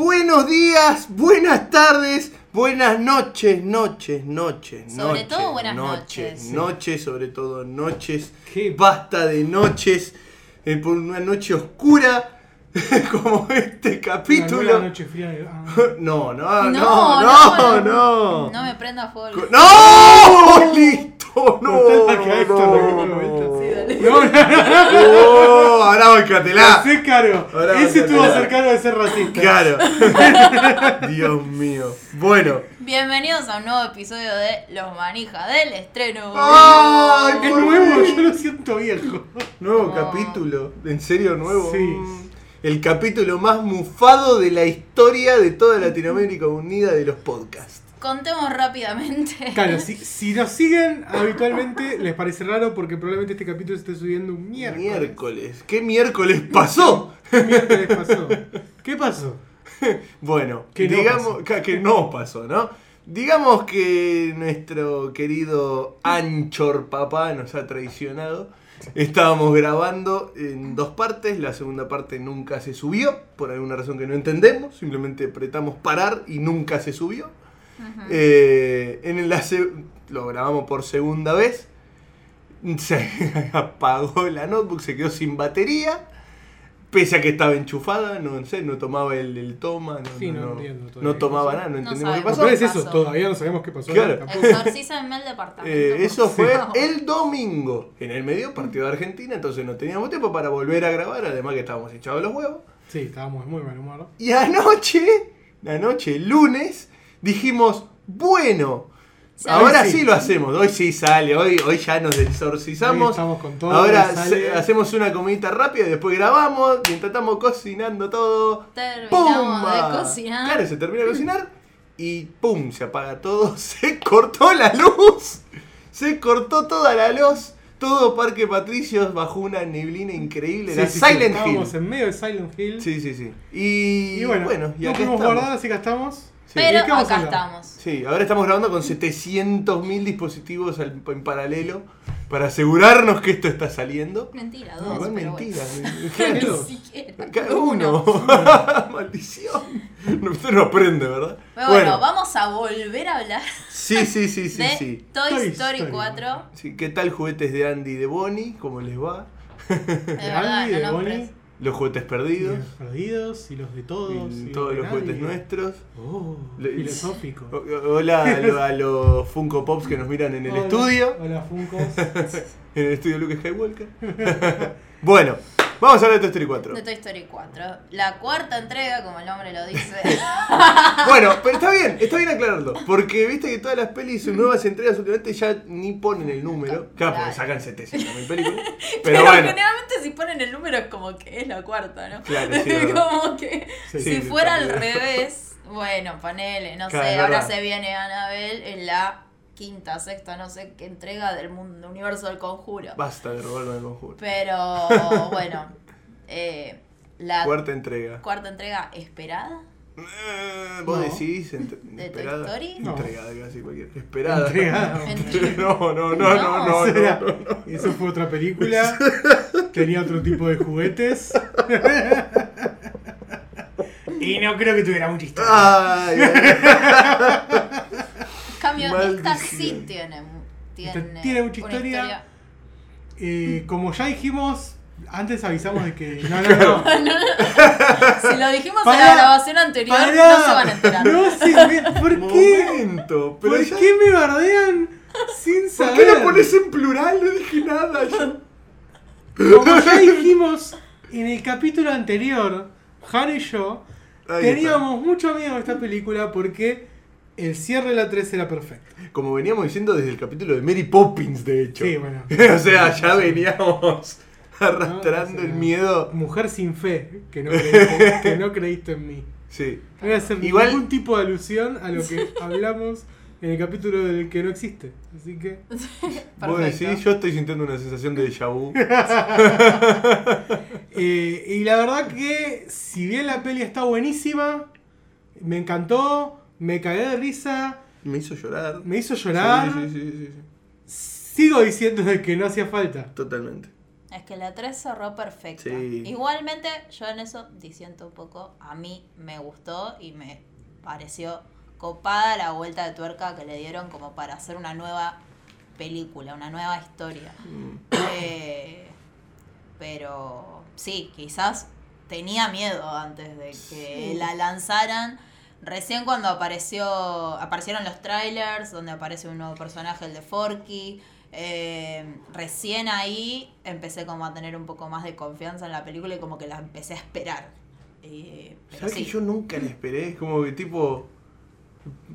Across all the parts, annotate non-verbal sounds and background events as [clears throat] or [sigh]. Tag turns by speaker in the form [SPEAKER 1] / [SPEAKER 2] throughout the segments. [SPEAKER 1] Buenos días, buenas tardes, buenas noches, noches, noches,
[SPEAKER 2] Sobre
[SPEAKER 1] noches,
[SPEAKER 2] todo buenas
[SPEAKER 1] noches,
[SPEAKER 2] noches.
[SPEAKER 1] noches, sobre todo noches.
[SPEAKER 3] Qué
[SPEAKER 1] Basta de noches eh, por una noche oscura [laughs] como este
[SPEAKER 3] Una nueva
[SPEAKER 1] capítulo.
[SPEAKER 3] noche fría de- ah.
[SPEAKER 1] [laughs] No, no, no,
[SPEAKER 2] No,
[SPEAKER 1] no, no.
[SPEAKER 2] no, No me prenda fuego.
[SPEAKER 1] Co-
[SPEAKER 3] [laughs]
[SPEAKER 1] ¡No! ¡Listo! ¡No!
[SPEAKER 3] Cortá el paquete,
[SPEAKER 1] no,
[SPEAKER 3] lo que me
[SPEAKER 1] no.
[SPEAKER 3] vuelta.
[SPEAKER 2] Sí, dale.
[SPEAKER 3] No, no, no.
[SPEAKER 1] [laughs] ¡Oh! Ahora
[SPEAKER 3] [laughs]
[SPEAKER 1] bancatela.
[SPEAKER 3] Sé caro.
[SPEAKER 1] Ahora
[SPEAKER 3] Ese estuvo
[SPEAKER 1] bancatela.
[SPEAKER 3] cercano de ser racista.
[SPEAKER 1] Claro. [laughs] Dios mío. Bueno.
[SPEAKER 2] Bienvenidos a un nuevo episodio de Los Manijas del estreno.
[SPEAKER 1] ¡Ay,
[SPEAKER 3] Es nuevo, yo lo siento viejo.
[SPEAKER 1] Nuevo
[SPEAKER 2] Oh.
[SPEAKER 1] capítulo, en serio nuevo.
[SPEAKER 3] Ah. Sí.
[SPEAKER 1] El capítulo más mufado de la historia de toda Latinoamérica Unida de los podcasts.
[SPEAKER 2] Contemos
[SPEAKER 1] [laughs]
[SPEAKER 2] rápidamente.
[SPEAKER 3] Claro, si, si nos siguen habitualmente les parece raro porque probablemente este capítulo se esté subiendo un miércoles.
[SPEAKER 1] Miércoles. ¿Qué miércoles pasó?
[SPEAKER 3] Miércoles pasó. ¿Qué pasó?
[SPEAKER 1] Bueno,
[SPEAKER 3] [laughs] Que no
[SPEAKER 1] digamos ca- que no pasó, ¿no? Digamos que nuestro querido Anchor Papá nos ha traicionado. Estábamos grabando en dos partes, la segunda parte nunca se subió, por alguna razón que no entendemos, simplemente apretamos parar y nunca se subió. Eh, en la se- lo grabamos por segunda vez, se [laughs] apagó la notebook, se quedó sin batería. Pese a que estaba enchufada, no sé, no tomaba el, el toma, no,
[SPEAKER 3] Sí,
[SPEAKER 1] no,
[SPEAKER 3] no
[SPEAKER 1] no-
[SPEAKER 3] entiendo
[SPEAKER 1] no
[SPEAKER 3] todavía qué
[SPEAKER 1] tomaba
[SPEAKER 3] pasó.
[SPEAKER 1] nada, no
[SPEAKER 2] No
[SPEAKER 1] entendemos qué
[SPEAKER 2] sabemos.
[SPEAKER 3] Lo
[SPEAKER 1] pasó.
[SPEAKER 3] peor es eso,
[SPEAKER 2] Pasó.
[SPEAKER 3] todavía no sabemos qué pasó.
[SPEAKER 1] Claro.
[SPEAKER 3] Tampoco-
[SPEAKER 2] Exorcízame el departamento.
[SPEAKER 1] Eh,
[SPEAKER 2] por
[SPEAKER 1] eso fue
[SPEAKER 2] favor.
[SPEAKER 1] el domingo. En el medio partido de Argentina, entonces no teníamos tiempo para volver a grabar, además que estábamos echados los huevos.
[SPEAKER 3] Sí, estábamos muy mal humor.
[SPEAKER 1] Y anoche, anoche, el lunes, dijimos, bueno,
[SPEAKER 2] Sí,
[SPEAKER 1] ahora
[SPEAKER 3] hoy
[SPEAKER 1] sí.
[SPEAKER 3] sí.
[SPEAKER 1] lo hacemos, hoy sí sale, hoy, hoy ya nos
[SPEAKER 3] Hoy
[SPEAKER 1] exorcizamos.
[SPEAKER 3] estamos con todo.
[SPEAKER 1] Ahora
[SPEAKER 3] sale-
[SPEAKER 1] se- hacemos una comidita rápida, después grabamos, mientras estamos cocinando todo.
[SPEAKER 2] Terminamos
[SPEAKER 1] ¡Pumba!
[SPEAKER 2] de cocinar.
[SPEAKER 1] Claro, se termina de cocinar y ¡pum! Se apaga todo. [laughs] Se cortó la luz. Se cortó toda la luz. Todo Parque Patricios bajo una neblina increíble.
[SPEAKER 3] Sí,
[SPEAKER 1] Era
[SPEAKER 3] sí, sí,
[SPEAKER 1] Silent Hill.
[SPEAKER 3] estábamos en medio de Silent Hill.
[SPEAKER 1] Sí, sí, sí. Y,
[SPEAKER 3] Y bueno,
[SPEAKER 1] y
[SPEAKER 3] no
[SPEAKER 1] acá
[SPEAKER 3] pudimos
[SPEAKER 1] estamos.
[SPEAKER 3] guardar, así que gastamos.
[SPEAKER 1] Sí.
[SPEAKER 2] Pero
[SPEAKER 3] ¿Y qué vamos a
[SPEAKER 2] acá
[SPEAKER 3] hablar?
[SPEAKER 2] estamos.
[SPEAKER 1] Sí, ahora estamos grabando con 700.000 dispositivos al- en paralelo para asegurarnos que esto está saliendo.
[SPEAKER 2] Mentira, dos.
[SPEAKER 1] Igual
[SPEAKER 2] pero
[SPEAKER 1] mentira.
[SPEAKER 2] [laughs] bueno.
[SPEAKER 3] Claro.
[SPEAKER 1] [laughs]
[SPEAKER 2] Ni siquiera.
[SPEAKER 1] Cada Uno.
[SPEAKER 2] [laughs]
[SPEAKER 1] Maldición. No, Usted no aprende, ¿verdad?
[SPEAKER 2] Bueno, vamos a volver a hablar
[SPEAKER 1] sí, sí, sí, sí,
[SPEAKER 2] de
[SPEAKER 1] sí.
[SPEAKER 2] Toy,
[SPEAKER 3] Toy
[SPEAKER 2] Story,
[SPEAKER 3] Story.
[SPEAKER 2] 4.
[SPEAKER 1] [laughs] Sí, ¿Qué tal juguetes de Andy y de Bonnie? ¿Cómo les va?
[SPEAKER 2] De
[SPEAKER 3] De
[SPEAKER 2] verdad,
[SPEAKER 3] Andy, de
[SPEAKER 2] no
[SPEAKER 3] Bonnie,
[SPEAKER 2] nombres.
[SPEAKER 1] Los juguetes
[SPEAKER 3] y de
[SPEAKER 1] perdidos.
[SPEAKER 3] los perdidos y los de todos.
[SPEAKER 1] y
[SPEAKER 3] y
[SPEAKER 1] todos
[SPEAKER 3] de
[SPEAKER 1] los juguetes
[SPEAKER 3] Oh, nadie.
[SPEAKER 1] nuestros.
[SPEAKER 3] Oh,
[SPEAKER 1] Lo-
[SPEAKER 3] filosófico.
[SPEAKER 1] O- o- Hola a, lo- a los Funko Pops que nos miran en el
[SPEAKER 3] Hola,
[SPEAKER 1] estudio.
[SPEAKER 3] Hola, Funkos.
[SPEAKER 1] [laughs] En el estudio Lucas Skywalker. [laughs] bueno, vamos a hablar de Toy Story 4.
[SPEAKER 2] De Toy Story 4. La cuarta entrega, como el nombre lo dice.
[SPEAKER 1] [laughs] Bueno, pero está bien, está bien aclararlo. Porque viste que todas las pelis, sus nuevas entregas últimamente ya ni ponen el número. Claro, porque sacan 700.000
[SPEAKER 2] [laughs]
[SPEAKER 1] películas. Pero,
[SPEAKER 2] Pero,
[SPEAKER 1] bueno.
[SPEAKER 2] generalmente si ponen el número es como que es la cuarta, ¿no? [laughs]
[SPEAKER 1] Claro, sí, es verdad.
[SPEAKER 2] como que
[SPEAKER 1] Sí,
[SPEAKER 2] si
[SPEAKER 1] sí,
[SPEAKER 2] fuera al
[SPEAKER 1] también.
[SPEAKER 2] revés, bueno, ponele,
[SPEAKER 1] [laughs]
[SPEAKER 2] no
[SPEAKER 1] Claro, es
[SPEAKER 2] sé, ahora
[SPEAKER 1] verdad.
[SPEAKER 2] se viene Anabel en la quinta, sexta, no sé qué entrega del mundo, universo del conjuro.
[SPEAKER 1] Basta de robarme el conjuro. [laughs]
[SPEAKER 2] Pero bueno, eh, la cuarta.
[SPEAKER 1] Cuarta entrega.
[SPEAKER 2] entrega esperada.
[SPEAKER 1] Eh, Vos
[SPEAKER 3] No.
[SPEAKER 1] decís entre-
[SPEAKER 2] ¿De Toy
[SPEAKER 1] esperada.
[SPEAKER 2] Story?
[SPEAKER 3] No.
[SPEAKER 1] Entregada casi cualquiera. Esperada.
[SPEAKER 3] Entregada.
[SPEAKER 1] [laughs] No, no, no, no, no, no,
[SPEAKER 3] Era-
[SPEAKER 1] no, no.
[SPEAKER 3] [laughs] Eso fue otra película. Tenía otro tipo de juguetes. [laughs] y no creo que tuviera mucha historia.
[SPEAKER 1] Ay, ay.
[SPEAKER 2] En cambio, esta sí
[SPEAKER 1] Maldición.
[SPEAKER 2] tiene, mu-
[SPEAKER 3] Esta
[SPEAKER 2] tiene,
[SPEAKER 3] tiene mucha
[SPEAKER 2] una
[SPEAKER 3] historia.
[SPEAKER 2] historia.
[SPEAKER 3] Eh, como ya dijimos, antes avisamos
[SPEAKER 1] [laughs]
[SPEAKER 3] de que. No, no, no.
[SPEAKER 2] Si lo dijimos en
[SPEAKER 3] Pará,
[SPEAKER 2] la grabación anterior,
[SPEAKER 3] pará.
[SPEAKER 2] no se van a enterar.
[SPEAKER 3] No se me- ¿Por qué?
[SPEAKER 1] Momento, pero
[SPEAKER 3] ¿Por
[SPEAKER 1] ya-
[SPEAKER 3] qué me bardean sin
[SPEAKER 1] ¿Por
[SPEAKER 3] saber?
[SPEAKER 1] qué lo pones en plural? No dije nada. yo-
[SPEAKER 3] Como
[SPEAKER 1] [laughs]
[SPEAKER 3] ya dijimos en el capítulo anterior, Han y yo
[SPEAKER 1] Ahí
[SPEAKER 3] teníamos mucho miedo de esta película porque el cierre de la 3 era perfecto.
[SPEAKER 1] está. Como veníamos diciendo desde el capítulo de Mary Poppins, de hecho.
[SPEAKER 3] Sí, bueno.
[SPEAKER 1] [laughs] o sea, ya veníamos arrastrando
[SPEAKER 3] No, sí,
[SPEAKER 1] el
[SPEAKER 3] no.
[SPEAKER 1] miedo.
[SPEAKER 3] Mujer sin fe, que no creíste, que no creíste en mí.
[SPEAKER 1] Sí.
[SPEAKER 3] No voy a hacer
[SPEAKER 1] Igual-
[SPEAKER 3] ningún tipo de alusión a lo que [laughs] hablamos en el capítulo del que no existe. Así que.
[SPEAKER 1] Vos
[SPEAKER 2] Perfecto.
[SPEAKER 1] decís, yo estoy sintiendo una sensación de déjà
[SPEAKER 3] [laughs]
[SPEAKER 1] vu.
[SPEAKER 3] Eh, y la verdad que, si bien la peli está buenísima, me encantó, me cagué de risa,
[SPEAKER 1] Me hizo llorar.
[SPEAKER 3] me hizo llorar.
[SPEAKER 1] Sí, sí, sí, sí, sí.
[SPEAKER 3] Sigo diciendo de que no hacía falta.
[SPEAKER 1] Totalmente.
[SPEAKER 2] Es que la 3 cerró perfecta.
[SPEAKER 1] Sí.
[SPEAKER 2] Igualmente, yo en eso diciendo un poco, a mí me gustó y me pareció copada la vuelta de tuerca que le dieron como para hacer una nueva película, una nueva historia.
[SPEAKER 1] Mm.
[SPEAKER 2] Eh, pero sí, quizás tenía miedo antes de que
[SPEAKER 1] Sí.
[SPEAKER 2] la lanzaran. Recién cuando apareció, aparecieron los trailers, donde aparece un nuevo personaje, el de Forky. eh, recién ahí empecé como a tener un poco más de confianza en la película y como que la empecé a esperar. Eh, pero
[SPEAKER 1] ¿Sabes
[SPEAKER 2] sí.
[SPEAKER 1] que yo nunca la esperé? Es como que tipo.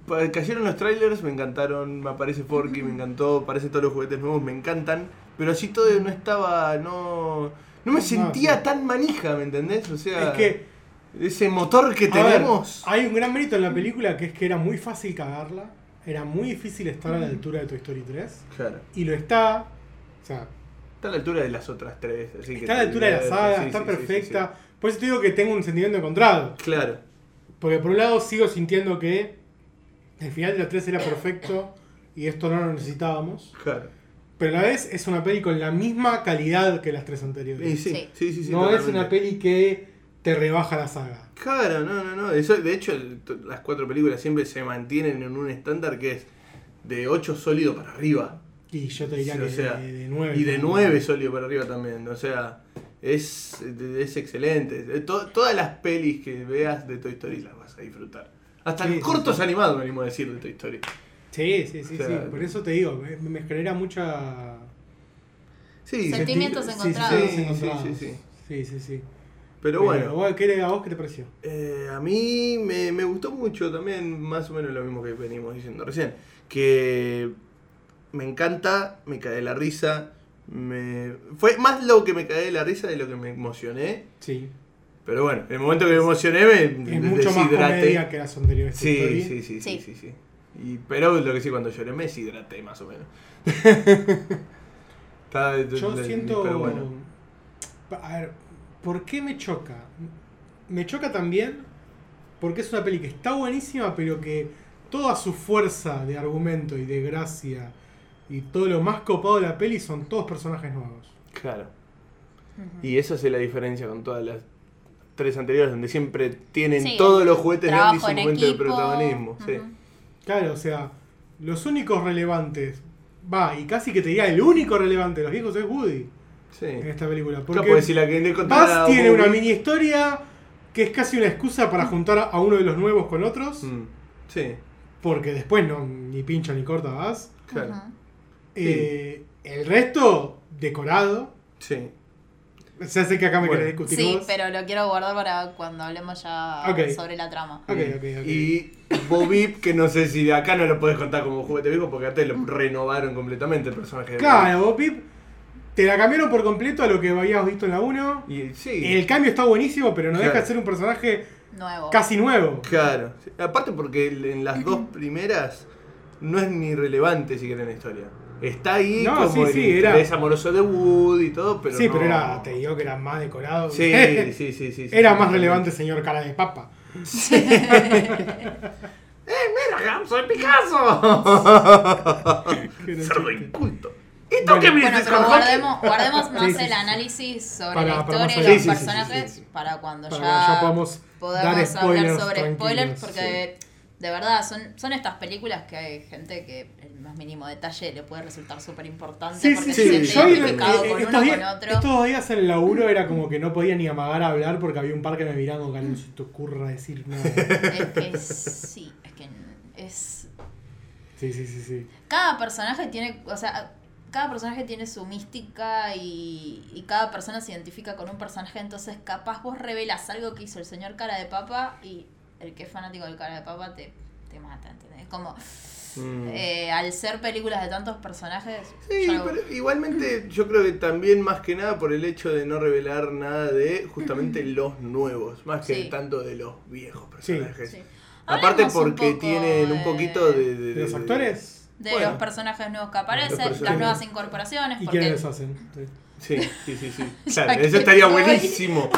[SPEAKER 1] pa- Cayeron los trailers, me encantaron, me aparece Forky, me encantó, aparecen todos los juguetes nuevos, me encantan. Pero así todo no estaba, no. No me sentía
[SPEAKER 3] sí.
[SPEAKER 1] tan manija, ¿me entendés? O sea,
[SPEAKER 3] Es que
[SPEAKER 1] ese motor que
[SPEAKER 3] A ver,
[SPEAKER 1] tenemos.
[SPEAKER 3] hay un gran mérito en la película que es que era muy fácil cagarla. Era muy difícil estar
[SPEAKER 1] Mm.
[SPEAKER 3] a la altura de Toy Story 3.
[SPEAKER 1] Claro.
[SPEAKER 3] Y lo está. O sea,
[SPEAKER 1] Está a la altura de las otras tres. Así que
[SPEAKER 3] está a la altura de la saga,
[SPEAKER 1] sí,
[SPEAKER 3] está
[SPEAKER 1] sí, sí,
[SPEAKER 3] perfecta. Por eso te digo que tengo un sentimiento encontrado.
[SPEAKER 1] sí, sí. Claro.
[SPEAKER 3] Porque por un lado sigo sintiendo que el final de la 3 era perfecto y esto no lo necesitábamos.
[SPEAKER 1] Claro.
[SPEAKER 3] Pero a la vez es una peli con la misma calidad que las tres anteriores.
[SPEAKER 1] Y sí,
[SPEAKER 2] Sí.
[SPEAKER 1] sí, sí, sí,
[SPEAKER 3] no es
[SPEAKER 1] totalmente.
[SPEAKER 3] una peli que te rebaja la saga.
[SPEAKER 1] Claro, no, no, no. Eso, de hecho, el- to- las cuatro películas siempre se mantienen en un estándar que es de 8 sólido para arriba.
[SPEAKER 3] Y yo te diría
[SPEAKER 1] Sí,
[SPEAKER 3] que
[SPEAKER 1] o sea,
[SPEAKER 3] de, de nueve.
[SPEAKER 1] Y de 9 sólido para arriba también. O sea, es, es excelente. Eh, to- todas las pelis que veas de Toy Story las vas a disfrutar. Hasta
[SPEAKER 3] Sí,
[SPEAKER 1] los
[SPEAKER 3] sí,
[SPEAKER 1] cortos animados, me animo a decir, de Toy Story.
[SPEAKER 3] Sí, sí, sí,
[SPEAKER 1] O sea,
[SPEAKER 3] sí. Por eso te digo, me, me genera mucha.
[SPEAKER 1] Sí,
[SPEAKER 2] Sentí- Sentimientos
[SPEAKER 3] senti-
[SPEAKER 2] encontrados.
[SPEAKER 3] Sí, sí,
[SPEAKER 1] Sí, sí,
[SPEAKER 3] encontrados. sí,
[SPEAKER 1] sí,
[SPEAKER 3] sí,
[SPEAKER 1] sí.
[SPEAKER 3] sí, sí.
[SPEAKER 1] pero bueno.
[SPEAKER 3] vos, ¿qué- ¿A vos qué te pareció?
[SPEAKER 1] Eh, a mí me, me gustó mucho también, más o menos lo mismo que venimos diciendo recién, que me encanta, me cae la risa, me... fue más lo que me cae la risa de lo que me emocioné,
[SPEAKER 3] Sí.
[SPEAKER 1] pero bueno, en el momento que me emocioné me
[SPEAKER 3] Es mucho más
[SPEAKER 1] deshidraté.
[SPEAKER 3] comedia que las anteriores.
[SPEAKER 1] sí,
[SPEAKER 3] Toy Story.
[SPEAKER 1] sí, sí, sí,
[SPEAKER 2] Sí.
[SPEAKER 1] sí, sí. Y, pero lo que sí, cuando lloré me deshidraté más o menos. [laughs] Está-
[SPEAKER 3] Yo
[SPEAKER 1] pero
[SPEAKER 3] siento.
[SPEAKER 1] bueno.
[SPEAKER 3] A ver, ¿por qué me choca? Me choca también porque es una peli que está buenísima, pero que toda su fuerza de argumento y de gracia y todo lo más copado de la peli son todos personajes nuevos.
[SPEAKER 1] Claro.
[SPEAKER 2] Ujú.
[SPEAKER 1] Y esa es la diferencia con todas las tres anteriores, donde siempre tienen
[SPEAKER 2] Sí,
[SPEAKER 1] todos los juguetes
[SPEAKER 2] Trabajo
[SPEAKER 1] grandes y su
[SPEAKER 2] en
[SPEAKER 1] momento de
[SPEAKER 2] equipo.
[SPEAKER 1] protagonismo. sí.
[SPEAKER 2] Ujú.
[SPEAKER 3] Claro, o sea, los únicos relevantes, va, y casi que te diría el único relevante de los viejos es Woody
[SPEAKER 1] Sí.
[SPEAKER 3] en esta película.
[SPEAKER 1] Claro,
[SPEAKER 3] Eh, Porque
[SPEAKER 1] porque si la que
[SPEAKER 3] Buzz tiene una mini historia que es casi una excusa
[SPEAKER 1] Mm.
[SPEAKER 3] para juntar a uno de los nuevos con otros.
[SPEAKER 1] Sí,
[SPEAKER 3] Porque después no, ni pincha ni corta vas.
[SPEAKER 1] claro.
[SPEAKER 2] Ujú.
[SPEAKER 3] Eh, el resto, decorado.
[SPEAKER 1] Sí.
[SPEAKER 3] Ya sé que acá me
[SPEAKER 1] Bueno.
[SPEAKER 3] querés discutir
[SPEAKER 2] Sí,
[SPEAKER 3] vos.
[SPEAKER 2] pero lo quiero guardar para cuando hablemos ya
[SPEAKER 3] Ok.
[SPEAKER 2] sobre la trama.
[SPEAKER 3] Ok, ok, ok.
[SPEAKER 1] Y Bobip, que no sé si de acá no lo podés contar como juguete viejo, porque acá te
[SPEAKER 2] Mm.
[SPEAKER 1] lo renovaron completamente el personaje de
[SPEAKER 3] Claro, vos, Pip, te la cambiaron por completo a lo que habías visto en la 1.
[SPEAKER 1] Bobip. Y sí.
[SPEAKER 3] El cambio está buenísimo, pero no deja
[SPEAKER 1] Claro.
[SPEAKER 3] de ser un personaje
[SPEAKER 2] Nuevo.
[SPEAKER 3] casi nuevo.
[SPEAKER 1] Claro. Sí. Aparte porque el- en las dos primeras no es ni relevante si quieren la historia. Está ahí
[SPEAKER 3] No,
[SPEAKER 1] como
[SPEAKER 3] sí,
[SPEAKER 1] el
[SPEAKER 3] sí, era-
[SPEAKER 1] interés amoroso de Wood y todo, pero
[SPEAKER 3] sí,
[SPEAKER 1] no-
[SPEAKER 3] pero era, te digo que era más decorado.
[SPEAKER 1] Sí,
[SPEAKER 3] [laughs]
[SPEAKER 1] sí, sí, sí, sí.
[SPEAKER 3] era
[SPEAKER 1] sí,
[SPEAKER 3] más
[SPEAKER 1] sí.
[SPEAKER 3] relevante señor cara de papa.
[SPEAKER 1] ¡Mira, soy [laughs] Picasso! Cerdo inculto. ¿Y tú
[SPEAKER 3] Bueno.
[SPEAKER 1] qué me
[SPEAKER 2] Bueno,
[SPEAKER 1] dices
[SPEAKER 2] pero
[SPEAKER 1] con
[SPEAKER 2] guardemos, guardemos más
[SPEAKER 3] Sí, sí, sí.
[SPEAKER 2] el análisis sobre
[SPEAKER 3] Para-
[SPEAKER 2] la
[SPEAKER 3] para más
[SPEAKER 2] historia y los
[SPEAKER 3] adelante. Sí, sí, sí, sí,
[SPEAKER 2] personajes
[SPEAKER 3] sí, sí.
[SPEAKER 2] para cuando
[SPEAKER 3] Para
[SPEAKER 2] ya,
[SPEAKER 3] que ya podamos
[SPEAKER 2] podamos
[SPEAKER 3] dar
[SPEAKER 2] hablar
[SPEAKER 3] spoilers
[SPEAKER 2] sobre
[SPEAKER 3] tranquilos,
[SPEAKER 2] spoilers, porque de verdad son, son estas películas que hay gente que el más mínimo detalle le puede resultar súper importante
[SPEAKER 3] Sí,
[SPEAKER 2] porque
[SPEAKER 3] sí,
[SPEAKER 2] se
[SPEAKER 3] sí.
[SPEAKER 2] siente
[SPEAKER 1] sí.
[SPEAKER 3] Yo hoy-
[SPEAKER 2] identificado con
[SPEAKER 3] eh,
[SPEAKER 2] uno
[SPEAKER 3] estos,
[SPEAKER 2] con
[SPEAKER 3] días,
[SPEAKER 2] otro.
[SPEAKER 3] estos días en el laburo era como que no podía ni amagar a hablar porque había un par que me miraba con cara, no se te ocurra decir
[SPEAKER 1] [laughs]
[SPEAKER 3] nada.
[SPEAKER 2] Es que sí, es que es
[SPEAKER 3] Sí, sí, sí, sí.
[SPEAKER 2] cada personaje tiene, o sea, cada personaje tiene su mística y, y cada persona se identifica con un personaje, entonces capaz vos revelas algo que hizo el señor cara de papa y el que es fanático del cara de papa te, te mata, ¿entendés? Como eh, al ser películas de tantos personajes,
[SPEAKER 1] Mm. Sí,
[SPEAKER 2] ya-
[SPEAKER 1] pero igualmente yo creo que también más que nada por el hecho de no revelar nada de
[SPEAKER 2] [clears throat]
[SPEAKER 1] justamente los nuevos, más que
[SPEAKER 2] Sí.
[SPEAKER 1] tanto de los viejos personajes.
[SPEAKER 2] sí.
[SPEAKER 1] Aparte
[SPEAKER 2] Hablemos un
[SPEAKER 1] porque
[SPEAKER 2] poco
[SPEAKER 1] tienen un
[SPEAKER 2] de-
[SPEAKER 1] poquito de... de-
[SPEAKER 3] ¿De los
[SPEAKER 1] de-
[SPEAKER 3] actores?
[SPEAKER 2] de
[SPEAKER 1] Bueno.
[SPEAKER 2] los personajes nuevos que aparecen,
[SPEAKER 1] personajes.
[SPEAKER 2] las nuevas incorporaciones,
[SPEAKER 3] ¿Y
[SPEAKER 2] porque
[SPEAKER 3] quiénes los hacen? Sí.
[SPEAKER 1] Sí, sí,
[SPEAKER 2] [laughs]
[SPEAKER 1] sí, sí.
[SPEAKER 2] Ya
[SPEAKER 1] Claro,
[SPEAKER 2] que
[SPEAKER 1] eso estaría
[SPEAKER 2] estoy.
[SPEAKER 1] buenísimo.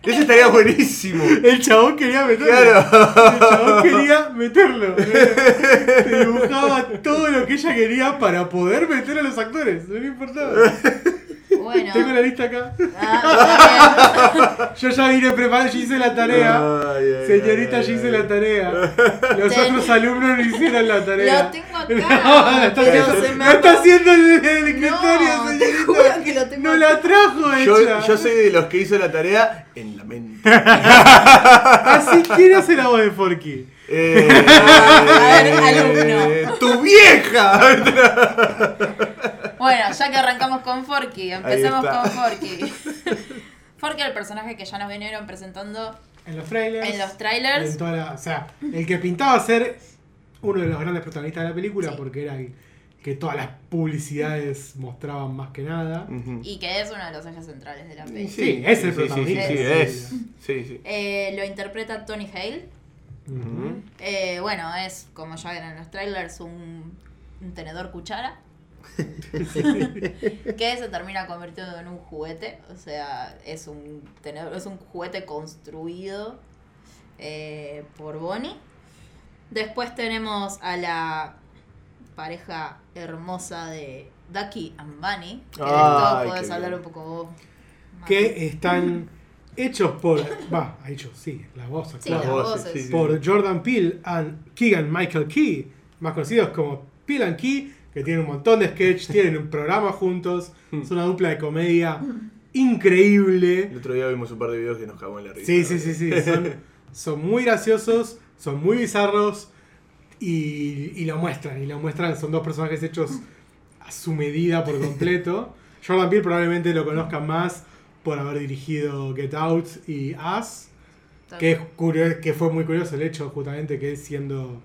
[SPEAKER 1] Eso estaría buenísimo.
[SPEAKER 3] El chabón quería meterlo.
[SPEAKER 1] Claro.
[SPEAKER 3] El chabón quería
[SPEAKER 1] [laughs]
[SPEAKER 3] meterlo. Te dibujaba todo lo que ella quería para poder meter a los actores. No le importaba.
[SPEAKER 1] [laughs]
[SPEAKER 2] Bueno.
[SPEAKER 3] Tengo la lista acá.
[SPEAKER 2] Ah,
[SPEAKER 3] Yo ya vine preparado, yo hice la [laughs] tarea.
[SPEAKER 1] Ay, ay,
[SPEAKER 3] Señorita,
[SPEAKER 1] ay,
[SPEAKER 3] yo hice
[SPEAKER 1] ay.
[SPEAKER 3] la tarea. Los
[SPEAKER 2] Ten-
[SPEAKER 3] otros alumnos no hicieron
[SPEAKER 1] [laughs]
[SPEAKER 3] la tarea.
[SPEAKER 2] Lo tengo acá,
[SPEAKER 3] [laughs] No, la está
[SPEAKER 2] pero
[SPEAKER 3] haciendo,
[SPEAKER 2] se me
[SPEAKER 3] la está
[SPEAKER 2] apagó.
[SPEAKER 3] haciendo en el escritorio,
[SPEAKER 2] no, te juro
[SPEAKER 3] señorita.
[SPEAKER 2] que lo tengo
[SPEAKER 3] No la trajo hecha.
[SPEAKER 1] Yo, yo soy de los que hizo la tarea en la
[SPEAKER 3] [laughs]
[SPEAKER 1] mente.
[SPEAKER 3] Así quiere hacer la voz de Forky.
[SPEAKER 1] Eh,
[SPEAKER 2] ver, alumno.
[SPEAKER 1] ¡Tu
[SPEAKER 2] [laughs]
[SPEAKER 1] vieja!
[SPEAKER 2] Bueno, ya que arrancamos con Forky, empecemos
[SPEAKER 1] Ahí está.
[SPEAKER 2] con
[SPEAKER 3] [laughs]
[SPEAKER 2] Forky. Forky el personaje que ya nos vinieron presentando
[SPEAKER 3] En los trailers.
[SPEAKER 2] en los
[SPEAKER 3] en
[SPEAKER 2] trailers.
[SPEAKER 3] toda la- o sea, el que pintaba ser uno de los grandes protagonistas de la película
[SPEAKER 2] Sí.
[SPEAKER 3] porque era el que todas las publicidades mostraban más que nada.
[SPEAKER 1] Ujú.
[SPEAKER 2] Y que es uno de los ejes centrales de la
[SPEAKER 1] Sí,
[SPEAKER 2] peli.
[SPEAKER 3] es el
[SPEAKER 1] sí, sí, sí,
[SPEAKER 3] protagonista.
[SPEAKER 1] sí, es. Sí, sí.
[SPEAKER 2] Eh, lo interpreta Tony Hale.
[SPEAKER 3] Ujú.
[SPEAKER 2] Eh, bueno, es como ya vieron en los trailers, un, un tenedor
[SPEAKER 1] [laughs]
[SPEAKER 2] cuchara. que se termina convirtiendo en un juguete. O sea, es un tenedor, es un juguete construido eh, por Bonnie. Después tenemos a la pareja hermosa de Ducky and Bunny. Que de esto
[SPEAKER 1] Ay,
[SPEAKER 2] puedes
[SPEAKER 1] qué
[SPEAKER 2] hablar
[SPEAKER 1] bien.
[SPEAKER 2] un poco vos. Mati.
[SPEAKER 3] Que están hechos por. Va, hechos, sí, la voz
[SPEAKER 1] Las
[SPEAKER 2] Sí, las
[SPEAKER 3] claro.
[SPEAKER 1] voces,
[SPEAKER 2] voces.
[SPEAKER 1] sí, sí.
[SPEAKER 3] Por Jordan Peele and Keegan Michael Key, más conocidos como Peele and Key, que tienen un montón de sketch, tienen un programa juntos,
[SPEAKER 1] Hmm.
[SPEAKER 3] es una dupla de comedia increíble.
[SPEAKER 1] El otro día vimos un par de videos que nos cagó en la risa. [laughs]
[SPEAKER 3] Sí, sí, sí, sí. Son, son muy graciosos, son muy bizarros y, y lo muestran. Y lo muestran, son dos personajes hechos a su medida por
[SPEAKER 1] [laughs]
[SPEAKER 3] completo. Jordan Peele probablemente lo conozcan más por haber dirigido Get Out y Us, que, es curio- que fue muy curioso el hecho justamente que él siendo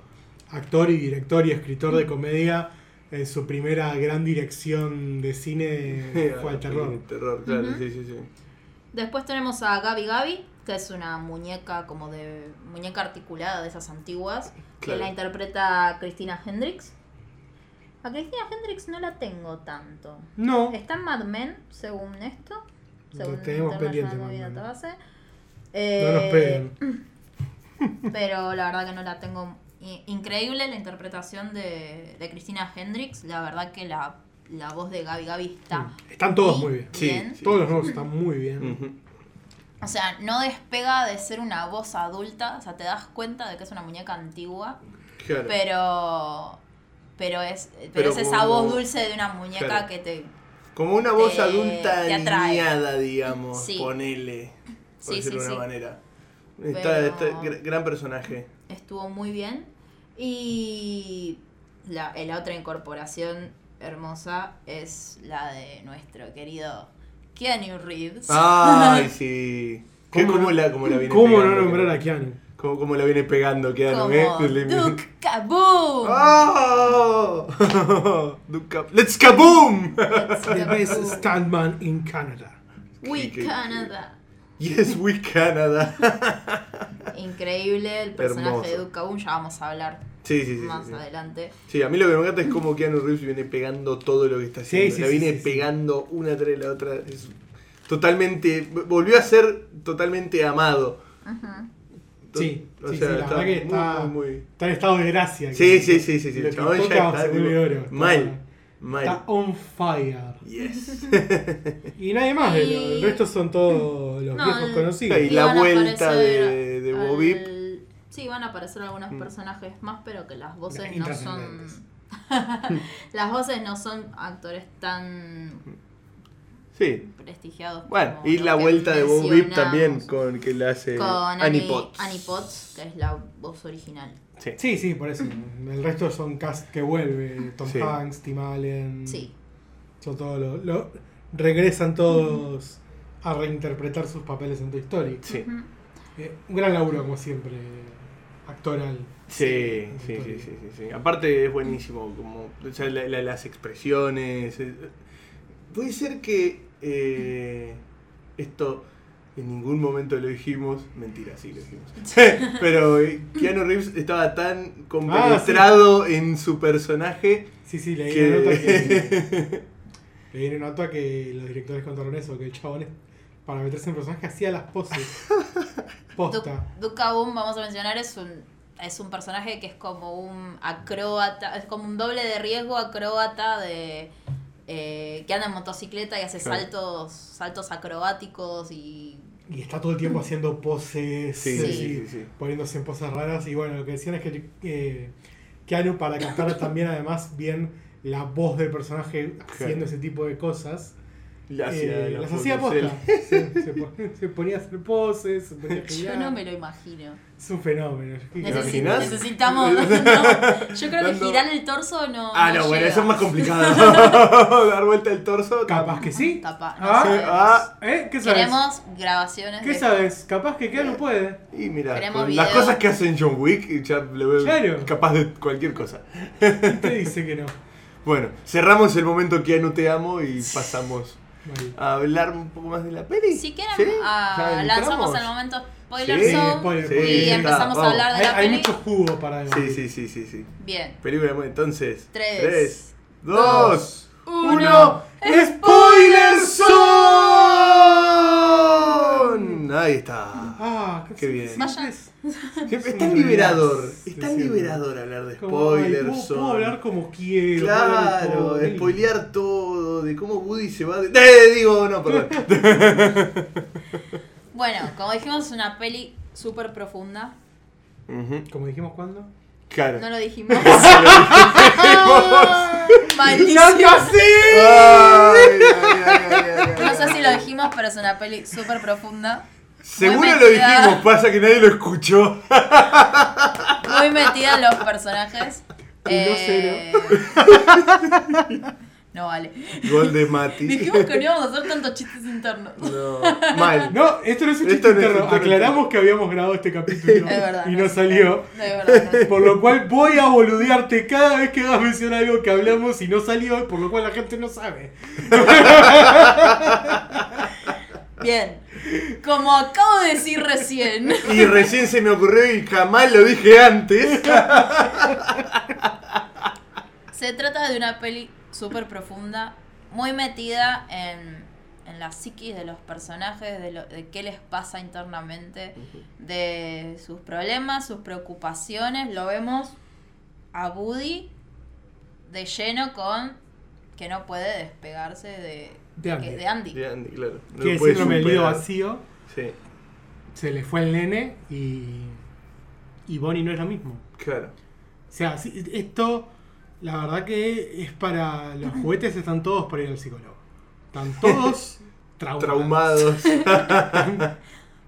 [SPEAKER 3] actor y director y escritor de comedia, en su primera gran dirección
[SPEAKER 1] [laughs]
[SPEAKER 3] de cine fue al terror.
[SPEAKER 1] terror, claro,
[SPEAKER 2] Ujú.
[SPEAKER 1] sí, sí, sí.
[SPEAKER 2] Después tenemos a Gabi Gabi, que es una muñeca como de muñeca articulada de esas antiguas, que
[SPEAKER 1] Claro.
[SPEAKER 2] la interpreta Cristina Hendrix. A Cristina Hendrix no la tengo tanto.
[SPEAKER 3] No,
[SPEAKER 2] Está en Mad Men, según esto.
[SPEAKER 3] Lo
[SPEAKER 2] Según
[SPEAKER 3] tenemos pendiente, Mad
[SPEAKER 2] Movie
[SPEAKER 3] Men.
[SPEAKER 2] Database.
[SPEAKER 3] no nos
[SPEAKER 2] Eh,
[SPEAKER 3] peguen.
[SPEAKER 2] [laughs] pero la verdad que no la tengo. I- Increíble la interpretación de, de Cristina Hendrix. La verdad que la, la voz de Gabi Gabi está.
[SPEAKER 3] Están todos muy bien.
[SPEAKER 1] Sí,
[SPEAKER 2] bien.
[SPEAKER 1] sí.
[SPEAKER 3] Todos los nuevos están muy bien.
[SPEAKER 1] Ujú.
[SPEAKER 2] O sea, no despega de ser una voz adulta, o sea, te das cuenta de que es una muñeca antigua,
[SPEAKER 1] Claro.
[SPEAKER 2] pero pero es pero,
[SPEAKER 1] Pero
[SPEAKER 2] es esa
[SPEAKER 1] como-
[SPEAKER 2] voz dulce de una muñeca
[SPEAKER 1] Claro.
[SPEAKER 2] que te
[SPEAKER 1] Como una voz
[SPEAKER 2] te-
[SPEAKER 1] adulta
[SPEAKER 2] te atrae.
[SPEAKER 1] niñada, digamos,
[SPEAKER 2] Sí.
[SPEAKER 1] ponele, por
[SPEAKER 2] Sí,
[SPEAKER 1] decirlo
[SPEAKER 2] sí,
[SPEAKER 1] de una
[SPEAKER 2] sí.
[SPEAKER 1] manera. Está,
[SPEAKER 2] Pero-
[SPEAKER 1] está- gr- gran personaje.
[SPEAKER 2] estuvo muy bien y la, eh, la otra incorporación hermosa es la de nuestro querido Keanu Reeves. [laughs]
[SPEAKER 1] Ay, sí. ¿Qué,
[SPEAKER 3] ¿Cómo
[SPEAKER 1] ¿Cómo,
[SPEAKER 3] no-
[SPEAKER 1] la, cómo la viene
[SPEAKER 3] ¿Cómo
[SPEAKER 1] pegando,
[SPEAKER 3] no nombrar a
[SPEAKER 1] Keanu?
[SPEAKER 3] Keanu?
[SPEAKER 1] ¿Cómo, cómo la viene pegando, Keanu,
[SPEAKER 2] como
[SPEAKER 1] eh? [laughs]
[SPEAKER 2] Duke Kaboom.
[SPEAKER 1] Ah, ¡Oh! Duca- ¡Let's kaboom! [laughs]
[SPEAKER 2] Let's
[SPEAKER 3] The best
[SPEAKER 2] kaboom.
[SPEAKER 3] stuntman in Canada.
[SPEAKER 2] We
[SPEAKER 1] Qué- qué-
[SPEAKER 2] Canada.
[SPEAKER 1] Yes, we Canada. [laughs]
[SPEAKER 2] Increíble el personaje de
[SPEAKER 1] Hermoso.
[SPEAKER 2] Duke Kaboom, ya vamos a hablar
[SPEAKER 1] Sí, sí, sí, sí.
[SPEAKER 2] más
[SPEAKER 1] sí.
[SPEAKER 2] adelante.
[SPEAKER 1] Sí, a mí lo que me encanta es cómo Keanu Reeves viene pegando todo lo que está
[SPEAKER 3] Sí,
[SPEAKER 1] haciendo.
[SPEAKER 3] sí,
[SPEAKER 1] la
[SPEAKER 3] sí,
[SPEAKER 1] viene
[SPEAKER 3] sí, sí.
[SPEAKER 1] pegando una tras la otra. Es totalmente. Volvió a ser totalmente amado.
[SPEAKER 2] Ajá.
[SPEAKER 3] Sí,
[SPEAKER 1] O
[SPEAKER 3] sí,
[SPEAKER 1] sea,
[SPEAKER 3] sí, la
[SPEAKER 1] está
[SPEAKER 3] verdad
[SPEAKER 1] muy,
[SPEAKER 3] que está,
[SPEAKER 1] muy, muy-
[SPEAKER 3] está en estado de gracia.
[SPEAKER 1] Sí, sí, sí, sí, sí,
[SPEAKER 3] Lo
[SPEAKER 1] el
[SPEAKER 3] que
[SPEAKER 1] chabón ya
[SPEAKER 3] toca
[SPEAKER 1] está,
[SPEAKER 3] se vuelve
[SPEAKER 1] tipo,
[SPEAKER 3] oro. Está-
[SPEAKER 1] mal. Mal.
[SPEAKER 3] Está on fire.
[SPEAKER 1] Yes.
[SPEAKER 3] [laughs] Y nadie más, de
[SPEAKER 2] Y-
[SPEAKER 3] lo- el resto son todos los
[SPEAKER 2] No,
[SPEAKER 3] viejos
[SPEAKER 2] el-
[SPEAKER 3] conocidos.
[SPEAKER 1] Y la
[SPEAKER 2] van a
[SPEAKER 1] vuelta
[SPEAKER 2] aparecer
[SPEAKER 1] de- de Mm.
[SPEAKER 2] al-
[SPEAKER 1] Bobip.
[SPEAKER 2] Sí, van a aparecer algunos personajes más, pero que las voces no son.
[SPEAKER 3] Intrascendentes.
[SPEAKER 2] [laughs] las voces no son actores tan
[SPEAKER 1] Sí.
[SPEAKER 2] prestigiados.
[SPEAKER 1] Bueno,
[SPEAKER 2] como
[SPEAKER 1] y
[SPEAKER 2] los
[SPEAKER 1] la
[SPEAKER 2] que
[SPEAKER 1] vuelta de Bob Vip también
[SPEAKER 2] mencionamos.
[SPEAKER 1] con que la hace
[SPEAKER 2] Con
[SPEAKER 1] Annie Potts.
[SPEAKER 2] Annie Potts, que es la voz original.
[SPEAKER 1] Sí.
[SPEAKER 3] Sí, sí, por eso. El resto son cast que vuelve. Tom
[SPEAKER 1] Sí.
[SPEAKER 3] Hanks, Tim
[SPEAKER 1] Mm.
[SPEAKER 3] Allen.
[SPEAKER 2] Sí.
[SPEAKER 3] Son todos los... los- regresan todos a reinterpretar sus papeles en Toy Story.
[SPEAKER 1] Sí.
[SPEAKER 2] Ujú.
[SPEAKER 3] Eh, un gran laburo, como siempre, actoral.
[SPEAKER 1] Sí, sí,
[SPEAKER 3] Victoria.
[SPEAKER 1] sí, sí, sí, sí. Aparte es buenísimo, como o sea, la- la- las expresiones. eh, Puede ser que eh, esto en ningún momento lo dijimos, mentira, sí lo dijimos. [laughs] Pero eh, Keanu Reeves estaba tan compenetrado en su personaje
[SPEAKER 3] Sí, sí, leí una nota que.
[SPEAKER 1] que...
[SPEAKER 3] leí una nota que los directores contaron eso, que el chabón para meterse en personaje hacía las poses. Posta.
[SPEAKER 2] Du- Duke Boom, vamos a mencionar, es un, es un personaje que es como un acróbata, es como un doble de riesgo acróbata de, eh, que anda en motocicleta y hace
[SPEAKER 1] Claro.
[SPEAKER 2] saltos, saltos acrobáticos y
[SPEAKER 3] Y está todo el tiempo haciendo poses,
[SPEAKER 1] Sí,
[SPEAKER 2] sí,
[SPEAKER 3] y
[SPEAKER 1] sí, sí, sí.
[SPEAKER 3] poniéndose en poses raras. Y bueno, lo que decían es que eh, Keanu, para captar también, además, bien la voz del personaje haciendo ese tipo de cosas,
[SPEAKER 1] Le
[SPEAKER 3] eh,
[SPEAKER 1] la
[SPEAKER 3] las hacía
[SPEAKER 1] foto,
[SPEAKER 3] posta. Se, se po- [laughs] se ponía a hacer poses, se ponía a
[SPEAKER 2] yo
[SPEAKER 3] girar.
[SPEAKER 2] no me lo imagino.
[SPEAKER 3] Es un fenómeno.
[SPEAKER 1] Necesito-
[SPEAKER 2] Necesi-
[SPEAKER 1] imaginas? [laughs]
[SPEAKER 2] necesitamos. no, yo creo que
[SPEAKER 1] Dando-
[SPEAKER 2] girar el torso no.
[SPEAKER 1] Ah, no, bueno,
[SPEAKER 2] llega.
[SPEAKER 1] eso es más complicado. Dar vuelta el torso.
[SPEAKER 3] Capaz que sí.
[SPEAKER 2] Capaz, no
[SPEAKER 3] Ah,
[SPEAKER 1] Sí,
[SPEAKER 2] sabemos.
[SPEAKER 1] ah,
[SPEAKER 3] ¿Eh? ¿Qué sabes?
[SPEAKER 2] Queremos grabaciones.
[SPEAKER 3] ¿Qué
[SPEAKER 2] de-
[SPEAKER 3] sabes? Capaz que Keanu puede.
[SPEAKER 1] y mira,
[SPEAKER 2] Queremos
[SPEAKER 1] con las
[SPEAKER 2] video.
[SPEAKER 1] cosas que hacen John Wick, ya le veo
[SPEAKER 3] Claro.
[SPEAKER 1] capaz de cualquier cosa.
[SPEAKER 3] ¿Quién te dice que no?
[SPEAKER 1] Bueno, cerramos el momento que ya no te amo y pasamos
[SPEAKER 3] Vale.
[SPEAKER 1] a hablar un poco más de la peli.
[SPEAKER 2] Si quieren,
[SPEAKER 1] ¿Sí?
[SPEAKER 2] ah,
[SPEAKER 1] ¿Ya
[SPEAKER 2] lanzamos
[SPEAKER 1] entramos?
[SPEAKER 2] al momento spoiler
[SPEAKER 1] Sí,
[SPEAKER 2] zone
[SPEAKER 3] spoiler,
[SPEAKER 1] sí,
[SPEAKER 2] y
[SPEAKER 1] ya está,
[SPEAKER 2] empezamos a
[SPEAKER 1] vamos.
[SPEAKER 2] hablar de
[SPEAKER 3] Hay,
[SPEAKER 2] la
[SPEAKER 3] hay
[SPEAKER 2] peli.
[SPEAKER 3] mucho jugo para
[SPEAKER 1] Sí, sí, sí, sí, sí.
[SPEAKER 2] Bien.
[SPEAKER 1] Película, bueno, entonces.
[SPEAKER 2] Tres,
[SPEAKER 1] 3,
[SPEAKER 2] dos,
[SPEAKER 1] 2,
[SPEAKER 2] uno,
[SPEAKER 1] 1. ¡Spoiler Zone! Ahí está.
[SPEAKER 3] Ah,
[SPEAKER 1] Qué bien.
[SPEAKER 3] sí,
[SPEAKER 2] Vaya.
[SPEAKER 3] es-
[SPEAKER 1] Siempre
[SPEAKER 3] es
[SPEAKER 1] es tan
[SPEAKER 3] un
[SPEAKER 1] liberador.
[SPEAKER 3] relax,
[SPEAKER 1] Es
[SPEAKER 3] de
[SPEAKER 1] tan
[SPEAKER 3] siempre.
[SPEAKER 1] liberador hablar de
[SPEAKER 3] Como, ay,
[SPEAKER 1] Spoiler
[SPEAKER 3] puedo,
[SPEAKER 1] Zone.
[SPEAKER 3] puedo hablar como quiero. puedo
[SPEAKER 1] Claro,
[SPEAKER 3] hablar como-
[SPEAKER 1] spoilear todo, de cómo Woody se va de. ¡Eh! Digo, no, perdón.
[SPEAKER 2] Bueno, como dijimos, es una peli súper profunda.
[SPEAKER 1] Ujú,
[SPEAKER 3] Como dijimos cuando.
[SPEAKER 1] Claro.
[SPEAKER 3] [laughs]
[SPEAKER 2] No lo dijimos.
[SPEAKER 3] ¡Ya
[SPEAKER 2] [laughs] Maldición.
[SPEAKER 1] Ay, [laughs]
[SPEAKER 3] casi!
[SPEAKER 1] ay, ay, ay, ay,
[SPEAKER 2] No sé
[SPEAKER 1] ay.
[SPEAKER 2] si lo dijimos, pero es una peli súper profunda.
[SPEAKER 1] Seguro
[SPEAKER 2] Muy
[SPEAKER 1] lo
[SPEAKER 2] metida.
[SPEAKER 1] dijimos, pasa que nadie lo escuchó.
[SPEAKER 2] Muy metida en los personajes. Eh, no vale.
[SPEAKER 1] Gol de Mati.
[SPEAKER 2] Dijimos que no íbamos a hacer tantos chistes internos.
[SPEAKER 1] [laughs] No, mal.
[SPEAKER 3] No, esto no es un
[SPEAKER 1] Esto
[SPEAKER 3] chiste
[SPEAKER 1] no es
[SPEAKER 3] interno.
[SPEAKER 1] un chiste
[SPEAKER 3] Aclaramos que habíamos grabado este
[SPEAKER 2] [laughs]
[SPEAKER 3] capítulo
[SPEAKER 2] Es verdad.
[SPEAKER 3] y no salió.
[SPEAKER 2] No, es verdad. no.
[SPEAKER 3] Por lo cual voy a boludearte cada vez que vas a mencionar algo que hablamos y no salió, por lo cual la gente no sabe.
[SPEAKER 2] Bien, como acabo de decir recién,
[SPEAKER 1] Y recién se me ocurrió y jamás lo dije antes. [laughs]
[SPEAKER 2] se trata de una peli súper profunda, muy metida en, en la psiquis de los personajes, de, lo- de qué les pasa internamente, de sus problemas, sus preocupaciones. Lo vemos a Woody de lleno con que no puede despegarse de,
[SPEAKER 3] De Andy.
[SPEAKER 2] que- de Andy.
[SPEAKER 1] Ya, Andy, claro. No
[SPEAKER 3] que
[SPEAKER 1] lo
[SPEAKER 3] el
[SPEAKER 1] puedes
[SPEAKER 3] síndrome del nido
[SPEAKER 1] superar.
[SPEAKER 3] vacío
[SPEAKER 1] Sí,
[SPEAKER 3] se le fue el nene y. Y Bonnie no es lo mismo.
[SPEAKER 1] claro.
[SPEAKER 3] O sea, sí, esto, la verdad que es para. Los juguetes están todos para ir al psicólogo. Están
[SPEAKER 1] [laughs]
[SPEAKER 3] todos traumados.
[SPEAKER 1] Traumados.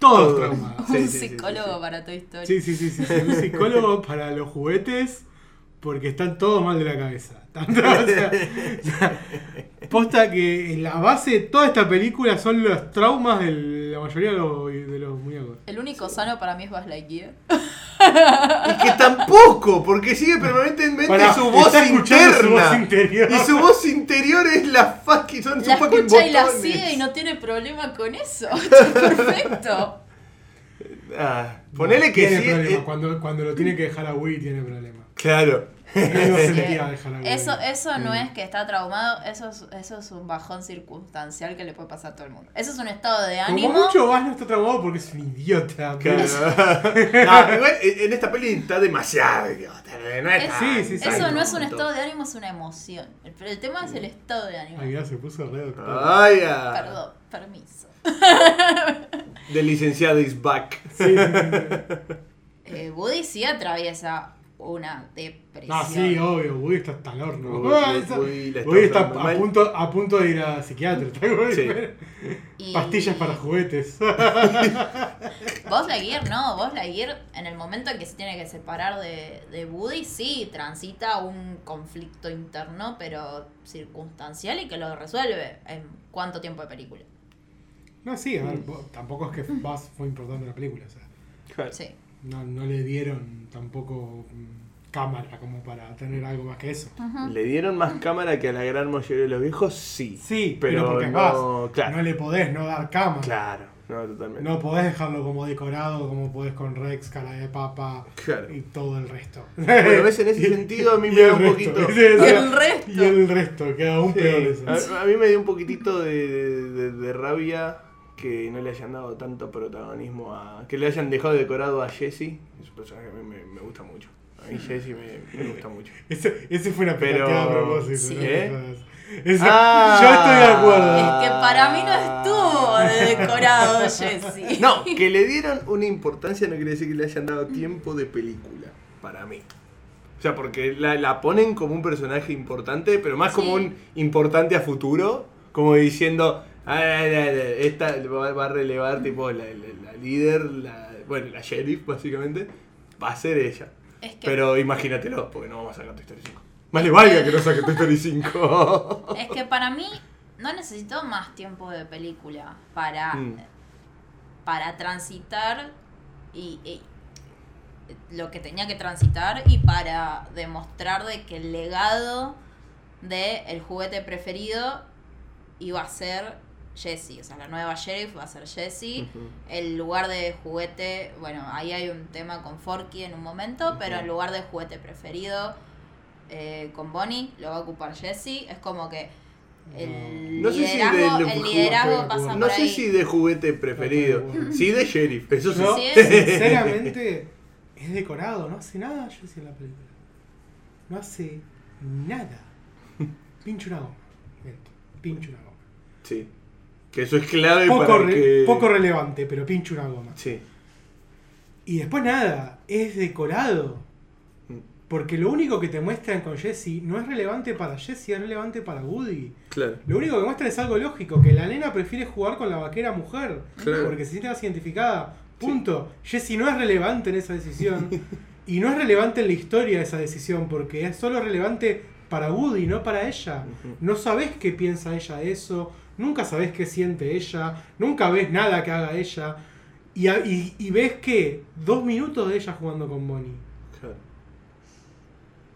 [SPEAKER 3] Todos
[SPEAKER 1] Todos.
[SPEAKER 3] traumados.
[SPEAKER 2] [laughs] Un
[SPEAKER 1] Sí, sí, sí, sí,
[SPEAKER 2] psicólogo
[SPEAKER 1] sí.
[SPEAKER 2] para tu historia.
[SPEAKER 3] Sí, sí, sí, sí, sí, Un psicólogo para los juguetes porque están todos mal de la cabeza. [laughs] Están todos- o sea, posta que en la base de toda esta película son los traumas de la mayoría de los, de los muñecos.
[SPEAKER 2] El único sano para mí es Buzz Lightyear.
[SPEAKER 1] Y que tampoco, porque sigue permanentemente
[SPEAKER 3] Pará,
[SPEAKER 1] su voz
[SPEAKER 3] está escuchando
[SPEAKER 1] interna.
[SPEAKER 3] su voz interior.
[SPEAKER 1] Y su voz interior es la fucking. Son sus
[SPEAKER 2] La
[SPEAKER 1] fucking
[SPEAKER 2] escucha y la
[SPEAKER 1] botones.
[SPEAKER 2] sigue y no tiene problema con eso. [laughs] Está perfecto.
[SPEAKER 1] Ah, ponele que
[SPEAKER 3] tiene
[SPEAKER 1] sí.
[SPEAKER 3] problema.
[SPEAKER 1] eh,
[SPEAKER 3] Cuando, cuando lo tiene que dejar a Wii tiene problema.
[SPEAKER 1] [laughs]
[SPEAKER 3] [laughs]
[SPEAKER 1] Claro.
[SPEAKER 3] No se
[SPEAKER 2] Sí.
[SPEAKER 3] le iba a dejar a Wii.
[SPEAKER 2] Eso, eso no
[SPEAKER 3] Mm.
[SPEAKER 2] es que está traumado, eso es, eso es un bajón circunstancial que le puede pasar a todo el mundo. Eso es un estado de
[SPEAKER 3] Como
[SPEAKER 2] eh, ánimo.
[SPEAKER 3] mucho vas no está traumado porque es un idiota.
[SPEAKER 1] Claro.
[SPEAKER 3] pero-
[SPEAKER 1] No, igual eh, en en esta peli está demasiado. idiota, No
[SPEAKER 2] Es-
[SPEAKER 1] está,
[SPEAKER 3] Sí, sí, sí.
[SPEAKER 2] eso no es un
[SPEAKER 1] tanto.
[SPEAKER 2] estado de ánimo, es una emoción. El, pero el tema es el estado de
[SPEAKER 3] Ay,
[SPEAKER 2] ánimo.
[SPEAKER 3] mira, se puso re doctor.
[SPEAKER 1] Ay, ah.
[SPEAKER 2] Perdón, permiso.
[SPEAKER 1] The licenciado is back.
[SPEAKER 3] Sí, sí, sí, sí.
[SPEAKER 2] Eh, Woody sí atraviesa una depresión.
[SPEAKER 3] No, sí, Ah, obvio, Woody está hasta el horno.
[SPEAKER 1] Woody-
[SPEAKER 3] [laughs] Ah, esa-
[SPEAKER 1] Woody la está
[SPEAKER 3] Woody está
[SPEAKER 1] pasando
[SPEAKER 3] a
[SPEAKER 1] mal.
[SPEAKER 3] punto, a punto de ir a psiquiatra. está como-
[SPEAKER 1] Sí.
[SPEAKER 2] Y-
[SPEAKER 3] Pastillas para juguetes. [laughs]
[SPEAKER 2] Vos Lightyear no, Vos Lightyear en el momento en que se tiene que separar de, de Woody, sí, transita un conflicto interno, pero circunstancial y que lo resuelve en cuánto tiempo de película.
[SPEAKER 3] No, sí, a ver,
[SPEAKER 1] Mm.
[SPEAKER 3] vos- tampoco es que Buzz fue importante en la película. O sea,
[SPEAKER 2] Sí.
[SPEAKER 3] no, no le dieron tampoco mm, cámara como para tener algo más que eso.
[SPEAKER 1] ¿Le dieron más cámara que a la gran mayoría de los viejos? Sí.
[SPEAKER 3] Sí, pero,
[SPEAKER 1] pero,
[SPEAKER 3] porque es
[SPEAKER 1] no.
[SPEAKER 3] Buzz.
[SPEAKER 1] Claro.
[SPEAKER 3] No le podés no dar cámara.
[SPEAKER 1] Claro. No, totalmente.
[SPEAKER 3] No podés dejarlo como decorado, como podés con Rex, cara de papa
[SPEAKER 1] Claro.
[SPEAKER 3] y todo el resto.
[SPEAKER 1] Bueno, ves, en ese sentido a mí
[SPEAKER 3] [laughs] Y
[SPEAKER 1] me da
[SPEAKER 3] el
[SPEAKER 1] un
[SPEAKER 3] resto.
[SPEAKER 1] poquito.
[SPEAKER 3] Sí, sí.
[SPEAKER 2] Y el resto.
[SPEAKER 3] Y el resto, queda aún peor
[SPEAKER 1] Sí,
[SPEAKER 3] eso.
[SPEAKER 1] a, a mí me dio un poquitito de, de- de- de rabia que no le hayan dado tanto protagonismo a. que le hayan dejado decorado a Jesse. Es un personaje que a mí me, me gusta mucho. A mí Jesse me, me gusta mucho.
[SPEAKER 3] Ese, ese fue una
[SPEAKER 1] Pero- ¿Eh?
[SPEAKER 3] pirateada a propósito.
[SPEAKER 2] Sí.
[SPEAKER 3] no te jodas. Eso-
[SPEAKER 1] Ah.
[SPEAKER 3] Yo estoy de acuerdo.
[SPEAKER 2] Es que para mí no estuvo de
[SPEAKER 1] [laughs]
[SPEAKER 2] decorado, Jesse.
[SPEAKER 1] No, que le dieron una importancia no quiere decir que le hayan dado tiempo de película, para mí. O sea, porque la, la ponen como un personaje importante, pero más como
[SPEAKER 2] Sí.
[SPEAKER 1] un importante a futuro, como diciendo, "Ah, la, la, la, esta va, va a relevar tipo la, la- la líder, la, bueno, la sheriff básicamente, va a ser ella.
[SPEAKER 2] Es que,
[SPEAKER 1] Pero imagínatelo, porque no vamos a sacar Toy Story 5. Más le valga que no saque Toy Story 5.
[SPEAKER 2] es que para mí no necesitó más tiempo de película para,
[SPEAKER 1] Mm.
[SPEAKER 2] para transitar y, y lo que tenía que transitar y para demostrar de que el legado de el juguete preferido iba a ser Jessie. O sea, la nueva sheriff va a ser Jessie.
[SPEAKER 1] Ujú.
[SPEAKER 2] El lugar de juguete, bueno, ahí hay un tema con Forky en un momento, pero
[SPEAKER 1] Ujú.
[SPEAKER 2] el lugar de juguete preferido eh, con Bonnie lo va a ocupar Jessie. Es como que el
[SPEAKER 1] No sé si de
[SPEAKER 2] liderazgo,
[SPEAKER 1] lo-
[SPEAKER 2] el liderazgo
[SPEAKER 3] juguete,
[SPEAKER 2] pasa
[SPEAKER 1] No
[SPEAKER 2] por
[SPEAKER 1] sé
[SPEAKER 2] ahí.
[SPEAKER 1] si de juguete preferido,
[SPEAKER 3] Está muy
[SPEAKER 1] [laughs]
[SPEAKER 3] bueno.
[SPEAKER 1] sí de sheriff, eso sí.
[SPEAKER 3] Yo,
[SPEAKER 2] Sí, es.
[SPEAKER 1] [laughs]
[SPEAKER 3] sinceramente, es decorado, no hace nada Jesse en la película. No hace nada. Pincho una goma. Miento, Pincho una goma.
[SPEAKER 1] Sí. Que eso es clave
[SPEAKER 3] Poco,
[SPEAKER 1] para
[SPEAKER 3] re-
[SPEAKER 1] que.
[SPEAKER 3] poco relevante, pero pincho una goma.
[SPEAKER 1] Sí.
[SPEAKER 3] Y después nada, es decorado. Porque lo único que te muestran con Jesse no es relevante para Jesse, es relevante para Woody.
[SPEAKER 1] Claro.
[SPEAKER 3] Lo único que muestran es algo lógico, que la nena prefiere jugar con la vaquera mujer,
[SPEAKER 1] Claro.
[SPEAKER 3] porque se siente más identificada. Punto. Jesse no es relevante en esa decisión. y no es relevante en la historia esa decisión, porque es solo relevante para Woody, no para ella.
[SPEAKER 1] Ujú.
[SPEAKER 3] No sabes qué piensa ella de eso, nunca sabes qué siente ella, nunca ves nada que haga ella. Y, a- y- y ves que dos minutos de ella jugando con Bonnie.
[SPEAKER 1] Claro.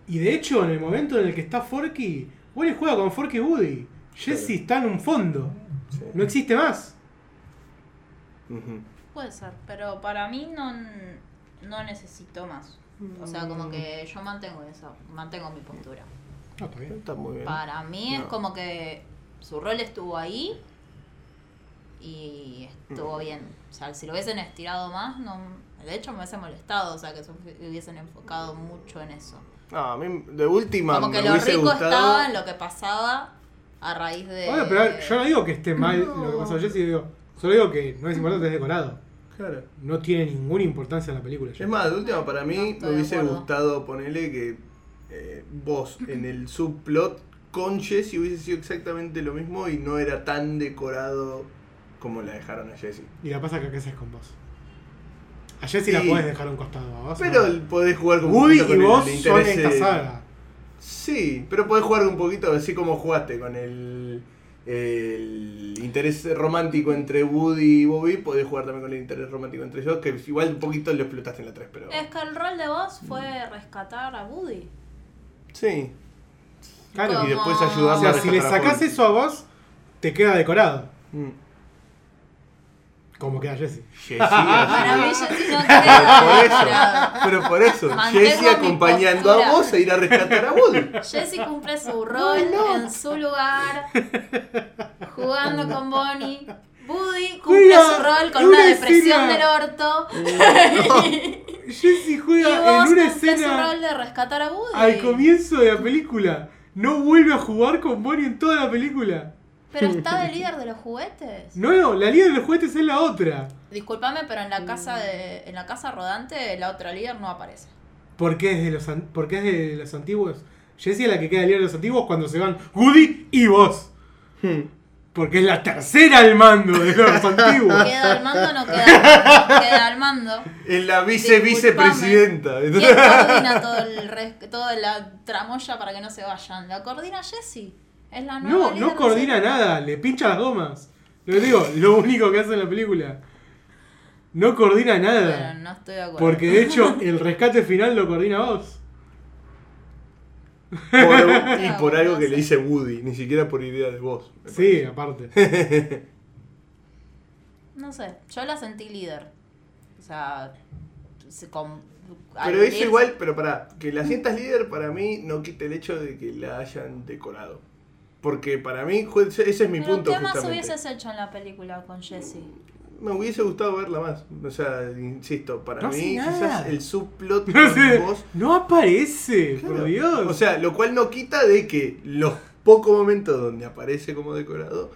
[SPEAKER 3] Y de hecho, en el momento en el que está Forky, Wally juega con Forky y Woody. Jesse
[SPEAKER 1] Claro.
[SPEAKER 3] está en un fondo.
[SPEAKER 1] Sí.
[SPEAKER 3] No existe más.
[SPEAKER 1] Ujú.
[SPEAKER 2] Puede ser, pero para mí no, no necesito más. O sea, como que yo mantengo eso, mantengo mi postura.
[SPEAKER 3] No, Ah, está bien.
[SPEAKER 1] Está muy bien.
[SPEAKER 2] Para mí es
[SPEAKER 1] No.
[SPEAKER 2] como que su rol estuvo ahí y estuvo
[SPEAKER 1] Mm.
[SPEAKER 2] bien. O sea, si lo hubiesen estirado más, no, de hecho me hubiese molestado, o sea, que se hubiesen enfocado mucho en eso.
[SPEAKER 1] No, a mí de última
[SPEAKER 2] como que
[SPEAKER 1] me
[SPEAKER 2] lo
[SPEAKER 1] hubiese
[SPEAKER 2] rico
[SPEAKER 1] gustado.
[SPEAKER 2] estaba en lo que pasaba a raíz de...
[SPEAKER 3] Bueno, pero yo no digo que esté mal lo que pasó a Jesse, digo, solo digo que no es importante, es decorado.
[SPEAKER 1] Claro.
[SPEAKER 3] No tiene ninguna importancia en la película.
[SPEAKER 1] Es más, de última para
[SPEAKER 2] No,
[SPEAKER 1] mí
[SPEAKER 2] estoy
[SPEAKER 1] me
[SPEAKER 2] de
[SPEAKER 1] hubiese
[SPEAKER 2] acuerdo.
[SPEAKER 1] gustado ponerle que eh, vos en el subplot con Jesse hubiese sido exactamente lo mismo y no era tan decorado como la dejaron a Jesse.
[SPEAKER 3] Y la pasa que acá es con vos. A Jesse la
[SPEAKER 1] Sí.
[SPEAKER 3] podés dejar a un costado, a vos.
[SPEAKER 1] Pero
[SPEAKER 3] no.
[SPEAKER 1] podés jugar con un
[SPEAKER 3] Woody
[SPEAKER 1] poquito
[SPEAKER 3] y
[SPEAKER 1] con el-
[SPEAKER 3] vos
[SPEAKER 1] el
[SPEAKER 3] son
[SPEAKER 1] interés,
[SPEAKER 3] esta
[SPEAKER 1] eh,
[SPEAKER 3] saga.
[SPEAKER 1] Sí, pero podés jugar un poquito así como jugaste con el, el interés romántico entre Woody y Bobby, podés jugar también con el interés romántico entre ellos, que igual un poquito lo explotaste en la 3, pero...
[SPEAKER 2] Es que el rol de vos fue rescatar a Woody.
[SPEAKER 1] Sí,
[SPEAKER 3] Claro.
[SPEAKER 1] y después
[SPEAKER 2] Como-
[SPEAKER 1] ayudarlo
[SPEAKER 3] O sea,
[SPEAKER 1] a
[SPEAKER 3] si le
[SPEAKER 1] rescatar a
[SPEAKER 3] sacás
[SPEAKER 1] Paul.
[SPEAKER 3] eso a vos, te queda decorado.
[SPEAKER 1] Mm.
[SPEAKER 3] Como queda Jesse.
[SPEAKER 1] Jessie, así. [laughs]
[SPEAKER 2] Para mí Jesse no
[SPEAKER 1] Ah. Por eso.
[SPEAKER 2] queda
[SPEAKER 1] Pero por eso,
[SPEAKER 2] Mantengo
[SPEAKER 1] Jessie
[SPEAKER 2] mi
[SPEAKER 1] acompañando a
[SPEAKER 2] postura.
[SPEAKER 1] vos a ir a rescatar a Woody.
[SPEAKER 2] Jesse cumple su rol
[SPEAKER 1] no.
[SPEAKER 2] en su lugar, jugando con Bonnie. Woody cumple
[SPEAKER 3] Juega
[SPEAKER 2] su rol con
[SPEAKER 3] en
[SPEAKER 2] una,
[SPEAKER 3] una
[SPEAKER 2] depresión
[SPEAKER 3] escena.
[SPEAKER 2] del orto.
[SPEAKER 3] Jesse
[SPEAKER 2] Y
[SPEAKER 3] juega
[SPEAKER 2] vos
[SPEAKER 3] en una
[SPEAKER 2] cumplís
[SPEAKER 3] escena.
[SPEAKER 2] su rol de rescatar a Woody.
[SPEAKER 3] al comienzo de la película. No vuelve a jugar con Bonnie en toda la película.
[SPEAKER 2] Pero está de líder de los juguetes.
[SPEAKER 3] No, no, la líder de los juguetes es la otra.
[SPEAKER 2] Disculpame, pero en la casa de, en la casa rodante la otra líder no aparece.
[SPEAKER 3] [laughs] Porque es de los, an- porque es de los antiguos. Jessie es la que queda líder de los antiguos cuando se van Woody y vos.
[SPEAKER 1] Hmm.
[SPEAKER 3] Porque es la tercera al mando de
[SPEAKER 2] [laughs]
[SPEAKER 3] los antiguos.
[SPEAKER 2] ¿Queda Armando o no queda Armando? Queda Armando.
[SPEAKER 1] Es la vice vicepresidenta.
[SPEAKER 2] ¿Quién coordina todo el res- toda la tramoya para que no se vayan? La coordina Jessie. Es la nueva
[SPEAKER 3] No,
[SPEAKER 2] líder
[SPEAKER 3] no
[SPEAKER 2] de
[SPEAKER 3] coordina
[SPEAKER 2] ese-
[SPEAKER 3] nada, le pincha las gomas. Lo que digo, lo único que hace en la película. No coordina
[SPEAKER 2] Bueno,
[SPEAKER 3] nada.
[SPEAKER 2] no estoy de acuerdo.
[SPEAKER 3] Porque de hecho el rescate final lo coordina vos. [laughs]
[SPEAKER 2] Ah,
[SPEAKER 1] Por- y por algo que le dice Woody, ni siquiera por idea de vos. me
[SPEAKER 3] Sí, aparte. [laughs]
[SPEAKER 2] No sé, yo la sentí líder. O sea, se con- al
[SPEAKER 1] Pero eso
[SPEAKER 2] irse-
[SPEAKER 1] igual, pero para que la sientas líder para mí no quita el hecho de que la hayan decorado. Porque para mí, ju- ese ese es mi
[SPEAKER 2] Pero
[SPEAKER 1] punto
[SPEAKER 2] ¿Qué más
[SPEAKER 1] justamente.
[SPEAKER 2] hubieses hecho en la película con Jesse?
[SPEAKER 1] Me hubiese gustado verla más. O sea, insisto, para
[SPEAKER 3] No hace
[SPEAKER 1] mí
[SPEAKER 3] nada.
[SPEAKER 1] quizás el subplot
[SPEAKER 3] [laughs] No,
[SPEAKER 1] con
[SPEAKER 3] sé,
[SPEAKER 1] vos...
[SPEAKER 3] no aparece,
[SPEAKER 1] Claro.
[SPEAKER 3] por Dios.
[SPEAKER 1] O sea, lo cual no quita de que los poco momento donde aparece como decorado,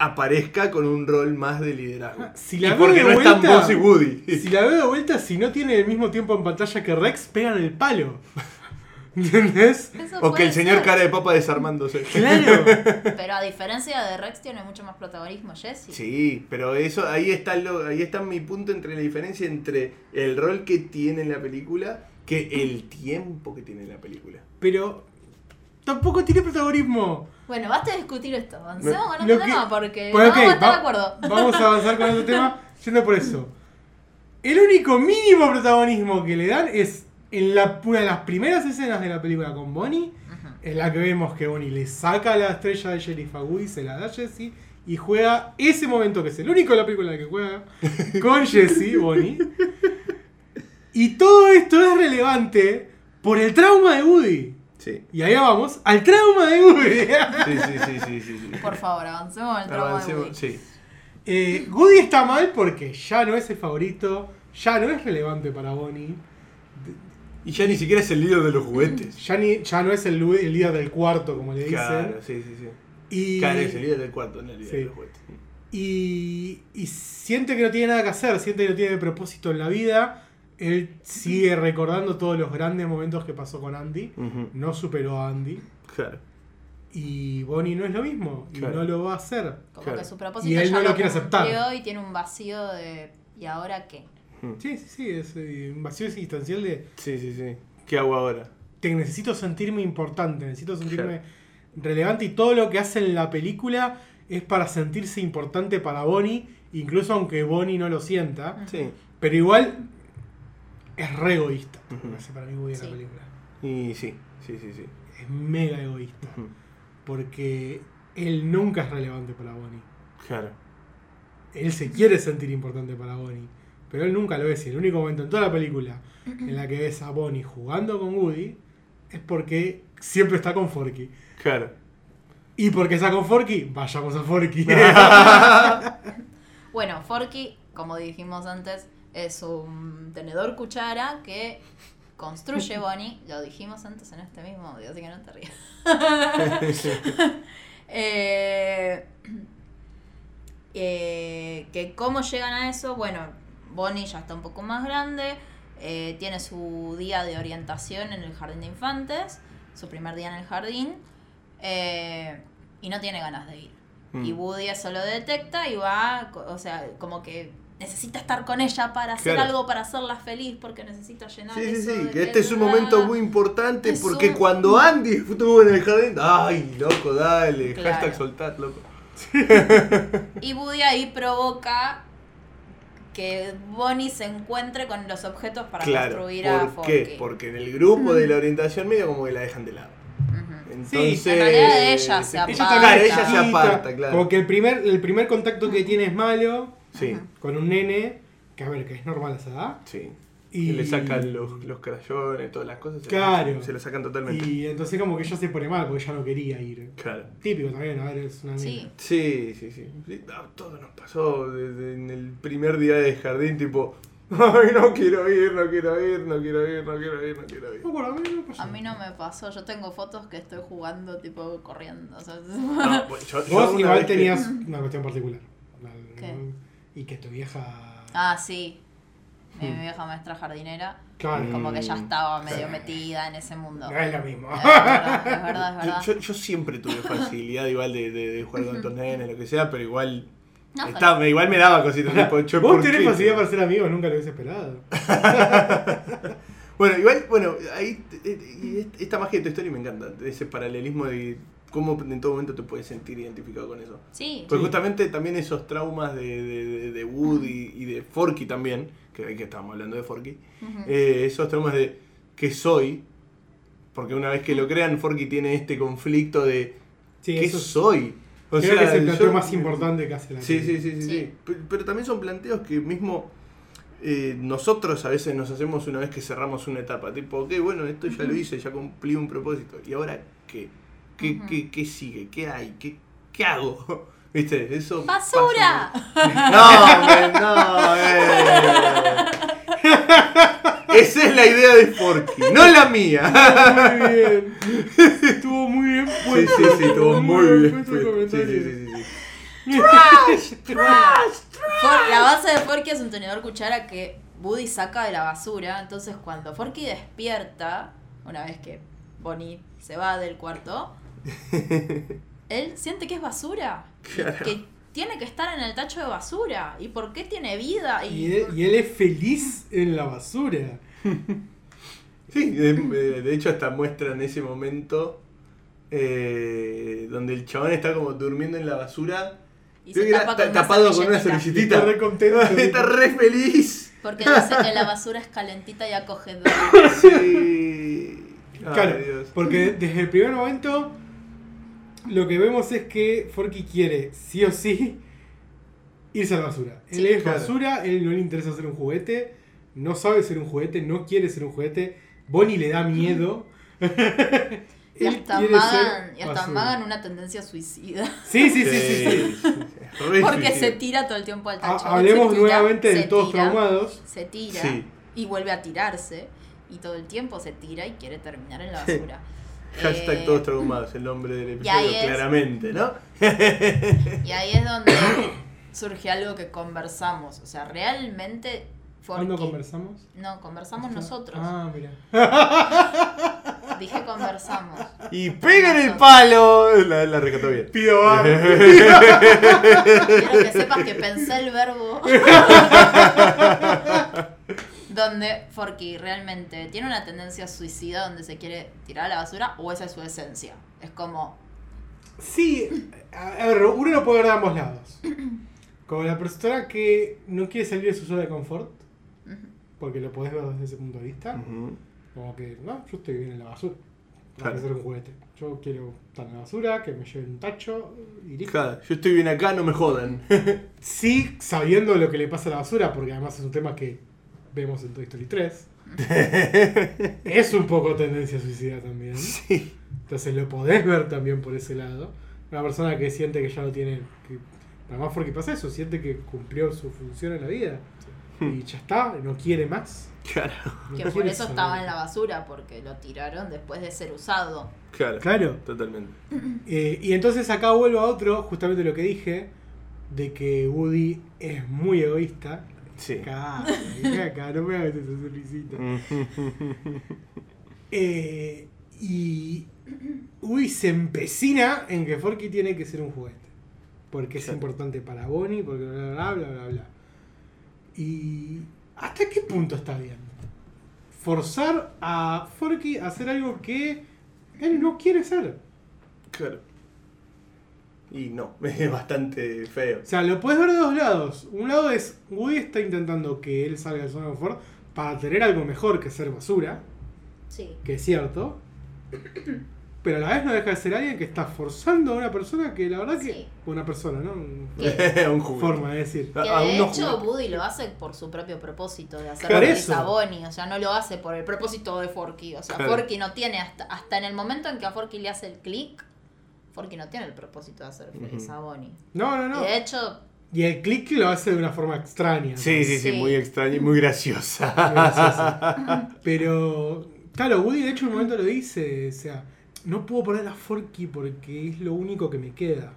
[SPEAKER 1] aparezca con un rol más de liderazgo.
[SPEAKER 3] Ah, Si la
[SPEAKER 1] y
[SPEAKER 3] veo
[SPEAKER 1] porque
[SPEAKER 3] de
[SPEAKER 1] no están
[SPEAKER 3] vuelta-
[SPEAKER 1] Buzz y Woody.
[SPEAKER 3] Si la veo de vuelta, si no tiene el mismo tiempo en pantalla que Rex, pegan el palo. [laughs] ¿Entendés?
[SPEAKER 2] Eso
[SPEAKER 1] O que
[SPEAKER 2] puede
[SPEAKER 1] el señor
[SPEAKER 2] ser.
[SPEAKER 1] cara de papa
[SPEAKER 2] [laughs]
[SPEAKER 1] desarmándose.
[SPEAKER 3] Claro.
[SPEAKER 2] Pero a diferencia de Rex, tiene mucho más protagonismo Jesse.
[SPEAKER 1] Sí, pero eso ahí está lo, ahí está mi punto entre la diferencia entre el rol que tiene en la película que el tiempo que tiene en la película.
[SPEAKER 3] Pero tampoco tiene protagonismo.
[SPEAKER 2] Bueno, basta de discutir esto. Avancemos con
[SPEAKER 3] Lo
[SPEAKER 2] otro
[SPEAKER 3] que-
[SPEAKER 2] tema porque
[SPEAKER 3] Pues,
[SPEAKER 2] no
[SPEAKER 3] ok,
[SPEAKER 2] vamos a estar de
[SPEAKER 3] va-
[SPEAKER 2] acuerdo.
[SPEAKER 3] Vamos a avanzar con otro
[SPEAKER 2] [laughs]
[SPEAKER 3] tema, yendo por eso. El único mínimo protagonismo que le dan es en la, una de las primeras escenas de la película con Bonnie,
[SPEAKER 2] Ujú.
[SPEAKER 3] en la que vemos que Bonnie le saca la estrella de Sheriff a Woody, se la da a Jesse y juega ese momento, que es el único de la película en la que juega, con Jesse, Bonnie. Y todo esto es relevante por el trauma de Woody.
[SPEAKER 1] Sí.
[SPEAKER 3] Y ahí vamos al trauma de Woody.
[SPEAKER 1] Sí, sí, sí, sí, sí. sí.
[SPEAKER 2] [laughs] Por favor, avancemos con el trauma de Woody.
[SPEAKER 1] Avancemos, sí.
[SPEAKER 3] Eh, Woody está mal porque ya no es el favorito, ya no es relevante para Bonnie,
[SPEAKER 1] Y ya ni siquiera es el líder de los juguetes.
[SPEAKER 2] [laughs]
[SPEAKER 3] ya, ni- ya no es el, lu- el líder del cuarto, como le dicen.
[SPEAKER 1] Claro, sí, sí, sí.
[SPEAKER 3] y,
[SPEAKER 1] Cara es el líder del cuarto, no el líder
[SPEAKER 3] Sí.
[SPEAKER 1] de los juguetes.
[SPEAKER 3] y- y siente que no tiene nada que hacer, siente que no tiene propósito en la vida. Él sigue recordando todos los grandes momentos que pasó con Andy.
[SPEAKER 1] Ujú,
[SPEAKER 3] No superó a Andy.
[SPEAKER 1] Claro.
[SPEAKER 3] Y Bonnie no es lo mismo. Y
[SPEAKER 1] Claro.
[SPEAKER 3] no lo va a hacer.
[SPEAKER 2] Como
[SPEAKER 1] Claro.
[SPEAKER 2] que su propósito
[SPEAKER 3] Y él
[SPEAKER 2] ya
[SPEAKER 3] no lo quiere aceptar.
[SPEAKER 2] cumplió Y tiene un vacío de. ¿Y ahora qué?
[SPEAKER 3] Sí, sí, sí. Es eh, un vacío existencial de
[SPEAKER 1] Sí, sí, sí. ¿Qué hago ahora?
[SPEAKER 3] te necesito sentirme importante, necesito sentirme relevante y todo lo que hace en la película es para sentirse importante para Bonnie, incluso aunque Bonnie no lo sienta,
[SPEAKER 1] Sí.
[SPEAKER 3] pero igual es re egoísta,
[SPEAKER 1] Ujú.
[SPEAKER 3] no sé, para mí Woody en
[SPEAKER 2] Sí.
[SPEAKER 3] la película.
[SPEAKER 1] Y sí, sí, sí, Mm. sí.
[SPEAKER 3] Es mega egoísta,
[SPEAKER 1] Ujú,
[SPEAKER 3] porque él nunca es relevante para Bonnie.
[SPEAKER 1] Claro.
[SPEAKER 3] Él se quiere sentir importante para Bonnie, pero él nunca lo es. Y el único momento en toda la película en la que ves a Bonnie jugando con Woody es porque siempre está con Forky.
[SPEAKER 1] Claro.
[SPEAKER 3] ¿Y por qué sacó Forky? Vayamos
[SPEAKER 1] [laughs]
[SPEAKER 3] a Forky. [laughs]
[SPEAKER 2] Bueno, Forky, como dijimos antes, es un tenedor cuchara que construye Bonnie. Lo dijimos antes en este mismo audio, así que no te rías. Eh, [clears throat] eh, que cómo llegan a eso, bueno, Bonnie ya está un poco más grande, eh, tiene su día de orientación en el jardín de infantes, su primer día en el jardín, eh, y no tiene ganas de ir.
[SPEAKER 1] Mm.
[SPEAKER 2] [laughs] Y Woody eso lo detecta y va, co- o sea, como que necesita estar con ella para hacer
[SPEAKER 1] Claro.
[SPEAKER 2] algo, para hacerla feliz, porque necesita llenar
[SPEAKER 1] Sí, sí,
[SPEAKER 2] eso
[SPEAKER 1] sí.
[SPEAKER 2] de
[SPEAKER 1] que Este es un
[SPEAKER 2] ternura.
[SPEAKER 1] momento muy importante
[SPEAKER 2] Es
[SPEAKER 1] porque
[SPEAKER 2] un- [laughs]
[SPEAKER 1] cuando Andy estuvo en el jardín. ¡Ay, loco, dale!
[SPEAKER 2] Claro.
[SPEAKER 1] Hashtag soltad, loco.
[SPEAKER 2] Y Woody ahí provoca que Bonnie se encuentre con los objetos para
[SPEAKER 1] claro.
[SPEAKER 2] construir a
[SPEAKER 1] ¿Por qué?
[SPEAKER 2] Forky.
[SPEAKER 1] Porque en el grupo de la orientación medio como que la dejan de lado.
[SPEAKER 2] Ujú.
[SPEAKER 1] Entonces.
[SPEAKER 2] En realidad ella se
[SPEAKER 1] Claro,
[SPEAKER 2] aparta.
[SPEAKER 1] ella se
[SPEAKER 3] chiquita,
[SPEAKER 1] aparta, claro.
[SPEAKER 3] Porque el primer, el primer contacto que tiene es malo,
[SPEAKER 1] Sí,
[SPEAKER 3] con un nene, que a ver, que es normal a esa edad.
[SPEAKER 1] sí.
[SPEAKER 3] Y,
[SPEAKER 1] Y le sacan los, los crayones, todas las cosas. se
[SPEAKER 3] Claro.
[SPEAKER 1] las- Se lo sacan totalmente.
[SPEAKER 3] Y entonces como que ella se pone mal, porque ella no quería ir.
[SPEAKER 1] Claro.
[SPEAKER 3] Típico también, a ver, es una
[SPEAKER 2] Sí.
[SPEAKER 3] nena.
[SPEAKER 1] Sí, sí, sí. Sí, ah, todo nos pasó desde en el primer día de jardín, tipo, [laughs] ay, no quiero ir, no quiero ir, no quiero ir, no quiero ir, no quiero ir.
[SPEAKER 3] No, bueno, a mí no me pasó.
[SPEAKER 2] A mí no me pasó, yo tengo fotos que estoy jugando tipo corriendo. o sea, [laughs]
[SPEAKER 1] No, bueno, yo- yo
[SPEAKER 3] Vos
[SPEAKER 1] una
[SPEAKER 3] igual
[SPEAKER 1] vez que-
[SPEAKER 3] tenías una cuestión particular.
[SPEAKER 2] ¿Qué?
[SPEAKER 3] Y que tu vieja...
[SPEAKER 2] ah, sí. Mi vieja maestra jardinera,
[SPEAKER 3] Claro.
[SPEAKER 2] como que ya
[SPEAKER 1] Mm.
[SPEAKER 2] estaba medio metida en ese mundo.
[SPEAKER 3] No es lo
[SPEAKER 2] [laughs]
[SPEAKER 3] mismo.
[SPEAKER 2] Es verdad, es verdad, es verdad.
[SPEAKER 1] Yo, yo- yo siempre tuve facilidad igual de, de- de jugar con otros nenes, lo que sea, pero igual.
[SPEAKER 2] No, pero-
[SPEAKER 1] estaba- igual me daba cositas.
[SPEAKER 3] [laughs]
[SPEAKER 1] tipo, yo,
[SPEAKER 3] Vos
[SPEAKER 1] ¿por
[SPEAKER 3] tenés
[SPEAKER 1] qué?
[SPEAKER 3] facilidad para ser amigos, nunca lo hubiese esperado.
[SPEAKER 1] Bueno, igual, bueno, ahí. eh, y est- Esta magia de tu historia me encanta. Ese paralelismo de cómo en todo momento te puedes sentir identificado con eso.
[SPEAKER 2] Sí,
[SPEAKER 1] Pues
[SPEAKER 3] Sí.
[SPEAKER 1] justamente también esos traumas de, de, de- de Woody y de Forky también, que ahí que estábamos hablando de Forky,
[SPEAKER 3] Mm.
[SPEAKER 2] Ujú.
[SPEAKER 1] eh, esos traumas de que soy, porque una vez que lo crean, Forky tiene este conflicto de
[SPEAKER 3] Sí,
[SPEAKER 1] qué
[SPEAKER 3] eso es-
[SPEAKER 1] soy. O
[SPEAKER 3] creo que es el planteo
[SPEAKER 1] yo-
[SPEAKER 3] más importante que hace la
[SPEAKER 1] Sí, sí,
[SPEAKER 3] película.
[SPEAKER 1] sí, sí,
[SPEAKER 2] Sí.
[SPEAKER 1] sí. Pe- Pero, también son planteos que mismo eh, nosotros a veces nos hacemos una vez que cerramos una etapa. Tipo, ok, bueno, esto ya lo hice, ya cumplí un propósito. ¿Y ahora qué? ¿Qué,
[SPEAKER 2] Ujú.
[SPEAKER 1] qué, qué sigue? ¿Qué hay? ¿Qué, qué hago? [laughs] ¿Viste? Eso. pasa
[SPEAKER 2] ¡Basura!
[SPEAKER 1] mucho. No, hombre, no, eh. [laughs] Esa es la idea de Forky, no la mía.
[SPEAKER 3] Muy bien. Estuvo muy bien
[SPEAKER 1] Sí,
[SPEAKER 3] puesto.
[SPEAKER 1] sí, sí, estuvo muy bien.
[SPEAKER 3] puesto
[SPEAKER 1] puesto.
[SPEAKER 3] el
[SPEAKER 1] Sí,
[SPEAKER 3] comentario.
[SPEAKER 1] sí, sí, sí, sí.
[SPEAKER 2] For- la base de Forky es un tenedor cuchara que Woody saca de la basura. Entonces, cuando Forky despierta, una vez que Bonnie se va del cuarto,
[SPEAKER 1] [laughs]
[SPEAKER 2] él siente que es basura. y Que tiene que estar en el tacho de basura. ¿Y por qué tiene vida? Y,
[SPEAKER 3] Y él, y él es feliz en la basura.
[SPEAKER 1] Sí, de, eh, de hecho hasta muestran ese momento eh, donde el chabón está como durmiendo en la basura.
[SPEAKER 2] y
[SPEAKER 1] Creo que era ta- tapado con una
[SPEAKER 2] servilletita.
[SPEAKER 3] Y
[SPEAKER 1] [laughs]
[SPEAKER 3] está re
[SPEAKER 1] servilletita.
[SPEAKER 3] contento.
[SPEAKER 1] Está re feliz.
[SPEAKER 2] Porque dice que la basura es calentita y acogedora.
[SPEAKER 1] [laughs] Sí. Ay,
[SPEAKER 3] Claro,
[SPEAKER 1] Dios.
[SPEAKER 3] porque desde el primer momento lo que vemos es que Forky quiere, sí o sí, irse a la basura. Él
[SPEAKER 2] Sí.
[SPEAKER 3] es
[SPEAKER 1] Claro.
[SPEAKER 3] basura, él no le interesa ser un juguete, no sabe ser un juguete, no quiere ser un juguete. Bonnie le da miedo.
[SPEAKER 2] Y
[SPEAKER 3] [laughs] Él
[SPEAKER 2] hasta,
[SPEAKER 3] quiere
[SPEAKER 2] amagan,
[SPEAKER 3] ser
[SPEAKER 2] y hasta
[SPEAKER 3] basura.
[SPEAKER 2] amagan una tendencia suicida.
[SPEAKER 3] Sí, sí, sí, sí. sí. [laughs]
[SPEAKER 1] Re
[SPEAKER 2] Porque
[SPEAKER 1] suicida.
[SPEAKER 2] se tira todo el tiempo al tacho.
[SPEAKER 3] Ha- hablemos
[SPEAKER 2] Se tira,
[SPEAKER 3] nuevamente de
[SPEAKER 2] se
[SPEAKER 3] todos
[SPEAKER 2] tira,
[SPEAKER 3] traumados.
[SPEAKER 2] Se tira
[SPEAKER 1] Sí.
[SPEAKER 2] y vuelve a tirarse. Y todo el tiempo se tira y quiere terminar en la
[SPEAKER 1] Sí.
[SPEAKER 2] basura.
[SPEAKER 1] Hashtag
[SPEAKER 2] Eh,
[SPEAKER 1] todos traumados, el nombre del
[SPEAKER 2] y ahí
[SPEAKER 1] episodio,
[SPEAKER 2] es-
[SPEAKER 1] claramente, ¿no?
[SPEAKER 2] Y ahí es donde [coughs] surge algo que conversamos. O sea, realmente. Forky-
[SPEAKER 3] ¿Cuándo conversamos?
[SPEAKER 2] No, conversamos nosotros.
[SPEAKER 3] Ah, mira.
[SPEAKER 2] Dije
[SPEAKER 3] [laughs]
[SPEAKER 2] conversamos. [laughs]
[SPEAKER 1] Y pegan el palo. La, la recató bien. [laughs]
[SPEAKER 3] Pido [laughs] ah.
[SPEAKER 2] Quiero que sepas que pensé el
[SPEAKER 3] [laughs]
[SPEAKER 2] verbo. donde Forky realmente tiene una tendencia suicida donde se quiere tirar a la basura o esa es su esencia. Es como,
[SPEAKER 3] Sí, a a ver, uno lo puede ver de ambos
[SPEAKER 2] [clears throat]
[SPEAKER 3] lados. Como la persona que no quiere salir de su zona de confort,
[SPEAKER 2] ujú,
[SPEAKER 3] porque lo podés ver desde ese punto de vista,
[SPEAKER 1] Ujú.
[SPEAKER 3] como que, no, yo estoy bien en la basura. No
[SPEAKER 1] Claro.
[SPEAKER 3] quiero ser un juguete. Yo quiero estar en la basura, que me lleven un tacho y listo.
[SPEAKER 1] Claro, yo estoy bien acá, no me jodan. [laughs]
[SPEAKER 3] Sí, sabiendo lo que le pasa a la basura, porque además es un tema que vemos en Toy Story 3. es un poco tendencia a suicida también.
[SPEAKER 1] Sí.
[SPEAKER 3] Entonces lo podés ver también por ese lado. Una persona que siente que ya no tiene. Que, además, porque pasa eso, siente que cumplió su función en la vida. Y ya está, no quiere más.
[SPEAKER 1] Claro,
[SPEAKER 3] no
[SPEAKER 2] que
[SPEAKER 3] quiere
[SPEAKER 2] por eso
[SPEAKER 3] saber.
[SPEAKER 2] estaba en la basura, porque lo tiraron después de ser usado.
[SPEAKER 1] claro.
[SPEAKER 3] Claro.
[SPEAKER 1] Totalmente.
[SPEAKER 3] Eh, y entonces acá vuelvo a otro, justamente lo que dije, de que Woody es muy egoísta.
[SPEAKER 1] Sí.
[SPEAKER 3] Acá, acá, no me hagas esa sonrisita. Eh, y Woody se empecina en que Forky tiene que ser un juguete. Porque es
[SPEAKER 1] Claro.
[SPEAKER 3] importante para Bonnie, porque bla bla bla bla bla. Y. ¿Hasta qué punto está bien? Forzar a Forky a hacer algo que él no quiere hacer.
[SPEAKER 1] [laughs] Claro. Y no, [laughs] es bastante feo.
[SPEAKER 3] O sea, lo puedes ver de dos lados. Un lado es Woody está intentando que él salga de su zona de confort para tener algo mejor que ser basura.
[SPEAKER 2] Sí.
[SPEAKER 3] que es cierto, pero a la vez no deja de ser alguien que está forzando a una persona que la verdad que...
[SPEAKER 2] Sí.
[SPEAKER 3] Una persona, ¿no? Una
[SPEAKER 2] Que,
[SPEAKER 1] [laughs] Un juguete.
[SPEAKER 3] Forma de decir.
[SPEAKER 2] que
[SPEAKER 1] A
[SPEAKER 2] de
[SPEAKER 1] unos
[SPEAKER 2] hecho
[SPEAKER 1] juguetes.
[SPEAKER 2] Woody lo hace por su propio propósito de hacer
[SPEAKER 3] Por
[SPEAKER 2] feliz
[SPEAKER 3] eso.
[SPEAKER 2] a Bonnie. O sea, no lo hace por el propósito de Forky. O sea,
[SPEAKER 1] Claro.
[SPEAKER 2] Forky no tiene, hasta, hasta en el momento en que a Forky le hace el clic, Forky no tiene el propósito de hacer feliz
[SPEAKER 1] Ujú. Ah,
[SPEAKER 2] a Bonnie.
[SPEAKER 3] No, no,
[SPEAKER 2] Y
[SPEAKER 3] no.
[SPEAKER 2] de hecho,
[SPEAKER 3] Y el click lo hace de una forma extraña.
[SPEAKER 1] Sí, sí, sí,
[SPEAKER 2] Sí.
[SPEAKER 1] muy extraña y muy graciosa. [laughs]
[SPEAKER 3] Muy graciosa. [laughs] Pero, claro, Woody de hecho en un momento lo dice, o sea, no puedo poner a Forky porque es lo único que me queda.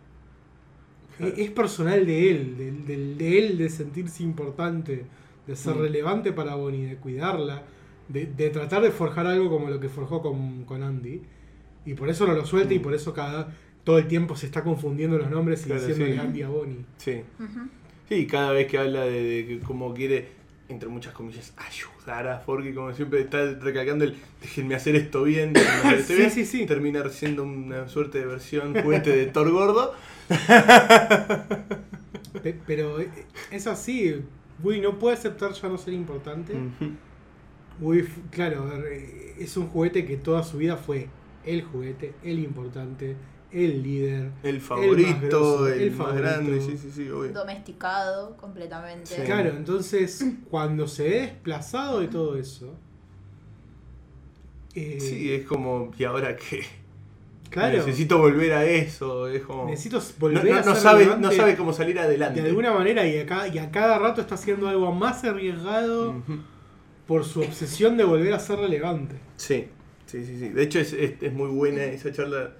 [SPEAKER 1] Claro.
[SPEAKER 3] E- Es personal de él, del, del- de él de sentirse importante, de ser
[SPEAKER 1] Mm.
[SPEAKER 3] relevante para Bonnie, de cuidarla, de, de tratar de forjar algo como lo que forjó con, con Andy. Y por eso no lo suelta y
[SPEAKER 1] Mm.
[SPEAKER 3] por eso cada todo el tiempo se está confundiendo los nombres y
[SPEAKER 1] Claro,
[SPEAKER 3] diciendo
[SPEAKER 1] sí.
[SPEAKER 3] Andy a Bonnie.
[SPEAKER 1] Sí.
[SPEAKER 2] ujú,
[SPEAKER 1] Sí, cada vez que habla de, de que cómo quiere, entre muchas comillas, ayudar a Forky, como siempre está recalcando el déjenme hacer esto bien, déjenme hacer
[SPEAKER 3] [laughs]
[SPEAKER 1] esto
[SPEAKER 3] Sí,
[SPEAKER 1] bien",
[SPEAKER 3] sí, sí.
[SPEAKER 1] termina siendo una suerte de versión juguete de Thor
[SPEAKER 3] [laughs]
[SPEAKER 1] gordo.
[SPEAKER 3] Pe- Pero eh, es así, Woody no puede aceptar ya no ser importante.
[SPEAKER 1] Ujú.
[SPEAKER 3] Woody, f- claro, a ver, eh, es un juguete que toda su vida fue el juguete, el importante, el líder.
[SPEAKER 1] El
[SPEAKER 3] más
[SPEAKER 1] favorito,
[SPEAKER 3] grosso,
[SPEAKER 1] el,
[SPEAKER 3] el
[SPEAKER 1] más
[SPEAKER 3] favorito.
[SPEAKER 1] grande, sí, sí, sí, obvio.
[SPEAKER 2] domesticado completamente.
[SPEAKER 1] Sí.
[SPEAKER 3] Claro, entonces cuando se ve desplazado de todo eso... eh,
[SPEAKER 1] Sí, es como, ¿y ahora qué?
[SPEAKER 3] claro, necesito,
[SPEAKER 1] Necesito volver a eso, es como... No,
[SPEAKER 3] volver
[SPEAKER 1] no-
[SPEAKER 3] a
[SPEAKER 1] no
[SPEAKER 3] ser
[SPEAKER 1] sabe, no
[SPEAKER 3] relevante
[SPEAKER 1] sabe cómo salir
[SPEAKER 3] de
[SPEAKER 1] adelante. Mm.
[SPEAKER 3] alguna manera y a, cada, y a cada rato está haciendo algo más arriesgado.
[SPEAKER 1] Ujú.
[SPEAKER 3] por su obsesión de volver a ser relevante.
[SPEAKER 1] Sí, sí, sí, sí. De hecho es, es- es muy buena esa charla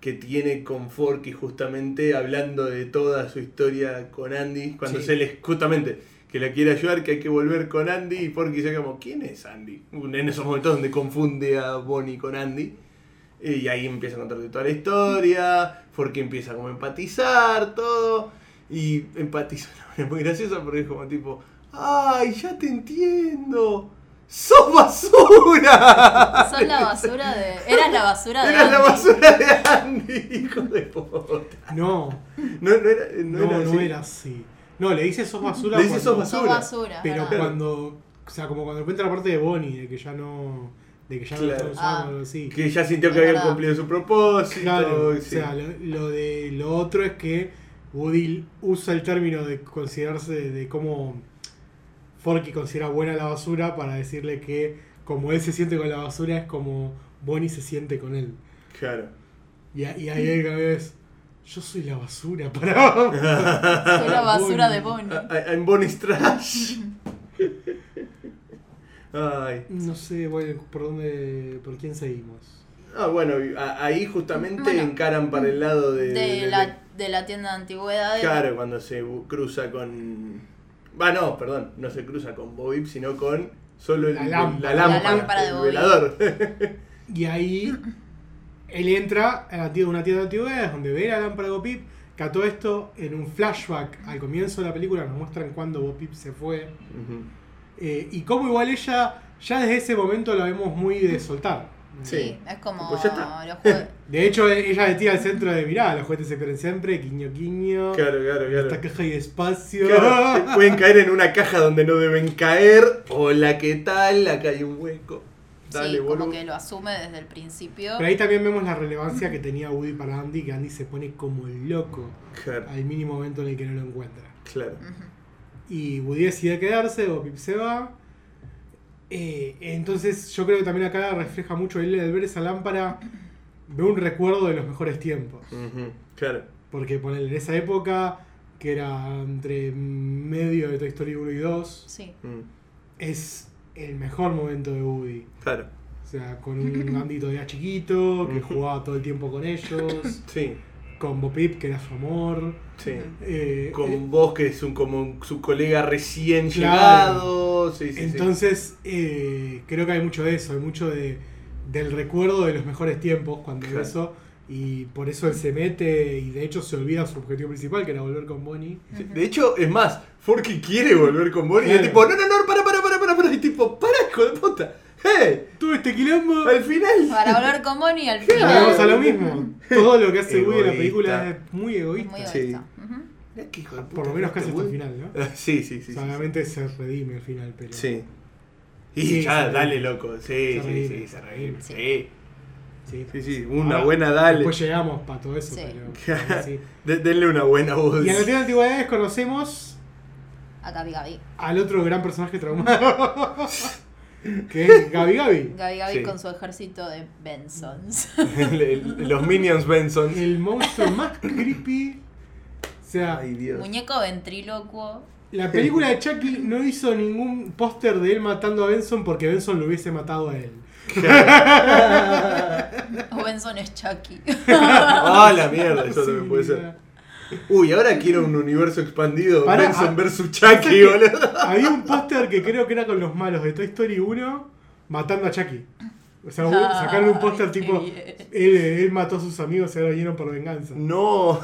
[SPEAKER 1] que tiene con Forky justamente hablando de toda su historia con Andy. Cuando
[SPEAKER 3] Sí.
[SPEAKER 1] se les, justamente, que la quiere ayudar, que hay que volver con Andy. Y Forky dice como, ¿quién es Andy? Un- En esos momentos donde confunde a Bonnie con Andy. Eh, Y ahí empieza a contarte toda la historia. Forky empieza como a empatizar, todo. Y empatiza de una manera muy graciosa porque es como tipo, ¡ay, ya te entiendo! ¡Sos basura!
[SPEAKER 2] Sos la basura de. Eras la basura de.
[SPEAKER 1] Eras la
[SPEAKER 2] Andy.
[SPEAKER 1] basura de Andy, hijo de puta.
[SPEAKER 3] No,
[SPEAKER 1] No, no era, no
[SPEAKER 3] no,
[SPEAKER 1] era
[SPEAKER 3] no
[SPEAKER 1] así.
[SPEAKER 3] era así. No, le dice sos basura.
[SPEAKER 1] Le dice
[SPEAKER 3] cuando-
[SPEAKER 1] sos basura.
[SPEAKER 2] Sos basura.
[SPEAKER 3] Pero
[SPEAKER 2] ¿verdad?
[SPEAKER 3] cuando. O sea, como cuando encuentra la parte de Bonnie, de que ya no. de que ya no lo
[SPEAKER 1] Claro.
[SPEAKER 3] están usando
[SPEAKER 2] Ah.
[SPEAKER 3] algo así.
[SPEAKER 1] Que ya sintió que
[SPEAKER 2] Es
[SPEAKER 1] había
[SPEAKER 2] verdad.
[SPEAKER 1] cumplido su propósito.
[SPEAKER 3] Claro,
[SPEAKER 1] y
[SPEAKER 3] o
[SPEAKER 1] sí.
[SPEAKER 3] sea, lo, lo de lo otro es que Woody usa el término de considerarse de, de cómo Forky considera buena la basura para decirle que como él se siente con la basura es como Bonnie se siente con él.
[SPEAKER 1] Claro.
[SPEAKER 3] Y, a- y ahí el cambio es, yo soy la basura
[SPEAKER 1] [laughs]
[SPEAKER 3] para...
[SPEAKER 2] Soy la basura de
[SPEAKER 1] I,
[SPEAKER 2] Bonnie.
[SPEAKER 1] I- I'm Bonnie's trash. Ay.
[SPEAKER 3] No sé, bueno, por dónde, por quién seguimos.
[SPEAKER 1] Ah, bueno, y a- ahí justamente
[SPEAKER 2] Bueno.
[SPEAKER 1] encaran para el lado de,
[SPEAKER 2] De
[SPEAKER 1] de-
[SPEAKER 2] la, de la tienda de antigüedades.
[SPEAKER 1] Claro, cuando se bu- cruza con. Va, no, perdón, no se cruza con Bobby, sino con solo el-
[SPEAKER 3] La lámpara.
[SPEAKER 2] La lámpara de
[SPEAKER 1] el
[SPEAKER 2] Bobby.
[SPEAKER 1] velador.
[SPEAKER 2] [laughs]
[SPEAKER 3] Y ahí él entra a la tienda, una tienda de antigüedades donde ve la lámpara de Bo Peep, que a todo esto en un flashback al comienzo de la película nos muestran cuando Bo Peep se fue.
[SPEAKER 1] Ujú.
[SPEAKER 3] Eh, y como igual ella, ya desde ese momento la vemos muy de soltar.
[SPEAKER 2] Sí,
[SPEAKER 1] Sí.
[SPEAKER 2] es como
[SPEAKER 1] Pues ya está.
[SPEAKER 2] los
[SPEAKER 1] [laughs]
[SPEAKER 2] jue-
[SPEAKER 3] De hecho, e- ella le tira al centro de mirá, los juguetes se pierden siempre, quiño quiño,
[SPEAKER 1] Claro, claro, claro.
[SPEAKER 3] esta caja y espacio.
[SPEAKER 1] Claro, te pueden caer en una caja donde no deben caer. Hola, ¿qué tal? Acá hay un hueco. Dale,
[SPEAKER 2] sí,
[SPEAKER 1] boludo.
[SPEAKER 2] como que lo asume desde el principio.
[SPEAKER 3] [laughs] Pero ahí también vemos la relevancia que tenía Woody para Andy, que Andy se pone como loco
[SPEAKER 1] Claro,
[SPEAKER 3] al mínimo momento en el que no lo encuentra.
[SPEAKER 1] claro.
[SPEAKER 2] Ujú.
[SPEAKER 3] y Woody decide quedarse, o Pip se va. Eh, entonces yo creo que también acá refleja mucho él al ver esa lámpara, ve un recuerdo de los mejores tiempos.
[SPEAKER 1] Ujú, Claro,
[SPEAKER 3] Porque ponerle en esa época, que era entre medio de Toy Story 1 y 2,
[SPEAKER 2] Sí.
[SPEAKER 1] mm,
[SPEAKER 3] es el mejor momento de Woody.
[SPEAKER 1] claro.
[SPEAKER 3] O sea, con un Andy todavía chiquito, que
[SPEAKER 1] Ujú.
[SPEAKER 3] jugaba todo el tiempo con ellos,
[SPEAKER 1] Sí,
[SPEAKER 3] con Bo Pip, que era su amor.
[SPEAKER 1] sí.
[SPEAKER 3] eh,
[SPEAKER 1] Con vos, que es un, como su colega recién
[SPEAKER 3] Claro.
[SPEAKER 1] llegado. Sí, sí, sí.
[SPEAKER 3] Entonces, eh, creo que hay mucho de eso, hay mucho de, del recuerdo de los mejores tiempos cuando
[SPEAKER 1] Claro.
[SPEAKER 3] eso, y por eso él se mete y de hecho se olvida su objetivo principal, que era volver con Bonnie.
[SPEAKER 1] Sí, De hecho, es más, Forky quiere volver con Bonnie y es
[SPEAKER 3] Claro.
[SPEAKER 1] tipo, no, no, no, para, para, para, para, para. Y tipo, para, hijo de puta. ¡Hey!
[SPEAKER 3] Todo este quilombo,
[SPEAKER 1] Al final.
[SPEAKER 2] Para hablar con Bonnie al
[SPEAKER 3] volvemos
[SPEAKER 2] final.
[SPEAKER 3] a lo mismo. Todo lo que hace Woody en la
[SPEAKER 1] Egoísta.
[SPEAKER 3] película es muy
[SPEAKER 2] Es
[SPEAKER 3] egoísta.
[SPEAKER 2] muy
[SPEAKER 1] Sí.
[SPEAKER 2] egoísta. Ujú.
[SPEAKER 1] Mirá [laughs] qué hijo de puta
[SPEAKER 3] por lo menos
[SPEAKER 1] que
[SPEAKER 3] casi
[SPEAKER 1] este
[SPEAKER 3] hasta el
[SPEAKER 1] Woody.
[SPEAKER 3] final, ¿no?
[SPEAKER 1] Ah, [laughs] Sí, sí, sí.
[SPEAKER 3] O sea,
[SPEAKER 1] sí,
[SPEAKER 3] obviamente se redime al final, pero...
[SPEAKER 1] Sí. Y
[SPEAKER 3] Sí,
[SPEAKER 1] ya,
[SPEAKER 3] se
[SPEAKER 1] dale,
[SPEAKER 3] redime.
[SPEAKER 1] loco. Sí,
[SPEAKER 3] Se
[SPEAKER 1] sí,
[SPEAKER 3] redime.
[SPEAKER 1] sí, se redime.
[SPEAKER 2] Sí.
[SPEAKER 1] Sí.
[SPEAKER 3] sí.
[SPEAKER 1] Sí, sí, una
[SPEAKER 3] Ahora,
[SPEAKER 1] buena dale.
[SPEAKER 3] Después llegamos para todo eso,
[SPEAKER 2] Sí.
[SPEAKER 1] [laughs]
[SPEAKER 3] pero... sí.
[SPEAKER 1] De- denle una buena voz.
[SPEAKER 3] Y en la tienda de antigüedades conocemos
[SPEAKER 2] A Gaby Gaby.
[SPEAKER 3] al otro gran personaje traumado, [laughs] que es Gabi Gabi.
[SPEAKER 2] Gaby Gaby
[SPEAKER 1] Sí.
[SPEAKER 2] con su ejército de Bensons.
[SPEAKER 1] [laughs] El- el- Los Minions Benson.
[SPEAKER 3] El monstruo más creepy. O sea,
[SPEAKER 1] Ay, Dios.
[SPEAKER 2] [laughs] Muñeco ventrílocuo.
[SPEAKER 3] la película de Chucky no hizo ningún póster de él matando a Benson porque Benson lo hubiese matado a él.
[SPEAKER 2] O Benson es Chucky.
[SPEAKER 1] [laughs]
[SPEAKER 2] [laughs]
[SPEAKER 1] Ah, la mierda, eso también puede ser.
[SPEAKER 3] Posibilidad.
[SPEAKER 1] Uy, ahora quiero un universo expandido.
[SPEAKER 3] Pará, ah,
[SPEAKER 1] Benson versus Chucky, boludo.
[SPEAKER 3] [laughs] Había un póster que creo que era con los malos de Toy Story 1 matando a Chucky. O sea,
[SPEAKER 2] Ah,
[SPEAKER 3] sacaron un póster
[SPEAKER 2] qué
[SPEAKER 3] tipo,
[SPEAKER 2] bien.
[SPEAKER 3] él, él mató a sus amigos y ahora vinieron por venganza.
[SPEAKER 1] [laughs] No.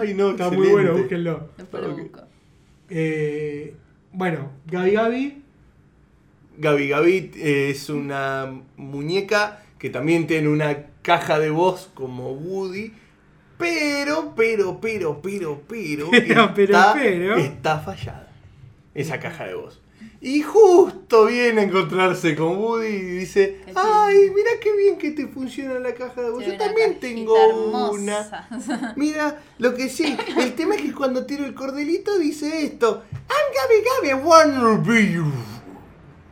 [SPEAKER 1] Ay, no,
[SPEAKER 3] Está
[SPEAKER 1] excelente.
[SPEAKER 3] muy bueno, búsquenlo.
[SPEAKER 2] Después lo
[SPEAKER 1] Ok.
[SPEAKER 2] busco.
[SPEAKER 3] Eh, bueno, Gabi Gabi,
[SPEAKER 1] Gaby Gaby eh, es una muñeca que también tiene una caja de voz como Woody. Pero, pero, pero, pero, pero,
[SPEAKER 3] [laughs] Pero, pero,
[SPEAKER 1] está,
[SPEAKER 3] pero.
[SPEAKER 1] está fallada. Esa caja de voz. Y justo viene a encontrarse con Woody y dice,
[SPEAKER 2] Qué
[SPEAKER 1] ay,
[SPEAKER 2] lindo".
[SPEAKER 1] mira qué bien que te funciona la caja de voz. Yo
[SPEAKER 2] Tiene una
[SPEAKER 1] también
[SPEAKER 2] cajita
[SPEAKER 1] tengo una.
[SPEAKER 2] hermosa.
[SPEAKER 1] Mira, lo que sí, el tema es que cuando tiro el cordelito dice esto. I'm Gaby Gaby, I wanna be you.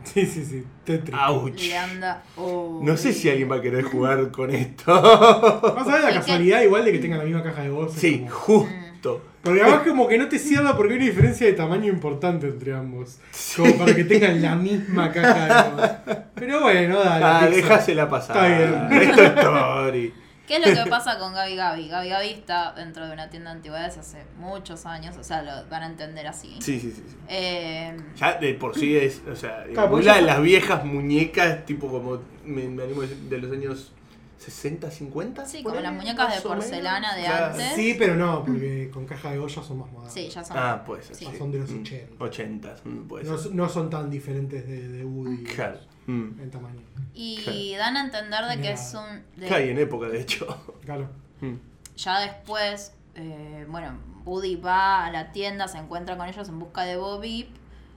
[SPEAKER 3] Sí, sí, sí, tétrico.
[SPEAKER 1] Ouch.
[SPEAKER 2] [laughs] Le anda. oh,
[SPEAKER 1] No sé si alguien va a querer jugar con esto. [laughs]
[SPEAKER 3] Vas a ver
[SPEAKER 2] Es
[SPEAKER 3] la
[SPEAKER 2] que-
[SPEAKER 3] casualidad igual de que tengan la misma caja de voz. es
[SPEAKER 1] sí,
[SPEAKER 3] como-
[SPEAKER 1] justo.
[SPEAKER 3] Porque además como que no te cierra porque hay una diferencia de tamaño importante entre ambos. Como para que tengan la misma caja. digamos. Pero bueno, dale.
[SPEAKER 1] Ah,
[SPEAKER 3] Pixar.
[SPEAKER 1] déjasela pasar.
[SPEAKER 3] Está bien.
[SPEAKER 1] [laughs] Esto es Tori.
[SPEAKER 2] ¿Qué es lo
[SPEAKER 1] [laughs]
[SPEAKER 2] que pasa con Gaby Gaby? Gaby Gaby está dentro de una tienda de antigüedades hace muchos años, o sea, lo van a entender así.
[SPEAKER 1] Sí, sí, sí. sí.
[SPEAKER 2] Eh,
[SPEAKER 1] Ya de por sí es, o sea,
[SPEAKER 3] Claro,
[SPEAKER 1] muy
[SPEAKER 3] porque
[SPEAKER 1] la
[SPEAKER 3] ya-
[SPEAKER 1] de las viejas muñecas, tipo como, me, me animo a decir, de los años 60, 50.
[SPEAKER 2] sí,
[SPEAKER 1] por
[SPEAKER 2] como
[SPEAKER 1] ahí,
[SPEAKER 2] las muñecas de
[SPEAKER 1] más o
[SPEAKER 2] porcelana de
[SPEAKER 1] menos. Claro.
[SPEAKER 2] antes.
[SPEAKER 3] Sí, pero no, porque con caja de olla son más modernos.
[SPEAKER 2] ¿Eh? Sí, ya son.
[SPEAKER 1] Ah, pues
[SPEAKER 2] Sí.
[SPEAKER 1] sí.
[SPEAKER 3] Son de los
[SPEAKER 1] Mm,
[SPEAKER 3] 80.
[SPEAKER 1] 80, mm, puede
[SPEAKER 3] No,
[SPEAKER 1] ser.
[SPEAKER 3] no son tan diferentes de, de Woody
[SPEAKER 1] Claro. Mm.
[SPEAKER 3] en tamaño.
[SPEAKER 2] Y
[SPEAKER 1] Claro.
[SPEAKER 2] dan a entender de que
[SPEAKER 3] Mira.
[SPEAKER 2] es un. de-
[SPEAKER 1] Claro, y en época, de hecho. [laughs]
[SPEAKER 3] Claro.
[SPEAKER 1] Mm.
[SPEAKER 2] ya después, eh, bueno, Woody va a la tienda, se encuentra con ellos en busca de Bobby.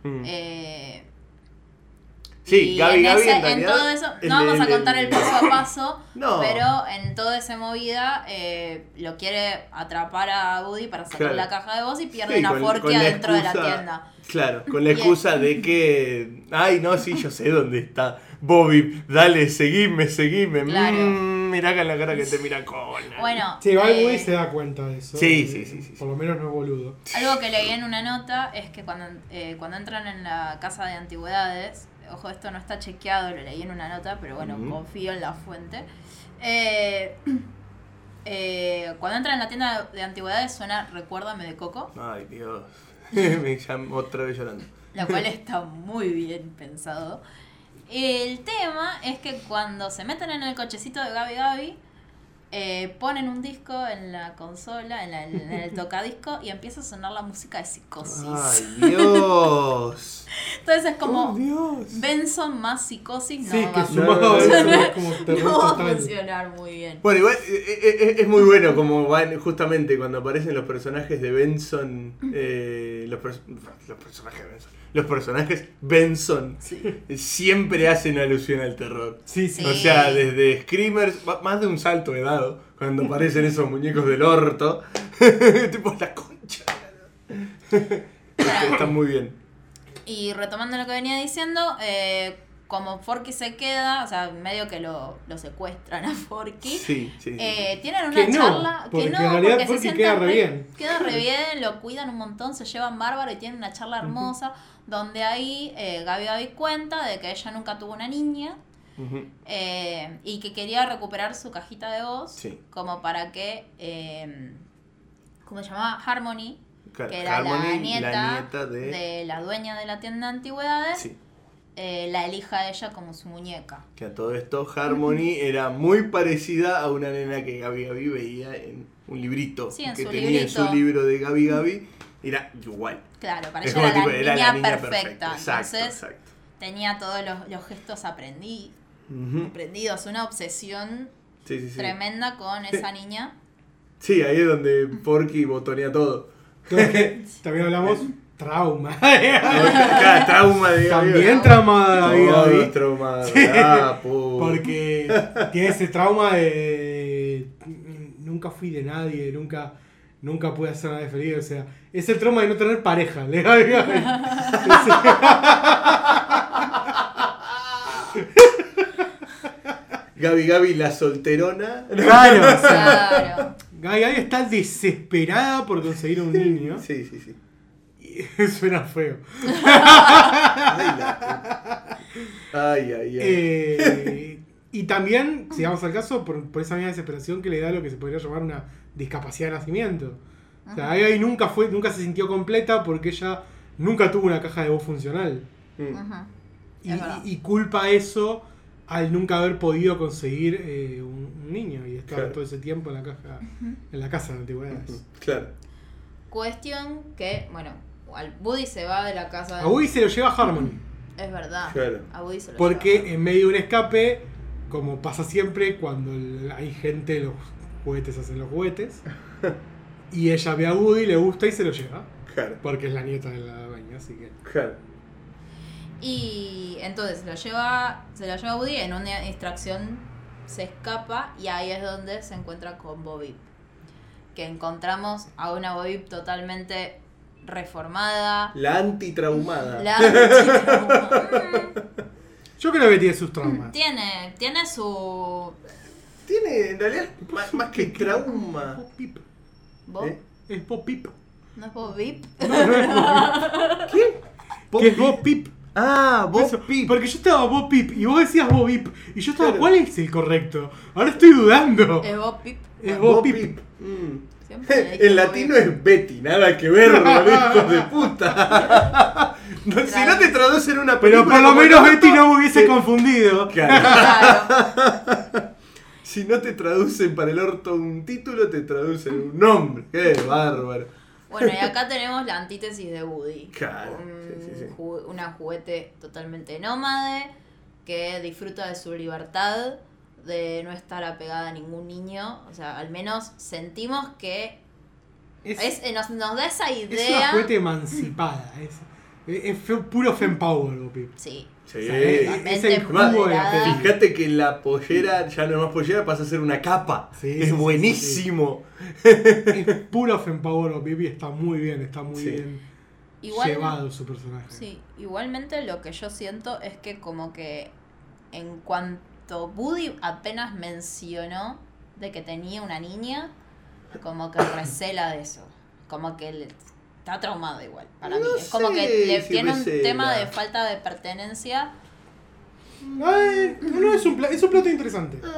[SPEAKER 1] Mm.
[SPEAKER 2] eh,
[SPEAKER 1] sí,
[SPEAKER 2] y
[SPEAKER 1] Gaby,
[SPEAKER 2] en,
[SPEAKER 1] Gaby,
[SPEAKER 2] ese-
[SPEAKER 1] en
[SPEAKER 2] en
[SPEAKER 1] realidad,
[SPEAKER 2] todo eso,
[SPEAKER 1] el-
[SPEAKER 2] no vamos a
[SPEAKER 1] el-
[SPEAKER 2] contar el paso a paso,
[SPEAKER 1] [laughs] No.
[SPEAKER 2] pero en toda esa movida eh, lo quiere atrapar a Woody para sacar
[SPEAKER 1] Claro.
[SPEAKER 2] la caja de voz y pierde
[SPEAKER 1] Sí,
[SPEAKER 2] una
[SPEAKER 1] con-
[SPEAKER 2] forquia
[SPEAKER 1] con la
[SPEAKER 2] dentro de la
[SPEAKER 1] excusa-
[SPEAKER 2] tienda.
[SPEAKER 1] Claro, con la excusa de que. Ay, no, sí, yo sé dónde está. Bobby, dale, seguime, seguime.
[SPEAKER 2] Claro.
[SPEAKER 1] Mm, mirá acá en la cara
[SPEAKER 2] [laughs]
[SPEAKER 1] que te mira Conan.
[SPEAKER 2] Bueno,
[SPEAKER 3] Sí, igual
[SPEAKER 2] eh,
[SPEAKER 3] Woody se da cuenta de eso.
[SPEAKER 1] Sí,
[SPEAKER 3] Eh,
[SPEAKER 1] sí, sí, sí, sí.
[SPEAKER 3] Por lo menos no es boludo.
[SPEAKER 2] Algo que leí en una nota es que cuando, eh, cuando entran en la casa de antigüedades, ojo, esto no está chequeado, lo leí en una nota, pero bueno,
[SPEAKER 1] Ujú.
[SPEAKER 2] confío en la fuente. Eh, [clears throat] eh, cuando entran en la tienda de antigüedades suena Recuérdame de Coco,
[SPEAKER 1] Ay, Dios. [laughs] Me llamo otra vez llorando. [laughs]
[SPEAKER 2] lo cual está muy bien pensado. El tema es que cuando se meten en el cochecito de Gaby Gaby, eh, ponen un disco en la consola, en, la-
[SPEAKER 1] [laughs]
[SPEAKER 2] en el tocadisco, y empieza a sonar la música de psicosis.
[SPEAKER 1] Ay, Dios.
[SPEAKER 2] Entonces es
[SPEAKER 1] Oh,
[SPEAKER 2] [laughs] como
[SPEAKER 1] Dios.
[SPEAKER 2] Benson más psicosis no,
[SPEAKER 3] sí,
[SPEAKER 2] va,
[SPEAKER 3] que
[SPEAKER 2] a-
[SPEAKER 3] sumado a
[SPEAKER 1] no,
[SPEAKER 3] eso
[SPEAKER 1] no,
[SPEAKER 3] es como terror
[SPEAKER 2] [laughs] no va a
[SPEAKER 3] total.
[SPEAKER 2] funcionar muy bien.
[SPEAKER 3] Pues,
[SPEAKER 1] Bueno, igual eh, eh, eh, es muy bueno como van justamente cuando aparecen los personajes de Benson.
[SPEAKER 2] Mm.
[SPEAKER 1] eh, los, pers- los personajes de Benson. Los personajes Benson
[SPEAKER 2] Sí.
[SPEAKER 1] eh, siempre hacen alusión al terror.
[SPEAKER 3] Sí, sí.
[SPEAKER 1] O sea, desde Screamers, va- más de un salto he dado
[SPEAKER 2] [laughs]
[SPEAKER 1] cuando aparecen esos muñecos del orto. [laughs] tipo la concha. Está muy bien.
[SPEAKER 2] Y retomando lo que venía diciendo, eh, como Forky se queda, o sea, medio que lo, lo secuestran a Forky.
[SPEAKER 1] Sí, sí. sí.
[SPEAKER 2] eh, tienen una
[SPEAKER 3] Que no,
[SPEAKER 2] charla que
[SPEAKER 3] porque
[SPEAKER 2] no,
[SPEAKER 3] en realidad
[SPEAKER 2] porque se
[SPEAKER 3] Forky
[SPEAKER 2] sientan
[SPEAKER 3] queda re
[SPEAKER 2] re-
[SPEAKER 3] bien.
[SPEAKER 2] Queda re bien, lo cuidan un montón, se llevan bárbaro y tienen una charla hermosa donde ahí eh, Gaby Gaby cuenta de que ella nunca tuvo una niña.
[SPEAKER 1] Ujú.
[SPEAKER 2] Eh, y que quería recuperar su cajita de voz
[SPEAKER 1] Sí.
[SPEAKER 2] como para que eh, ¿cómo se llamaba? Harmony
[SPEAKER 1] Claro,
[SPEAKER 2] que era la,
[SPEAKER 1] Harmony,
[SPEAKER 2] nieta
[SPEAKER 1] de...
[SPEAKER 2] de... la dueña de la tienda de antigüedades
[SPEAKER 1] Sí.
[SPEAKER 2] eh, la elija a ella como su muñeca
[SPEAKER 1] Que a todo esto Harmony era muy parecida a una nena que Gaby Gaby veía en un librito
[SPEAKER 2] Sí, en
[SPEAKER 1] que
[SPEAKER 2] su
[SPEAKER 1] tenía
[SPEAKER 2] librito.
[SPEAKER 1] en su libro de Gaby Gaby. Era igual.
[SPEAKER 2] claro para
[SPEAKER 1] Es
[SPEAKER 2] ella era,
[SPEAKER 1] como
[SPEAKER 2] la,
[SPEAKER 1] tipo,
[SPEAKER 2] niña perfecta,
[SPEAKER 1] Exacto,
[SPEAKER 2] entonces
[SPEAKER 1] exacto.
[SPEAKER 2] tenía todos los, los gestos aprendí,
[SPEAKER 1] Ujú.
[SPEAKER 2] aprendidos una obsesión
[SPEAKER 1] Sí, sí, sí.
[SPEAKER 2] tremenda con esa niña
[SPEAKER 1] Sí, ahí es donde Porky botonea todo.
[SPEAKER 3] Entonces, que también hablamos trauma.
[SPEAKER 1] Cada trauma de Gaby Gaby.
[SPEAKER 3] también traumada, Gaby
[SPEAKER 1] Todos
[SPEAKER 3] Gaby.
[SPEAKER 1] traumados.
[SPEAKER 3] Sí.
[SPEAKER 1] Ah, pu.
[SPEAKER 3] Porque tiene ese trauma de. Nunca fui de nadie, nunca. Nunca pude hacer nada de feliz. O sea, es el trauma de no tener pareja. ¿le?
[SPEAKER 1] Gaby Gaby la solterona.
[SPEAKER 3] [laughs] Claro, o sea,
[SPEAKER 1] [laughs]
[SPEAKER 2] claro
[SPEAKER 3] Gaby Gaby está desesperada por conseguir un niño.
[SPEAKER 1] Sí, sí, sí.
[SPEAKER 3] Y [laughs] suena feo.
[SPEAKER 1] Ay, la pu- ay, ay. ay.
[SPEAKER 3] Eh, y también, si vamos al caso, por, por esa misma desesperación que le da lo que se podría llamar una discapacidad de nacimiento. O sea, Gaby Gaby nunca, fue, nunca se sintió completa porque ella nunca tuvo una caja de voz funcional.
[SPEAKER 1] Mm.
[SPEAKER 2] Ujú.
[SPEAKER 3] Y,
[SPEAKER 2] Es verdad.
[SPEAKER 3] y culpa eso al nunca haber podido conseguir eh, un, un niño y estar
[SPEAKER 1] Claro.
[SPEAKER 3] todo ese tiempo en la caja, en la casa de antigüedades.
[SPEAKER 1] Claro.
[SPEAKER 2] cuestión que bueno al Woody se va de la casa de
[SPEAKER 3] A Woody se lo lleva Harmony,
[SPEAKER 2] Es verdad.
[SPEAKER 1] Claro.
[SPEAKER 2] A Woody se lo lleva.
[SPEAKER 3] porque en medio de un escape, como pasa siempre cuando el- hay gente, los juguetes hacen los [laughs] juguetes, y ella ve a Woody, le gusta y se lo lleva,
[SPEAKER 1] Claro.
[SPEAKER 3] porque es la nieta de la dueña, así que...
[SPEAKER 1] Claro.
[SPEAKER 2] Y entonces lo lleva, se lo lleva a Woody en una distracción se escapa y ahí es donde se encuentra con Bobby. Que encontramos a una Bobby totalmente reformada.
[SPEAKER 1] La antitraumada.
[SPEAKER 2] La chica,
[SPEAKER 3] Yo creo que tiene sus
[SPEAKER 2] mm, [laughs]
[SPEAKER 3] traumas.
[SPEAKER 2] tiene, tiene su
[SPEAKER 3] Ah.
[SPEAKER 1] Tiene, en realidad, más, más que trauma.
[SPEAKER 3] Pop-pip.
[SPEAKER 2] ¿Bob?
[SPEAKER 1] ¿Eh?
[SPEAKER 3] Es pop-pip.
[SPEAKER 2] ¿No es Bob Vip?
[SPEAKER 1] ¿Qué?
[SPEAKER 3] ¿Qué es Bob Pip?
[SPEAKER 1] Ah, Bob
[SPEAKER 3] Eso,
[SPEAKER 1] Pip.
[SPEAKER 3] Porque yo estaba Bob Pip y vos decías Bob Pip. Y yo estaba,
[SPEAKER 1] Claro.
[SPEAKER 3] ¿cuál es el correcto? Ahora estoy dudando.
[SPEAKER 2] ¿Es Bob
[SPEAKER 1] [laughs]
[SPEAKER 2] Pip?
[SPEAKER 3] Es
[SPEAKER 2] Bueno,
[SPEAKER 3] Bob
[SPEAKER 1] Bob
[SPEAKER 3] Pip.
[SPEAKER 1] Pip. Mm.
[SPEAKER 2] siempre le dije
[SPEAKER 1] El
[SPEAKER 2] Bob
[SPEAKER 1] latino
[SPEAKER 2] Vip.
[SPEAKER 1] es Betty, nada que ver, hijo de puta. [laughs] No, si no te traducen una película.
[SPEAKER 3] Pero por lo
[SPEAKER 1] como
[SPEAKER 3] menos
[SPEAKER 1] tanto,
[SPEAKER 3] Betty no me hubiese
[SPEAKER 1] eh,
[SPEAKER 3] confundido.
[SPEAKER 1] claro.
[SPEAKER 2] Claro.
[SPEAKER 1] [laughs] Si no te traducen para el orto un título, te traducen un nombre. Qué bárbaro.
[SPEAKER 2] Bueno, y acá tenemos la antítesis de Woody.
[SPEAKER 1] Claro,
[SPEAKER 2] Un
[SPEAKER 1] sí, sí, sí.
[SPEAKER 2] ju- una juguete totalmente nómade que disfruta de su libertad, de no estar apegada a ningún niño. O sea, al menos sentimos que
[SPEAKER 3] Es,
[SPEAKER 2] es, eh, nos, nos da esa
[SPEAKER 3] es una
[SPEAKER 2] idea.
[SPEAKER 3] juguete emancipada. Es, es- es fe- puro fempower, Bob Pip.
[SPEAKER 2] sí.
[SPEAKER 1] Sí.
[SPEAKER 3] O sea, es- es el
[SPEAKER 1] Además,
[SPEAKER 3] cubo de la
[SPEAKER 2] Empoderada.
[SPEAKER 3] película.
[SPEAKER 1] Fíjate que la pollera, ya no es más pollera, pasa a ser una capa.
[SPEAKER 3] Sí, sí,
[SPEAKER 1] es
[SPEAKER 3] sí,
[SPEAKER 1] buenísimo.
[SPEAKER 3] Es puro fempower, Bob Pip, y está muy bien, está muy
[SPEAKER 1] Sí.
[SPEAKER 3] bien
[SPEAKER 2] Igual,
[SPEAKER 3] llevado su personaje.
[SPEAKER 2] sí, igualmente lo que yo siento es que como que en cuanto Woody apenas mencionó de que tenía una niña, como que recela de eso. Como que le- está traumado igual, para
[SPEAKER 1] No
[SPEAKER 2] mí. Es como
[SPEAKER 1] sé
[SPEAKER 2] que le
[SPEAKER 1] si
[SPEAKER 2] tiene un
[SPEAKER 1] recela.
[SPEAKER 2] tema de falta de pertenencia.
[SPEAKER 3] Ay, no, es un, pla- es un plato interesante. Es un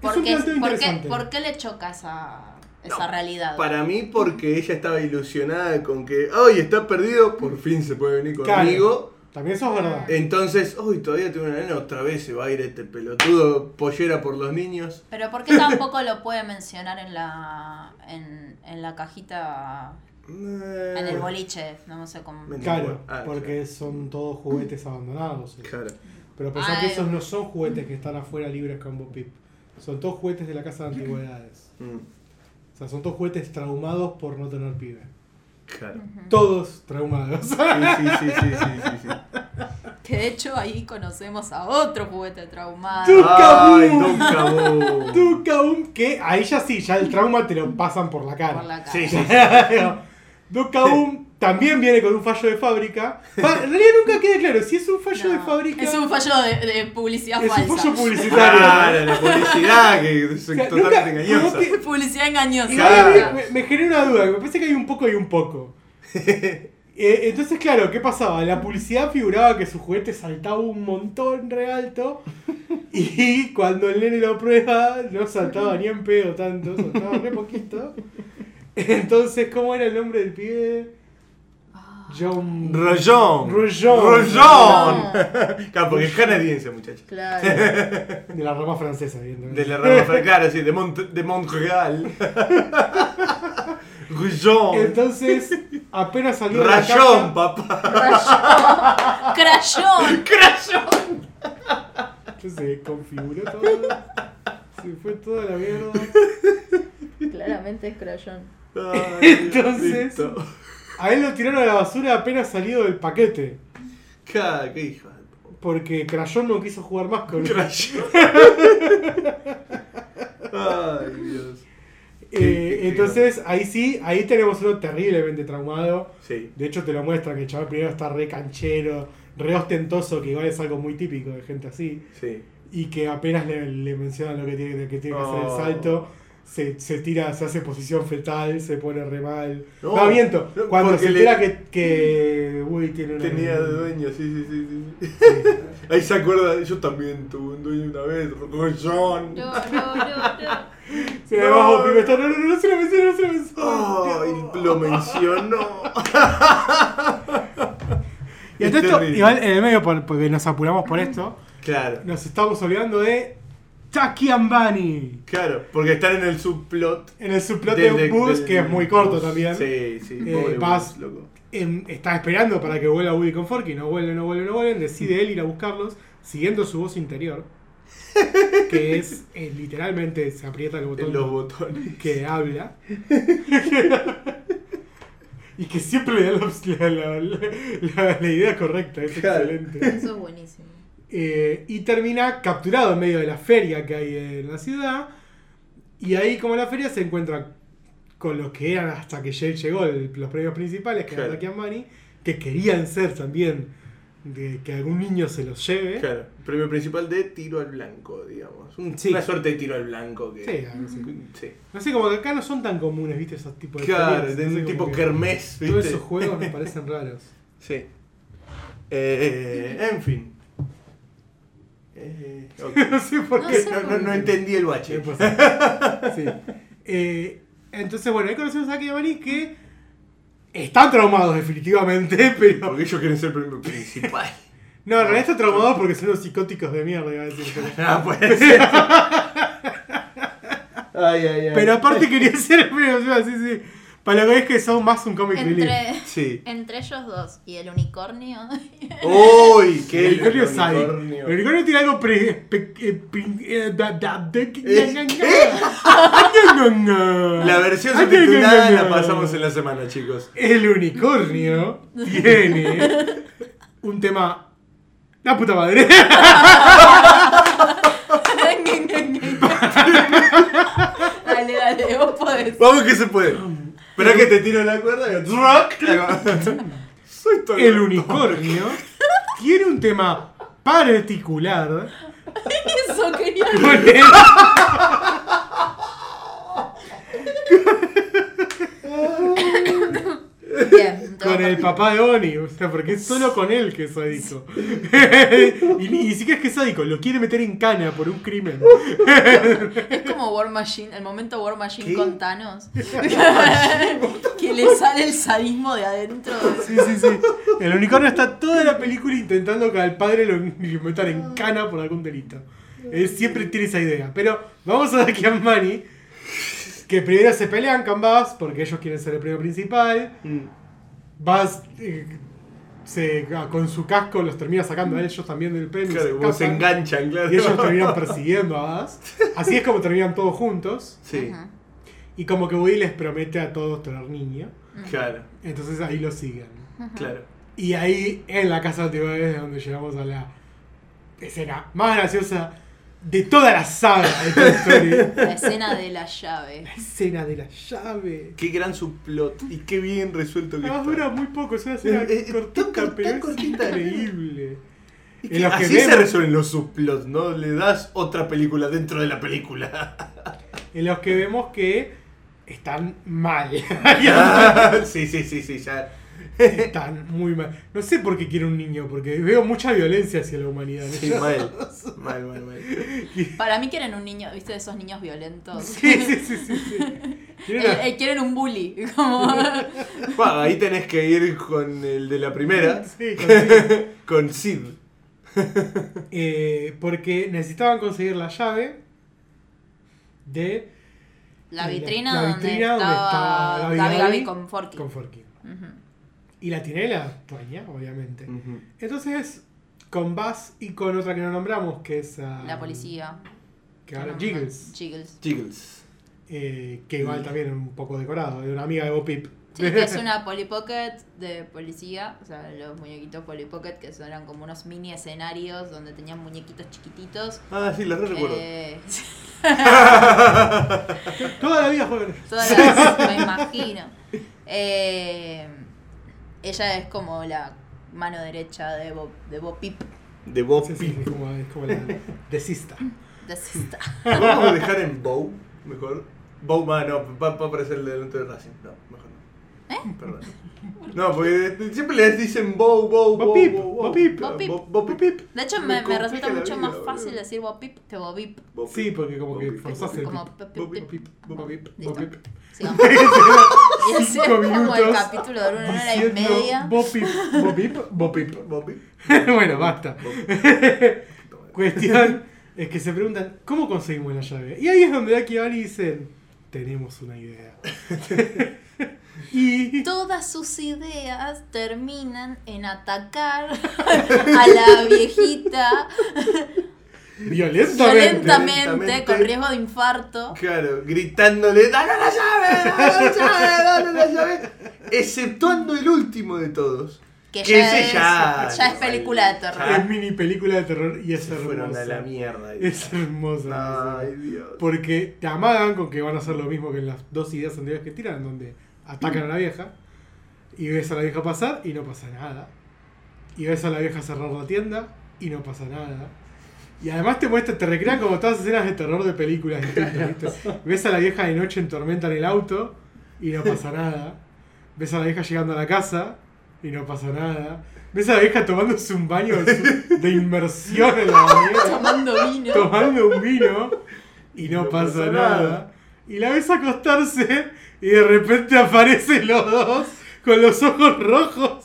[SPEAKER 2] Porque,
[SPEAKER 3] planteo
[SPEAKER 2] Ah. ¿por, qué,
[SPEAKER 3] interesante.
[SPEAKER 2] por qué le choca esa, esa realidad?
[SPEAKER 1] Para mí, porque ella estaba ilusionada con que, ¡ay, está perdido! Por fin se puede venir
[SPEAKER 3] Claro.
[SPEAKER 1] conmigo.
[SPEAKER 3] También eso es
[SPEAKER 1] Eh,
[SPEAKER 3] verdad.
[SPEAKER 1] Entonces, ¡uy, todavía tengo una nena! Otra vez se va a ir este pelotudo pollera por los niños.
[SPEAKER 2] Pero ¿por qué tampoco lo puede mencionar en la, en, en la cajita, en
[SPEAKER 1] En
[SPEAKER 2] el boliche? No sé cómo...
[SPEAKER 1] Me-
[SPEAKER 3] Claro,
[SPEAKER 1] Ah,
[SPEAKER 3] porque son todos juguetes abandonados.
[SPEAKER 1] Eh, Claro.
[SPEAKER 3] Pero pensá
[SPEAKER 2] Ay.
[SPEAKER 3] que esos no son juguetes que están afuera libres con Bob Pip. Son todos juguetes de la casa de antigüedades.
[SPEAKER 1] Mm,
[SPEAKER 3] O sea, son todos juguetes traumados por no tener pibe.
[SPEAKER 1] Claro.
[SPEAKER 3] Todos traumados. [laughs]
[SPEAKER 1] Sí, sí, sí, sí, sí, sí, sí.
[SPEAKER 2] Que de hecho ahí conocemos a otro juguete traumado.
[SPEAKER 3] Sí.
[SPEAKER 1] ¡Ay,
[SPEAKER 3] Ducabú!
[SPEAKER 1] Ducabú!
[SPEAKER 3] Tú, Kaum, que ahí ya sí, ya el trauma te lo pasan por la cara.
[SPEAKER 2] Por la cara.
[SPEAKER 1] Sí, sí,
[SPEAKER 3] [laughs] Ducaum también viene con un fallo de fábrica. Va, en realidad nunca queda claro si es un fallo
[SPEAKER 2] No,
[SPEAKER 3] de fábrica.
[SPEAKER 2] Es un fallo de, de publicidad
[SPEAKER 3] es un
[SPEAKER 2] falsa.
[SPEAKER 3] fallo
[SPEAKER 1] [laughs]
[SPEAKER 3] publicitario.
[SPEAKER 1] Claro, la publicidad que es
[SPEAKER 3] O sea,
[SPEAKER 1] totalmente
[SPEAKER 3] nunca-
[SPEAKER 1] engañosa.
[SPEAKER 3] como que-
[SPEAKER 2] [laughs] publicidad engañosa.
[SPEAKER 3] Igual a mí
[SPEAKER 1] Claro.
[SPEAKER 3] me, me genera una duda, me parece que hay un poco y
[SPEAKER 1] [laughs]
[SPEAKER 3] un poco. Eh, entonces, claro, ¿qué pasaba? La publicidad figuraba que su juguete saltaba un montón re alto y [laughs] cuando el nene lo prueba no saltaba ni en pedo tanto, saltaba re poquito. Entonces, ¿cómo era el nombre del pibe? John...
[SPEAKER 1] Rollón.
[SPEAKER 3] Rollón.
[SPEAKER 1] Rollón. Claro, porque es canadiense, muchachos.
[SPEAKER 2] Claro.
[SPEAKER 3] De la rama francesa, evidentemente.
[SPEAKER 1] De la rama Francara, sí, de, Mont de
[SPEAKER 3] [laughs]
[SPEAKER 1] Montreal. Rollón.
[SPEAKER 3] Entonces, apenas salió de la caja-
[SPEAKER 1] Rayón,
[SPEAKER 3] [laughs]
[SPEAKER 1] papá.
[SPEAKER 2] Crayón.
[SPEAKER 1] Crayón.
[SPEAKER 3] Se desconfiguró todo. Se fue toda la mierda.
[SPEAKER 2] Claramente es crayón.
[SPEAKER 1] Ay,
[SPEAKER 3] [laughs] Entonces-
[SPEAKER 1] listo.
[SPEAKER 3] A él lo tiraron a la basura apenas salido del paquete.
[SPEAKER 1] Ca- qué hijo de puta.
[SPEAKER 3] Porque Crayón no quiso jugar más con él.
[SPEAKER 1] Crayón. Ay, Dios.
[SPEAKER 3] Eh, entonces, ahí sí, ahí tenemos uno terriblemente traumado.
[SPEAKER 1] Sí.
[SPEAKER 3] De hecho, te lo muestran que el chaval primero está re canchero, re ostentoso, que igual es algo muy típico de gente así.
[SPEAKER 1] Sí.
[SPEAKER 3] Y que apenas le, le mencionan lo que tiene que, tiene que hacer el
[SPEAKER 1] Oh.
[SPEAKER 3] salto. Se, se tira, se hace posición fetal, se pone re mal.
[SPEAKER 1] No,
[SPEAKER 3] No, miento.
[SPEAKER 1] no,
[SPEAKER 3] Cuando
[SPEAKER 1] porque
[SPEAKER 3] se
[SPEAKER 1] le-
[SPEAKER 3] entera que, que Woody tiene una-
[SPEAKER 1] Tenía dueño, sí, sí, sí, sí, sí. [laughs] Ahí se acuerda, yo también tuve un dueño una vez, Rollón.
[SPEAKER 2] No, no, no, no.
[SPEAKER 3] Se la
[SPEAKER 1] No.
[SPEAKER 3] bajó, Pipe, está- no, no, no, no se lo menciono, no se lo menciono.
[SPEAKER 1] Ay, lo mencionó.
[SPEAKER 3] Y hasta
[SPEAKER 1] Es
[SPEAKER 3] esto,
[SPEAKER 1] terrible.
[SPEAKER 3] igual en el medio, por- porque nos apuramos por esto,
[SPEAKER 1] Claro,
[SPEAKER 3] nos estamos olvidando de Taki Ambani.
[SPEAKER 1] claro, porque están en el subplot.
[SPEAKER 3] En el subplot
[SPEAKER 1] del-
[SPEAKER 3] de
[SPEAKER 1] del-
[SPEAKER 3] Buzz,
[SPEAKER 1] del-
[SPEAKER 3] que es muy corto
[SPEAKER 1] Buzz.
[SPEAKER 3] también.
[SPEAKER 1] Sí, sí,
[SPEAKER 3] Eh,
[SPEAKER 1] pobre
[SPEAKER 3] vas-
[SPEAKER 1] Buzz, loco.
[SPEAKER 3] em, está esperando para que vuelva Woody con Forky. No vuelven, no vuelven, no vuelven. Decide él ir a buscarlos, siguiendo su voz interior. Que es, eh, literalmente, se aprieta el botón
[SPEAKER 1] En los botones.
[SPEAKER 3] que habla. [laughs] y que siempre le da la, la- la- la idea correcta. Es
[SPEAKER 1] Claro.
[SPEAKER 3] excelente.
[SPEAKER 2] Eso es buenísimo.
[SPEAKER 3] Eh, y termina capturado en medio de la feria que hay en la ciudad. Y ahí, como en la feria, se encuentra con los que eran hasta que lle- llegó el- los premios principales, que
[SPEAKER 1] Claro.
[SPEAKER 3] eran Taki and Bunny, que querían ser también de que algún niño se los lleve.
[SPEAKER 1] Claro, premio principal de tiro al blanco, digamos. Un-
[SPEAKER 3] Sí.
[SPEAKER 1] Una suerte de tiro al blanco que.
[SPEAKER 3] Sí, algo así.
[SPEAKER 1] Sí.
[SPEAKER 3] No sé, como que acá no son tan comunes, viste, esos tipos de
[SPEAKER 1] Claro,
[SPEAKER 3] experiencias.
[SPEAKER 1] de
[SPEAKER 3] Pues, No sé,
[SPEAKER 1] un
[SPEAKER 3] como
[SPEAKER 1] tipo
[SPEAKER 3] que
[SPEAKER 1] kermés, ¿viste?
[SPEAKER 3] Todos esos juegos me parecen raros. [laughs]
[SPEAKER 1] Sí. Eh, en fin. Eh, ok.
[SPEAKER 3] no sé por
[SPEAKER 2] No
[SPEAKER 3] qué.
[SPEAKER 2] sé.
[SPEAKER 1] no, no- no entendí el
[SPEAKER 3] Sí,
[SPEAKER 1] bache.
[SPEAKER 3] pues, sí. [laughs] Eh, entonces, bueno, ahí conocemos a Aki y a Mari que están traumados definitivamente, [laughs] pero...
[SPEAKER 1] Porque ellos quieren ser premio
[SPEAKER 3] [laughs]
[SPEAKER 1] principal.
[SPEAKER 3] No, en realidad están traumados porque son unos psicóticos de mierda, iba a decir.
[SPEAKER 1] [laughs]
[SPEAKER 3] pero-
[SPEAKER 1] ah, puede
[SPEAKER 3] pues.
[SPEAKER 1] ser. ay, ay, ay.
[SPEAKER 3] Pero aparte quería ser el primero, iba a decir, sí. Para lo que es que son más un comic relief.
[SPEAKER 2] Entre,
[SPEAKER 1] Sí.
[SPEAKER 2] entre ellos dos y el unicornio. [laughs]
[SPEAKER 1] ¡Uy! ¡Qué
[SPEAKER 3] el unicornio es ahí.
[SPEAKER 1] unicornio.
[SPEAKER 3] El unicornio tiene algo pre... pe- eh, pin- eh, da- da- [laughs] de-
[SPEAKER 1] [laughs]
[SPEAKER 3] Ah,
[SPEAKER 1] ¿Eh? La
[SPEAKER 3] La
[SPEAKER 1] versión subtitulada la pasamos en la semana, chicos.
[SPEAKER 3] El unicornio tiene un tema. La puta madre.
[SPEAKER 2] dale, dale, vos podés.
[SPEAKER 1] Vamos que se puede. Espera que te tiro la cuerda y ¡Rock! Soy todo
[SPEAKER 3] El unicornio tiene un tema particular.
[SPEAKER 2] Eso quería.
[SPEAKER 3] con el-
[SPEAKER 2] Bien, te
[SPEAKER 3] Con
[SPEAKER 2] voy a
[SPEAKER 3] el
[SPEAKER 2] contar.
[SPEAKER 3] papá de Oni, o sea, porque es solo con él que es sádico. [laughs] y ni ni siquiera es que es sádico, lo quiere meter en cana por un crimen.
[SPEAKER 2] Es como War Machine, el momento War Machine
[SPEAKER 1] ¿Qué?
[SPEAKER 2] con
[SPEAKER 3] [laughs]
[SPEAKER 2] Thanos. [laughs] que le sale el sadismo de adentro. de-
[SPEAKER 3] Sí, sí, sí. El unicornio está toda la película intentando que al padre lo lo metan en cana por algún delito. Él siempre tiene esa idea. Pero vamos a ver que a Manny, que primero se pelean con Buzz porque ellos quieren ser el premio principal.
[SPEAKER 1] Mm.
[SPEAKER 3] Buzz eh, se, ah, con su casco los termina sacando a ellos también del premio.
[SPEAKER 1] Claro,
[SPEAKER 3] se
[SPEAKER 1] como se
[SPEAKER 3] escapan,
[SPEAKER 1] enganchan, claro.
[SPEAKER 3] y ellos terminan persiguiendo a Buzz. Así es como terminan todos juntos.
[SPEAKER 1] Sí,
[SPEAKER 2] Ajá.
[SPEAKER 3] Y como que Woody les promete a todos tener niño.
[SPEAKER 1] claro,
[SPEAKER 3] Entonces ahí lo siguen.
[SPEAKER 1] claro.
[SPEAKER 3] Y ahí en la casa de Tibaes es donde llegamos a la escena más graciosa de toda la saga de
[SPEAKER 1] [laughs]
[SPEAKER 3] Toy Story.
[SPEAKER 2] La escena de la llave.
[SPEAKER 3] la escena de la llave.
[SPEAKER 1] Qué gran subplot y qué bien resuelto que
[SPEAKER 3] Ah,
[SPEAKER 1] está.
[SPEAKER 3] dura muy poco, es una escena
[SPEAKER 1] Eh, eh, tan
[SPEAKER 3] cortita,
[SPEAKER 1] corta,
[SPEAKER 3] pero es
[SPEAKER 1] cortita.
[SPEAKER 3] increíble.
[SPEAKER 1] Y
[SPEAKER 3] en
[SPEAKER 1] que
[SPEAKER 3] los que
[SPEAKER 1] así se
[SPEAKER 3] vemos-
[SPEAKER 1] resuelven los subplots, ¿no? Le das otra película dentro de la
[SPEAKER 3] [laughs]
[SPEAKER 1] película.
[SPEAKER 3] En los
[SPEAKER 1] Eh.
[SPEAKER 3] que vemos que están
[SPEAKER 1] [laughs]
[SPEAKER 3] mal.
[SPEAKER 1] sí, sí, sí, sí, ya.
[SPEAKER 3] están muy mal. No sé por qué quiere un niño, porque veo mucha violencia hacia la humanidad. en
[SPEAKER 1] Sí,
[SPEAKER 3] ellos.
[SPEAKER 1] mal. Mal, mal, mal.
[SPEAKER 2] Para mí quieren un niño, ¿viste? De esos niños violentos.
[SPEAKER 3] sí, sí, sí, sí,
[SPEAKER 1] [laughs]
[SPEAKER 3] sí. Tiene
[SPEAKER 2] Eh,
[SPEAKER 3] una-
[SPEAKER 2] eh, quieren un bully. [laughs] Como...
[SPEAKER 1] Bueno, ahí tenés que ir con el de la primera,
[SPEAKER 3] Sí, consigue.
[SPEAKER 1] con Sid.
[SPEAKER 3] Eh, porque necesitaban conseguir la llave de
[SPEAKER 2] La
[SPEAKER 3] La-
[SPEAKER 2] vitrina,
[SPEAKER 3] la vitrina
[SPEAKER 2] donde,
[SPEAKER 3] donde
[SPEAKER 2] estaba
[SPEAKER 3] estaba Gaby
[SPEAKER 2] Gaby Gaby
[SPEAKER 3] Gaby
[SPEAKER 2] con Forky.
[SPEAKER 3] Conforky.
[SPEAKER 2] Ujú.
[SPEAKER 3] Y la tiene la dueña, obviamente.
[SPEAKER 1] Mm.
[SPEAKER 3] Entonces, con Buzz y con otra que no nombramos, que es ah,
[SPEAKER 2] La policía.
[SPEAKER 3] Que ahora
[SPEAKER 2] No, no,
[SPEAKER 3] Jiggles.
[SPEAKER 2] Jiggles.
[SPEAKER 3] [laughs]
[SPEAKER 1] Jiggles.
[SPEAKER 3] eh, que igual también es un poco decorado, de una amiga de Bo Peep.
[SPEAKER 2] Sí, que es una Polly Pocket de policía, o sea, los muñequitos Polly Pocket que son- eran como unos mini escenarios donde tenían muñequitos chiquititos.
[SPEAKER 1] Ah, sí, la re recuerdo.
[SPEAKER 2] Eh,
[SPEAKER 3] Toda la vida juegan.
[SPEAKER 2] todas las- me imagino. Eh, ella es como la mano derecha de Bob, de Bo Peep,
[SPEAKER 1] De Bob
[SPEAKER 3] Sí,
[SPEAKER 1] Peep.
[SPEAKER 3] sí, es como, es
[SPEAKER 1] [laughs]
[SPEAKER 3] como la desista.
[SPEAKER 2] de Sista.
[SPEAKER 1] Vamos a dejar en Bow, mejor. Bow, ah, no, va, va a aparecer delante de Racing. No, mejor no.
[SPEAKER 2] ¿Eh?
[SPEAKER 1] Perdón. No, porque siempre les dicen Bow, Bow,
[SPEAKER 3] Bo
[SPEAKER 1] Bow,
[SPEAKER 3] Peep,
[SPEAKER 1] Bow,
[SPEAKER 3] Bo Peep.
[SPEAKER 1] Claro,
[SPEAKER 2] Bo Peep.
[SPEAKER 1] Bo- Bo Peep.
[SPEAKER 2] De hecho,
[SPEAKER 1] Me
[SPEAKER 2] me, me
[SPEAKER 1] complica
[SPEAKER 2] resulta
[SPEAKER 1] la vida,
[SPEAKER 2] mucho más
[SPEAKER 1] boludo.
[SPEAKER 2] fácil decir Bo Peep que Bo Peep.
[SPEAKER 1] Bo Peep.
[SPEAKER 3] Sí, porque como
[SPEAKER 1] Bo
[SPEAKER 3] que
[SPEAKER 1] Peep.
[SPEAKER 3] forzás el
[SPEAKER 2] Como
[SPEAKER 3] pip.
[SPEAKER 2] Peep,
[SPEAKER 3] Bo
[SPEAKER 2] Peep,
[SPEAKER 3] Peep,
[SPEAKER 2] Peep.
[SPEAKER 3] Bo Peep, Bo
[SPEAKER 2] Listo.
[SPEAKER 3] Peep. [laughs]
[SPEAKER 2] Sigamos. Y así es
[SPEAKER 3] Cinco
[SPEAKER 2] como el
[SPEAKER 3] minutos
[SPEAKER 2] capítulo dura una hora y
[SPEAKER 3] Diciendo
[SPEAKER 2] media.
[SPEAKER 3] Bo Peep, Bo Peep, Bo Peep.
[SPEAKER 1] Bo Peep.
[SPEAKER 3] [laughs] bueno, basta.
[SPEAKER 1] Bo Peep.
[SPEAKER 3] Cuestión es que se preguntan, ¿cómo conseguimos la llave? Y ahí es donde Aki y Bali dicen, tenemos una idea. [laughs] y
[SPEAKER 2] Todas sus ideas terminan en atacar [laughs] a la viejita
[SPEAKER 3] violentamente.
[SPEAKER 2] violentamente,
[SPEAKER 1] Violentamente.
[SPEAKER 2] con riesgo de infarto.
[SPEAKER 1] Claro, gritándole, dale la llave, dale la llave, dale la llave. Exceptuando el último de todos.
[SPEAKER 2] Que
[SPEAKER 1] Que
[SPEAKER 2] ya
[SPEAKER 1] ese
[SPEAKER 2] es,
[SPEAKER 1] ya-
[SPEAKER 2] ya es película de terror.
[SPEAKER 3] Es mini película de terror y es
[SPEAKER 1] Se fueron a la
[SPEAKER 3] hermosa.
[SPEAKER 1] mierda.
[SPEAKER 3] Es hermosa.
[SPEAKER 1] Ay, Dios.
[SPEAKER 3] Porque te amagan con que van a hacer lo mismo que en las dos ideas anteriores que tiran, donde atacan a la vieja y ves a la vieja pasar y no pasa nada. y ves a la vieja cerrar la tienda y no pasa nada. Y además te muestra, te recrean como todas las escenas de terror de películas distintas, ¿viste? Ves a la vieja de noche en tormenta en el auto y no pasa nada. Ves a la vieja llegando a la casa y no pasa nada. Ves a la vieja tomándose un baño de su- de inmersión en la
[SPEAKER 4] [laughs]
[SPEAKER 3] bañera,
[SPEAKER 4] Tomando vino.
[SPEAKER 3] [laughs] tomando un vino y no, pasa, nada. Y la ves acostarse y de repente aparecen los dos con los ojos rojos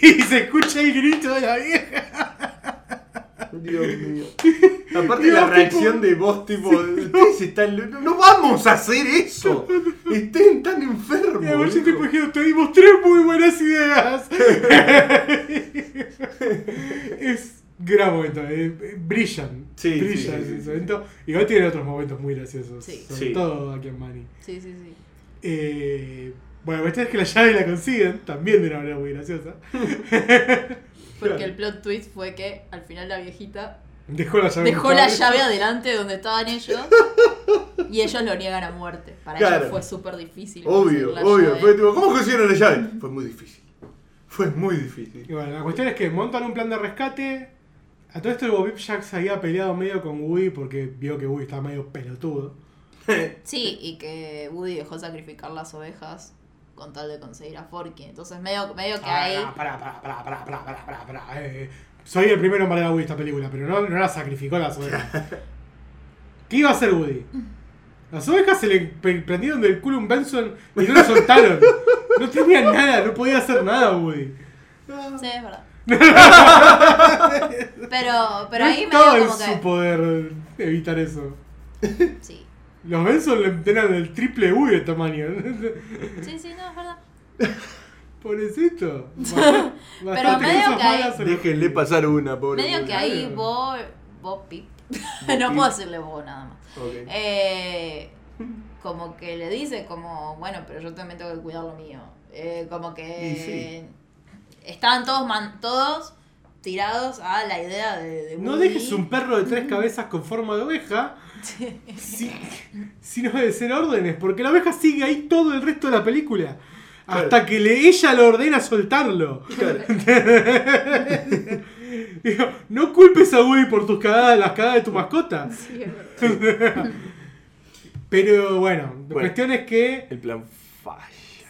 [SPEAKER 3] y se escucha el grito de la vieja.
[SPEAKER 1] Dios mío. [laughs] Aparte
[SPEAKER 3] Y
[SPEAKER 1] la
[SPEAKER 3] vos,
[SPEAKER 1] reacción
[SPEAKER 3] tipo,
[SPEAKER 1] de vos, tipo, [laughs] ustedes están. lo- No vamos a hacer [laughs] eso. Estén tan enfermos.
[SPEAKER 3] Y además yo te
[SPEAKER 1] viejo.
[SPEAKER 3] imagino, te dimos tres muy buenas ideas. [laughs] es gran momento, eh, brillan.
[SPEAKER 1] Sí,
[SPEAKER 3] brillan
[SPEAKER 1] sí, sí,
[SPEAKER 3] en
[SPEAKER 1] sí,
[SPEAKER 3] ese
[SPEAKER 1] sí.
[SPEAKER 3] momento. Igual tiene otros momentos muy graciosos.
[SPEAKER 2] Sí.
[SPEAKER 3] Sobre
[SPEAKER 1] Sí.
[SPEAKER 3] todo aquí en Manny.
[SPEAKER 2] Sí, sí, sí.
[SPEAKER 3] Eh, bueno, la cuestión es que la llave la consiguen, también de una manera muy graciosa.
[SPEAKER 4] Porque el plot twist fue que al final la viejita
[SPEAKER 3] Dejó la llave. en
[SPEAKER 4] dejó
[SPEAKER 3] el
[SPEAKER 4] la
[SPEAKER 3] carro.
[SPEAKER 4] llave adelante donde estaban ellos
[SPEAKER 1] [laughs]
[SPEAKER 4] y ellos lo niegan a muerte. Para
[SPEAKER 1] Claro.
[SPEAKER 4] ellos fue súper difícil.
[SPEAKER 1] Obvio,
[SPEAKER 4] conseguir la
[SPEAKER 1] obvio.
[SPEAKER 4] llave.
[SPEAKER 1] Fue tipo, ¿cómo consiguieron la llave? Fue muy difícil. Fue muy difícil. [laughs]
[SPEAKER 3] Y bueno, la cuestión es que montan un plan de rescate. A todo esto, Bobby Jack se había peleado medio con Woody porque vio que Woody estaba medio pelotudo.
[SPEAKER 2] Sí, y que Woody dejó sacrificar las ovejas con tal de conseguir a Forky. Entonces medio, medio que ahí...
[SPEAKER 3] Ah, pará, pará, pará, pará, pará, pará, pará, pará, eh, eh. soy el primero en valer a Woody esta película, pero no, no la sacrificó las ovejas. ¿Qué iba a hacer Woody? Las ovejas se le pe- prendieron del culo un Benson y no lo soltaron. No tenía nada, no podía hacer nada Woody.
[SPEAKER 2] Sí, es
[SPEAKER 1] [laughs]
[SPEAKER 2] verdad. pero, pero
[SPEAKER 3] no
[SPEAKER 2] ahí medio
[SPEAKER 3] estaba en
[SPEAKER 2] como
[SPEAKER 3] su
[SPEAKER 2] que...
[SPEAKER 3] poder evitar eso.
[SPEAKER 2] Sí.
[SPEAKER 3] Los Benson le eran del triple de Woody de tamaño. [laughs]
[SPEAKER 2] sí, sí, no, es verdad.
[SPEAKER 3] Pobrecito. Bast- bastante
[SPEAKER 2] medio
[SPEAKER 3] cosas
[SPEAKER 2] que hay-
[SPEAKER 3] malas se le-
[SPEAKER 1] Déjenle pasar una, pobre.
[SPEAKER 2] Medio que ahí Bo... Bo Pip. [laughs] no
[SPEAKER 1] Pip.
[SPEAKER 2] puedo decirle Bo nada más.
[SPEAKER 1] Ok.
[SPEAKER 3] [laughs]
[SPEAKER 2] Eh, como que le dice como, bueno, pero yo también tengo que cuidar lo mío. Eh, como que estaban todos man- todos tirados a la idea de, de
[SPEAKER 3] No
[SPEAKER 2] Woody. [laughs]
[SPEAKER 3] dejes un perro de tres cabezas con forma de oveja si, si no obedecer órdenes, porque la oveja sigue ahí todo el resto de la película.
[SPEAKER 1] Claro.
[SPEAKER 3] Hasta que le- ella lo ordena soltarlo.
[SPEAKER 1] Claro.
[SPEAKER 3] Digo, no culpes a Woody por tus cagadas, las cagadas de tu mascota.
[SPEAKER 4] Sí, es
[SPEAKER 3] Eh.
[SPEAKER 4] verdad.
[SPEAKER 3] Pero bueno, la
[SPEAKER 1] Bueno.
[SPEAKER 3] cuestión es que
[SPEAKER 1] El plan falla.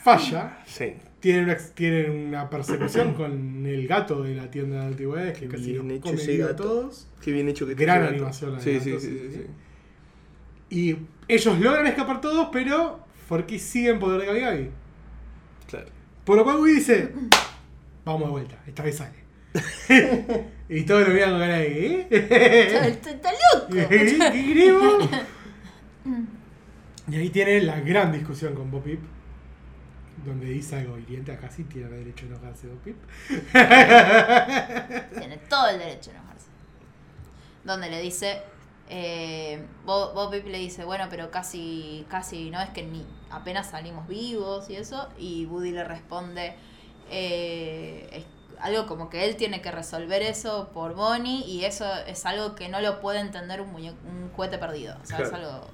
[SPEAKER 3] falla.
[SPEAKER 1] Sí.
[SPEAKER 3] Tienen una, tienen una persecución con el gato de la tienda de antigüedades que casi
[SPEAKER 1] Bien
[SPEAKER 3] los
[SPEAKER 1] hecho
[SPEAKER 3] come
[SPEAKER 1] ese
[SPEAKER 3] vivo a
[SPEAKER 1] gato.
[SPEAKER 3] todos.
[SPEAKER 1] Qué bien hecho que te
[SPEAKER 3] Gran animación la de
[SPEAKER 1] Sí,
[SPEAKER 3] gato,
[SPEAKER 1] sí, sí,
[SPEAKER 3] sí,
[SPEAKER 1] sí,
[SPEAKER 3] sí.
[SPEAKER 1] sí.
[SPEAKER 3] Y ellos logran escapar todos, pero Forky sigue en poder de Gabi Gabi.
[SPEAKER 1] Claro.
[SPEAKER 3] Por lo cual Woody dice, vamos de vuelta, esta vez sale. [laughs] y todos lo miran con cara de,
[SPEAKER 2] Está,
[SPEAKER 3] ¿eh? [laughs]
[SPEAKER 2] está- está loco.
[SPEAKER 3] ¿Qué queremos? y ahí tiene la gran discusión con Bo Peep. Donde dice algo hiriente, acá sí tiene derecho a enojarse Bo Peep.
[SPEAKER 2] Tiene todo el derecho a enojarse. Donde le dice, eh, Bo- Bo Peep le dice, bueno, pero casi, casi no es que ni apenas salimos vivos y eso. Y Woody le responde eh, es algo como que él tiene que resolver eso por Bonnie y eso es algo que no lo puede entender un, muñe- un juguete perdido. O sea, es
[SPEAKER 1] Claro.
[SPEAKER 2] algo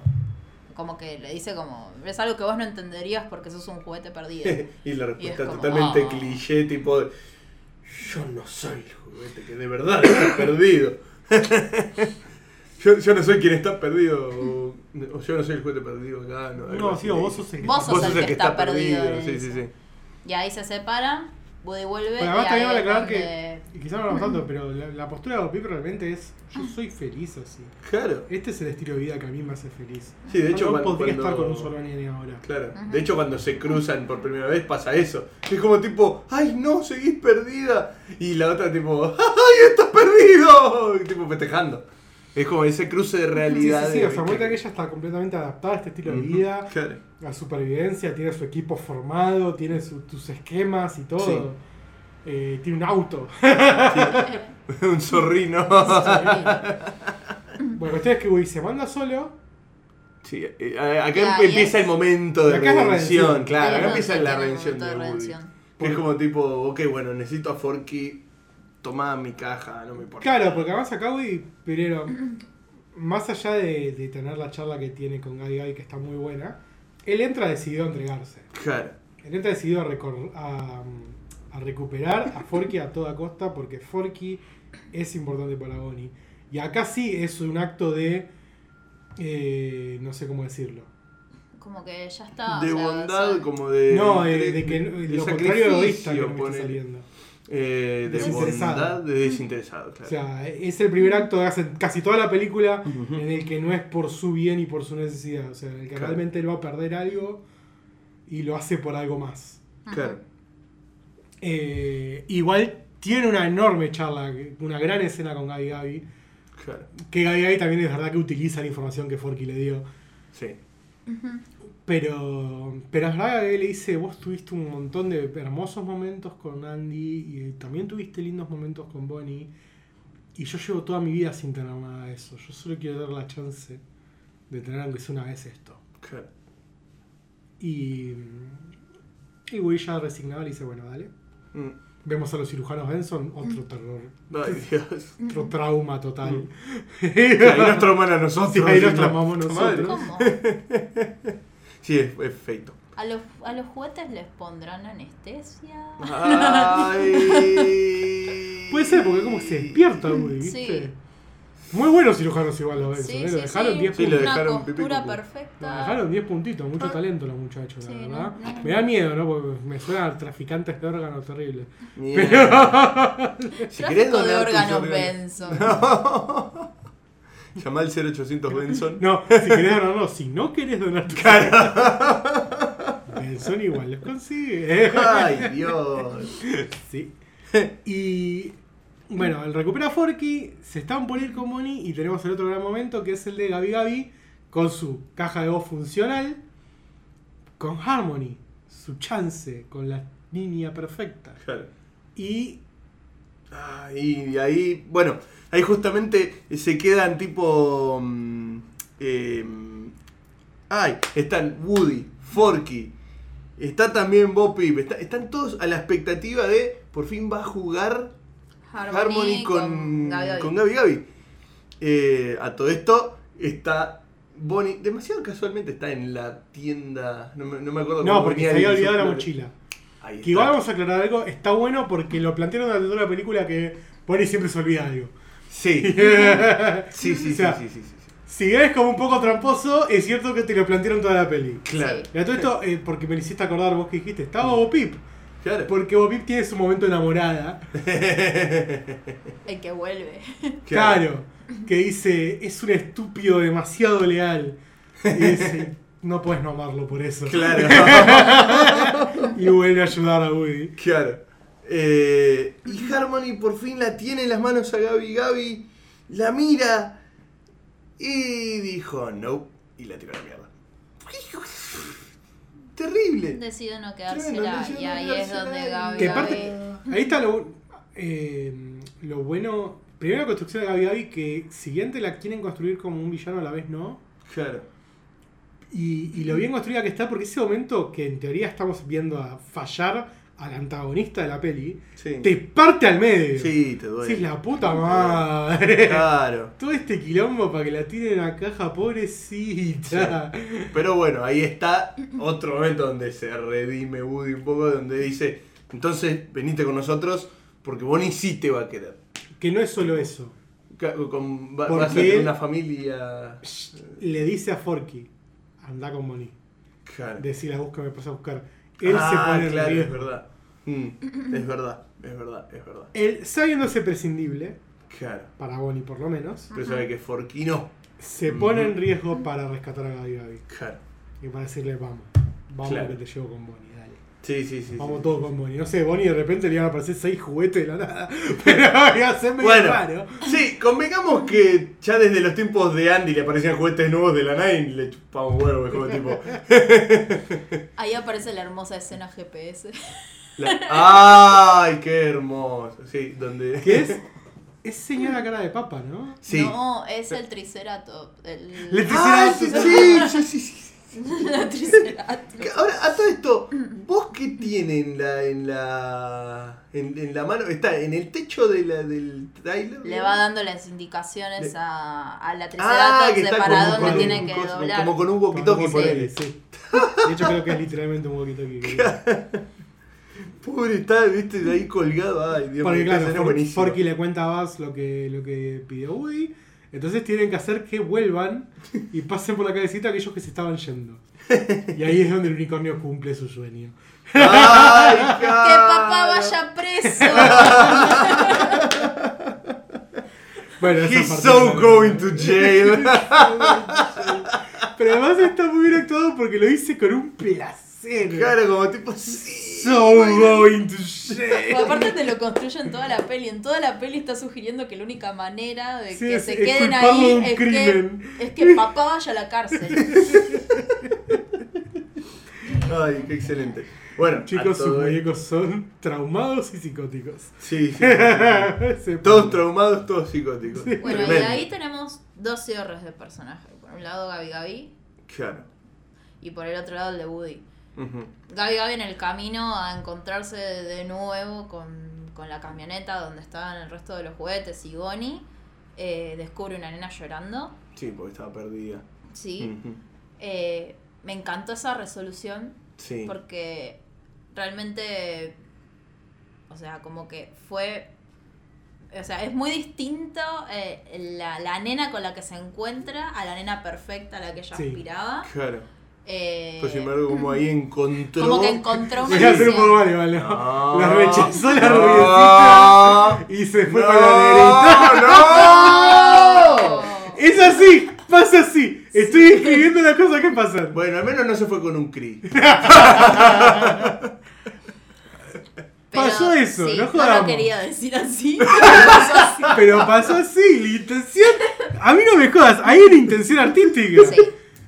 [SPEAKER 2] como que le dice como, es algo que vos no entenderías porque sos un juguete [laughs] perdido.
[SPEAKER 1] [laughs] y la
[SPEAKER 2] Y es
[SPEAKER 1] respuesta
[SPEAKER 2] como,
[SPEAKER 1] totalmente
[SPEAKER 2] ah.
[SPEAKER 1] cliché, tipo, yo no soy el juguete que de verdad
[SPEAKER 2] [coughs]
[SPEAKER 1] está perdido. [laughs] yo, yo no soy quien está perdido, o, o yo no soy el juguete perdido acá. No, algo
[SPEAKER 3] No,
[SPEAKER 1] así
[SPEAKER 3] sí, o
[SPEAKER 1] le
[SPEAKER 3] vos
[SPEAKER 1] dice.
[SPEAKER 3] sos el
[SPEAKER 2] Vos sos el que está perdido, le
[SPEAKER 1] Sí, sí,
[SPEAKER 2] dice.
[SPEAKER 1] sí.
[SPEAKER 2] Y ahí se separan, Woody vuelve.
[SPEAKER 3] Bueno,
[SPEAKER 2] y
[SPEAKER 3] además también
[SPEAKER 2] ahí
[SPEAKER 3] vale
[SPEAKER 2] es
[SPEAKER 3] aclarar
[SPEAKER 2] donde-
[SPEAKER 3] que, y quizá no hablamos tanto, pero la, la postura de Bo Peep realmente es, yo soy feliz así.
[SPEAKER 1] Claro.
[SPEAKER 3] Este es el estilo de vida que a mí me hace feliz.
[SPEAKER 1] Sí, de hecho,
[SPEAKER 3] no
[SPEAKER 1] cuando-
[SPEAKER 3] podría estar con
[SPEAKER 1] cuando-
[SPEAKER 3] un solo nene ahora.
[SPEAKER 1] Claro.
[SPEAKER 2] Ajá.
[SPEAKER 1] De hecho, cuando se cruzan por primera vez pasa eso. Es como tipo, ay no, seguís perdida. Y la otra tipo, ay, estás perdido. Y, tipo festejando. Es como ese cruce de
[SPEAKER 3] Sí, sí,
[SPEAKER 1] realidades.
[SPEAKER 3] sí, o sea,
[SPEAKER 1] ¿viste?
[SPEAKER 3] muestra que ella está completamente adaptada a este estilo de
[SPEAKER 1] Ujú.
[SPEAKER 3] vida,
[SPEAKER 1] Claro.
[SPEAKER 3] a supervivencia, tiene su equipo formado, tiene su- tus esquemas y todo.
[SPEAKER 1] Sí.
[SPEAKER 3] Eh, tiene un auto.
[SPEAKER 1] [laughs] Un
[SPEAKER 3] [laughs]
[SPEAKER 1] zorrino.
[SPEAKER 3] bueno, la cuestión es que Woody se manda solo.
[SPEAKER 1] Sí, eh, acá
[SPEAKER 2] Ya,
[SPEAKER 1] empe-
[SPEAKER 2] y
[SPEAKER 1] empieza
[SPEAKER 2] es-
[SPEAKER 1] el momento de
[SPEAKER 3] Acá es la
[SPEAKER 1] redención,
[SPEAKER 3] redención.
[SPEAKER 1] [laughs] claro, acá
[SPEAKER 2] Ahí es
[SPEAKER 1] empieza
[SPEAKER 2] donde
[SPEAKER 1] la
[SPEAKER 2] tiene el
[SPEAKER 1] redención de
[SPEAKER 2] momento de
[SPEAKER 1] Woody.
[SPEAKER 2] redención.
[SPEAKER 1] Que es como tipo, ok, bueno, necesito a Forky, toma mi caja, no me importa.
[SPEAKER 3] Claro, porque además acá Woody, primero, más allá de, de tener la charla que tiene con Guy Guy, que está muy buena, él entra decidido a entregarse.
[SPEAKER 1] Claro,
[SPEAKER 3] Él entra decidido a, recor- a, a recuperar a Forky a toda costa porque Forky es importante para Bonnie. Y acá sí es un acto de. eh, no sé cómo decirlo.
[SPEAKER 2] Como que ya
[SPEAKER 3] Ah,
[SPEAKER 2] está. o
[SPEAKER 1] de
[SPEAKER 2] sea,
[SPEAKER 1] bondad,
[SPEAKER 2] son- [laughs]
[SPEAKER 1] como de.
[SPEAKER 3] no, de,
[SPEAKER 1] entre-
[SPEAKER 3] de que
[SPEAKER 1] de
[SPEAKER 3] lo contrario de egoísta que
[SPEAKER 1] sacrificio,
[SPEAKER 3] me está
[SPEAKER 1] ponele.
[SPEAKER 3] saliendo.
[SPEAKER 1] Eh, de
[SPEAKER 3] Desinteresado.
[SPEAKER 1] bondad, de desinteresado, claro.
[SPEAKER 3] O sea, es el primer acto de hace- casi toda la película en el que no es por su bien y por su necesidad. O sea, en el que
[SPEAKER 1] Claro.
[SPEAKER 3] realmente él va a perder algo y lo hace por algo más.
[SPEAKER 2] Ajá.
[SPEAKER 1] Claro.
[SPEAKER 3] Eh, igual tiene una enorme charla, una gran escena con Gaby Gaby.
[SPEAKER 1] Claro,
[SPEAKER 3] Que Gaby Gaby también es verdad que utiliza la información que Forky le dio.
[SPEAKER 1] sí.
[SPEAKER 3] Pero, pero es verdad que Gaby le dice, vos tuviste un montón de hermosos momentos con Andy y también tuviste lindos momentos con Bonnie. Y yo llevo toda mi vida sin tener nada de eso. Yo solo quiero dar la chance de tener aunque sea una vez esto.
[SPEAKER 1] Claro.
[SPEAKER 3] Y, y Will ya resignado le dice, bueno, dale.
[SPEAKER 1] Mm.
[SPEAKER 3] Vemos a los cirujanos Benson, otro terror, [laughs]
[SPEAKER 1] Ay, Dios. [laughs]
[SPEAKER 3] otro trauma [laughs] total.
[SPEAKER 1] Que Mm. ahí nos trauman a nosotros.
[SPEAKER 3] Sí, ahí nos
[SPEAKER 1] la
[SPEAKER 3] traumamos
[SPEAKER 1] puta
[SPEAKER 3] nosotros.
[SPEAKER 1] madre.
[SPEAKER 2] ¿Cómo?
[SPEAKER 1] Sí, es, es feito.
[SPEAKER 2] ¿A los, ¿A los juguetes les pondrán anestesia?
[SPEAKER 1] Ah. Ay.
[SPEAKER 3] Puede ser, porque como se despierta, Woody,
[SPEAKER 2] Sí.
[SPEAKER 3] ¿viste? Muy buenos cirujanos igual los Benson,
[SPEAKER 2] [laughs] Sí,
[SPEAKER 3] ¿eh? Lo
[SPEAKER 2] sí,
[SPEAKER 3] dejaron
[SPEAKER 2] sí.
[SPEAKER 3] 10
[SPEAKER 1] Sí, lo
[SPEAKER 3] puntos.
[SPEAKER 1] dejaron
[SPEAKER 2] Una
[SPEAKER 1] pipí,
[SPEAKER 2] postura
[SPEAKER 1] pupú.
[SPEAKER 3] Lo
[SPEAKER 2] perfecta.
[SPEAKER 3] dejaron 10 puntitos, mucho talento los muchachos,
[SPEAKER 2] Ah. Sí,
[SPEAKER 3] la
[SPEAKER 2] no,
[SPEAKER 3] verdad.
[SPEAKER 2] no.
[SPEAKER 3] Me da miedo, ¿no? Porque me suena a traficantes de órganos terrible.
[SPEAKER 1] Si querés
[SPEAKER 2] Tráfico de
[SPEAKER 1] donar tus [laughs]
[SPEAKER 2] órganos Benson.
[SPEAKER 1] Llamá al 0800 Benson.
[SPEAKER 3] No, si querés donarlo, si no querés donar tu cara. [laughs] Benson igual los consigue. [laughs]
[SPEAKER 1] Ay, Dios.
[SPEAKER 3] Sí. [laughs] Y bueno, el recupera a Forky, se están por ir con Bonnie y tenemos el otro gran momento que es el de Gabi Gabi con su caja de voz funcional, con Harmony, su chance, con la niña perfecta.
[SPEAKER 1] Claro.
[SPEAKER 3] Y
[SPEAKER 1] Ah, y de ahí, bueno, ahí justamente se quedan tipo... mm, em, ay, están Woody, Forky, está también Bob Pip, está- están todos a la expectativa de por fin va a jugar Harmony, con,
[SPEAKER 4] Gaby Gaby.
[SPEAKER 1] con Gaby Gaby. Eh, a todo esto está Bonnie, demasiado casualmente está en la tienda, no me, no me acuerdo
[SPEAKER 3] no,
[SPEAKER 1] cómo
[SPEAKER 3] porque
[SPEAKER 1] venía
[SPEAKER 3] se había
[SPEAKER 1] ahí,
[SPEAKER 3] olvidado la
[SPEAKER 1] claro.
[SPEAKER 3] mochila.
[SPEAKER 1] Ahí
[SPEAKER 3] Que
[SPEAKER 1] está.
[SPEAKER 3] igual vamos a aclarar algo, está bueno porque lo plantearon durante toda la película que Bonnie siempre se olvida algo. [laughs]
[SPEAKER 1] Sí, sí, sí, sí,
[SPEAKER 3] O sea,
[SPEAKER 1] sí, sí, sí, sí.
[SPEAKER 3] Si eres como un poco tramposo, es cierto que te lo plantearon toda la peli.
[SPEAKER 1] Claro,
[SPEAKER 2] Sí.
[SPEAKER 3] Y a todo esto, eh, porque me lo hiciste acordar vos que dijiste, estaba Bob Pip.
[SPEAKER 1] claro.
[SPEAKER 3] Porque Bob Pip tiene su momento enamorada.
[SPEAKER 4] El que vuelve.
[SPEAKER 2] [laughs]
[SPEAKER 3] Claro. Que dice, es un estúpido demasiado leal. Y dice, no puedes no amarlo por eso.
[SPEAKER 1] Claro,
[SPEAKER 3] [laughs] Y vuelve a ayudar a Woody.
[SPEAKER 1] claro. Eh, y Harmony por fin la tiene en las manos a Gaby. Gaby la mira y dijo no. Y la tiró a la mierda. Terrible.
[SPEAKER 2] Decido no
[SPEAKER 1] Claro,
[SPEAKER 2] quedársela
[SPEAKER 1] decidió
[SPEAKER 2] y
[SPEAKER 1] no
[SPEAKER 2] ahí es donde
[SPEAKER 1] quedársela.
[SPEAKER 2] Gaby
[SPEAKER 3] Que
[SPEAKER 2] Gaby
[SPEAKER 3] aparte- Ahí está lo, bu- eh, lo bueno. Primero la construcción de Gabi Gabi, que siguiente la quieren construir como un villano a la vez no.
[SPEAKER 1] Claro.
[SPEAKER 3] Y, y lo bien construida que está, porque ese momento que en teoría estamos viendo a fallar al antagonista de la peli,
[SPEAKER 1] Sí.
[SPEAKER 3] te parte al medio.
[SPEAKER 1] Sí, te duele.
[SPEAKER 3] Decís, la [laughs] puta
[SPEAKER 1] [laughs]
[SPEAKER 3] madre.
[SPEAKER 1] Claro.
[SPEAKER 3] Todo este quilombo para que la tiren a caja, pobrecita.
[SPEAKER 1] Pero bueno, ahí está otro momento donde se redime Woody un poco, donde dice, entonces venite con nosotros porque Bonnie sí te va a querer.
[SPEAKER 3] Que no es solo eso.
[SPEAKER 1] Ca- con- va-
[SPEAKER 3] ¿Por
[SPEAKER 1] vas a
[SPEAKER 3] qué?
[SPEAKER 1] tener una familia...
[SPEAKER 3] Le dice a Forky, anda con Bonnie.
[SPEAKER 1] Claro.
[SPEAKER 3] Decirle a busca, me pasa a buscar. Él
[SPEAKER 1] Ah,
[SPEAKER 3] se pone en
[SPEAKER 1] claro, es
[SPEAKER 3] riesgo.
[SPEAKER 1] verdad. Mm, es verdad, es verdad, es verdad.
[SPEAKER 3] Él, sabiéndose prescindible,
[SPEAKER 1] Claro.
[SPEAKER 3] para Bonnie por lo menos,
[SPEAKER 1] Pero sabe que Forky no.
[SPEAKER 3] se pone en
[SPEAKER 1] Ujú.
[SPEAKER 3] riesgo para rescatar a Gaby Gaby.
[SPEAKER 1] Claro.
[SPEAKER 3] Y para decirle, vamos, vamos
[SPEAKER 1] Claro.
[SPEAKER 3] que te llevo con Bonnie, dale.
[SPEAKER 1] Sí, sí, sí.
[SPEAKER 3] Vamos
[SPEAKER 1] sí.
[SPEAKER 3] todos con Bonnie. No sé, Bonnie de repente le iban a aparecer seis juguetes de la nada. [laughs] Pero iba a ser medio
[SPEAKER 1] Bueno.
[SPEAKER 3] raro.
[SPEAKER 1] Sí, convengamos que ya desde los tiempos de Andy le aparecían juguetes nuevos de la Nine le chupamos huevo, es como tipo.
[SPEAKER 2] Ahí aparece la hermosa escena GPS.
[SPEAKER 1] la- ¡Ay, qué hermoso! Sí, donde.
[SPEAKER 3] Que es, es señora cara de papa, ¿no?
[SPEAKER 1] Sí.
[SPEAKER 2] No, es el Triceratops. El... [laughs]
[SPEAKER 3] Le-
[SPEAKER 1] Ah, sí, sí, sí, sí, sí.
[SPEAKER 2] la Triceratops.
[SPEAKER 1] Que Ahora, a todo esto, ¿vos qué tiene en la, en la, en, en la mano? Está en el techo de la, del trailer.
[SPEAKER 2] Le va dando las indicaciones
[SPEAKER 1] Le-
[SPEAKER 2] a, a la
[SPEAKER 1] Ah,
[SPEAKER 2] Triceratops
[SPEAKER 1] que
[SPEAKER 2] de
[SPEAKER 1] está
[SPEAKER 2] para
[SPEAKER 1] como
[SPEAKER 2] dónde
[SPEAKER 1] con
[SPEAKER 2] tiene
[SPEAKER 1] un
[SPEAKER 2] que
[SPEAKER 1] coso,
[SPEAKER 2] doblar.
[SPEAKER 1] Como con un walkie-talkie
[SPEAKER 3] Con
[SPEAKER 1] por
[SPEAKER 3] walkie-talkie,
[SPEAKER 1] él.
[SPEAKER 3] sí. De hecho, creo que es literalmente un walkie-talkie.
[SPEAKER 1] Pobre, está, viste, de ahí colgado. Ay, Dios
[SPEAKER 3] Porque
[SPEAKER 1] mío,
[SPEAKER 3] claro,
[SPEAKER 1] escena
[SPEAKER 3] For-
[SPEAKER 1] buenísima.
[SPEAKER 3] Forky le cuenta a Buzz lo que, lo que pidió Woody. Entonces tienen que hacer que vuelvan y pasen por la cabecita aquellos que se estaban yendo. Y ahí es donde el unicornio cumple su sueño.
[SPEAKER 1] Ay,
[SPEAKER 4] ¡Que papá
[SPEAKER 1] claro.
[SPEAKER 4] vaya preso!
[SPEAKER 1] [laughs]
[SPEAKER 3] Bueno, esa
[SPEAKER 1] He's
[SPEAKER 3] parte
[SPEAKER 1] so
[SPEAKER 3] no-
[SPEAKER 1] going to
[SPEAKER 3] [laughs]
[SPEAKER 1] jail.
[SPEAKER 3] Pero además está muy bien actuado porque lo hice con un placer.
[SPEAKER 1] Claro, como tipo, sí.
[SPEAKER 3] So going to
[SPEAKER 4] Pero
[SPEAKER 3] jail.
[SPEAKER 4] aparte te lo construyen toda la peli. En toda la peli está sugiriendo que la única manera de
[SPEAKER 3] Sí,
[SPEAKER 4] que
[SPEAKER 3] es-
[SPEAKER 4] se
[SPEAKER 3] es
[SPEAKER 4] queden
[SPEAKER 3] culparlo de
[SPEAKER 4] ahí
[SPEAKER 3] un
[SPEAKER 4] es
[SPEAKER 3] crimen.
[SPEAKER 4] que, es que papá vaya a la
[SPEAKER 1] [laughs]
[SPEAKER 4] cárcel.
[SPEAKER 1] Ay, qué excelente. Bueno,
[SPEAKER 3] Chicos,
[SPEAKER 1] a
[SPEAKER 3] sus
[SPEAKER 1] todo-
[SPEAKER 3] muñecos son traumados y psicóticos.
[SPEAKER 1] Sí, sí.
[SPEAKER 3] [laughs] Se
[SPEAKER 1] Todos
[SPEAKER 3] pone.
[SPEAKER 1] traumados, todos psicóticos.
[SPEAKER 3] Sí.
[SPEAKER 2] Bueno,
[SPEAKER 1] Tremendo.
[SPEAKER 2] y ahí tenemos dos cierres de personajes. Por un lado Gabi Gabi
[SPEAKER 1] Claro.
[SPEAKER 2] y por el otro lado el de Woody.
[SPEAKER 1] Ujú.
[SPEAKER 2] Gabi Gabi en el camino a encontrarse de nuevo con, con la camioneta donde estaban el resto de los juguetes y Bonnie eh, descubre una nena llorando.
[SPEAKER 1] Sí, porque estaba perdida.
[SPEAKER 2] Sí.
[SPEAKER 1] Ujú.
[SPEAKER 2] Eh, me encantó esa resolución
[SPEAKER 1] Sí.
[SPEAKER 2] porque realmente, o sea, como que fue, o sea, es muy distinto eh, la, la nena con la que se encuentra a la nena perfecta a la que ella
[SPEAKER 3] Sí.
[SPEAKER 2] aspiraba.
[SPEAKER 1] Claro.
[SPEAKER 2] Eh,
[SPEAKER 1] Pues sin embargo, como ahí encontró.
[SPEAKER 2] como que
[SPEAKER 1] [laughs]
[SPEAKER 2] encontró una
[SPEAKER 3] Dejá hacer un
[SPEAKER 2] misión.
[SPEAKER 3] poco vale, vale.
[SPEAKER 1] No.
[SPEAKER 3] La rechazó la
[SPEAKER 1] No.
[SPEAKER 3] rubiecita y se fue para la negrita.
[SPEAKER 2] [laughs]
[SPEAKER 3] [laughs]
[SPEAKER 1] ¡No!
[SPEAKER 2] ¡Oh!
[SPEAKER 3] ¡Oh!
[SPEAKER 1] ¡No!
[SPEAKER 3] Es así, pasa así. Estoy escribiendo las cosas que pasan.
[SPEAKER 1] Bueno, al menos no se fue con un cri.
[SPEAKER 2] Pero
[SPEAKER 3] Pasó eso,
[SPEAKER 2] sí,
[SPEAKER 3] no
[SPEAKER 2] No lo
[SPEAKER 3] jodamos.
[SPEAKER 2] quería decir
[SPEAKER 3] [laughs]
[SPEAKER 2] así. pero pasó así.
[SPEAKER 3] Pero pasó así, la intención. A mí no me jodas, hay una intención artística.
[SPEAKER 2] Sí.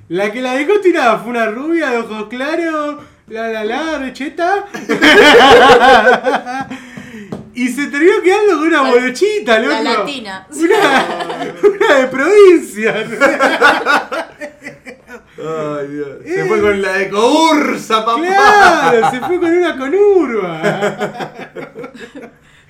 [SPEAKER 3] La que la dejó tirada fue una rubia de ojos claros, la la la, recheta. [laughs] y se terminó quedando con una
[SPEAKER 2] La-
[SPEAKER 3] bolochita, loco.
[SPEAKER 2] La latina.
[SPEAKER 3] Una, una de provincia.
[SPEAKER 1] Ay, Dios. Se
[SPEAKER 3] Eh.
[SPEAKER 1] fue con la de Coursa, papá. [laughs]
[SPEAKER 3] Claro, se fue con una conurba.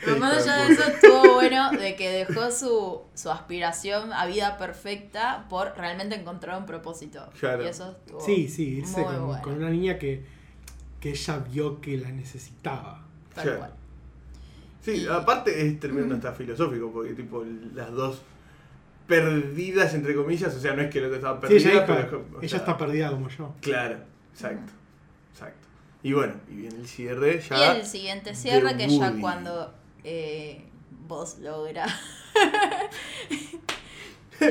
[SPEAKER 2] Pero más
[SPEAKER 1] Hija
[SPEAKER 2] allá
[SPEAKER 1] de
[SPEAKER 2] de eso, estuvo bueno de que dejó su, su aspiración a vida perfecta por realmente encontrar un propósito.
[SPEAKER 1] Claro.
[SPEAKER 2] Y eso estuvo
[SPEAKER 3] Sí, sí, irse
[SPEAKER 2] Muy
[SPEAKER 3] con,
[SPEAKER 2] bueno.
[SPEAKER 3] con una niña que, que ella vio que la necesitaba.
[SPEAKER 2] tal
[SPEAKER 1] Claro.
[SPEAKER 2] cual.
[SPEAKER 1] Sí, aparte es
[SPEAKER 3] Mm.
[SPEAKER 1] tremendo hasta filosófico, porque tipo las dos perdidas entre comillas, o sea, no es que la otra estaba
[SPEAKER 3] Sí,
[SPEAKER 1] perdida,
[SPEAKER 3] ella, dijo,
[SPEAKER 1] pero o
[SPEAKER 3] ella
[SPEAKER 1] sea,
[SPEAKER 3] está perdida como yo.
[SPEAKER 1] Claro, exacto, exacto. Y bueno, y viene el cierre
[SPEAKER 2] Y
[SPEAKER 1] ya.
[SPEAKER 2] el siguiente cierre, que ya
[SPEAKER 1] Woody.
[SPEAKER 2] cuando eh, vos logra.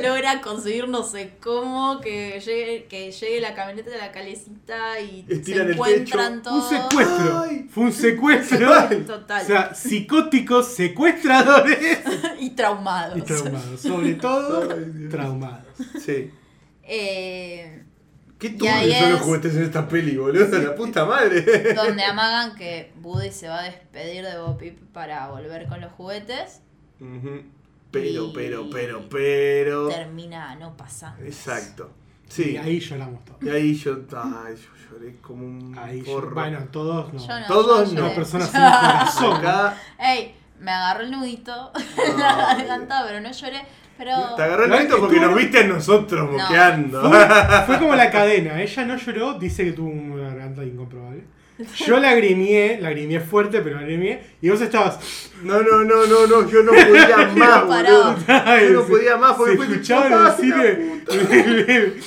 [SPEAKER 2] logra conseguir no sé cómo que llegue, que llegue la camioneta de la calecita y
[SPEAKER 1] Estiran
[SPEAKER 2] se
[SPEAKER 1] el
[SPEAKER 2] encuentran
[SPEAKER 3] Un
[SPEAKER 2] todos.
[SPEAKER 3] secuestro.
[SPEAKER 1] Ay.
[SPEAKER 3] Fue un secuestro.
[SPEAKER 1] [laughs] Total,
[SPEAKER 2] total.
[SPEAKER 3] O sea, psicóticos, secuestradores
[SPEAKER 2] [laughs]
[SPEAKER 1] [laughs]
[SPEAKER 2] y traumados.
[SPEAKER 3] y traumados. Sobre todo,
[SPEAKER 1] Ay, Dios.
[SPEAKER 3] traumados.
[SPEAKER 1] Sí.
[SPEAKER 2] Eh,
[SPEAKER 1] Qué
[SPEAKER 2] Y ahí
[SPEAKER 1] turbios son los
[SPEAKER 2] es-
[SPEAKER 1] juguetes en esta peli, boludo, la puta madre.
[SPEAKER 2] donde amagan que Woody se va a despedir de Bo Peep para volver con los juguetes,
[SPEAKER 1] Ujú. Pero,
[SPEAKER 2] Y-
[SPEAKER 1] pero, pero, pero.
[SPEAKER 2] termina no pasando.
[SPEAKER 1] Exacto. Sí.
[SPEAKER 3] Y ahí lloramos todos.
[SPEAKER 1] Y ahí yo, ay, yo lloré como un
[SPEAKER 3] Ahí llor-
[SPEAKER 1] porro.
[SPEAKER 3] Bueno, todos no.
[SPEAKER 2] Yo no,
[SPEAKER 1] Todos
[SPEAKER 2] yo
[SPEAKER 1] no.
[SPEAKER 2] lloré.
[SPEAKER 3] Una persona sin corazón.
[SPEAKER 1] Acá
[SPEAKER 2] Ey, me agarró el nudito [laughs] en la
[SPEAKER 1] Ay.
[SPEAKER 2] garganta, pero no lloré. Pero
[SPEAKER 1] Te agarró el
[SPEAKER 3] Claro,
[SPEAKER 1] grito porque
[SPEAKER 3] estuvo-
[SPEAKER 1] nos viste a nosotros
[SPEAKER 2] No.
[SPEAKER 1] boqueando.
[SPEAKER 3] Fue, fue como la cadena. Ella no lloró, dice que tuvo una garganta incomprobable. Yo lagrimié, lagrimié fuerte, pero lagrimié. Y vos estabas. [laughs]
[SPEAKER 1] No, no, no, no, no, yo no podía
[SPEAKER 2] [laughs]
[SPEAKER 1] más,
[SPEAKER 2] paraba.
[SPEAKER 3] [laughs]
[SPEAKER 1] boludo. Yo no podía más porque
[SPEAKER 3] Se
[SPEAKER 1] fue tipo,
[SPEAKER 3] escuchaba
[SPEAKER 1] "Ay, la
[SPEAKER 3] decir.
[SPEAKER 1] puta".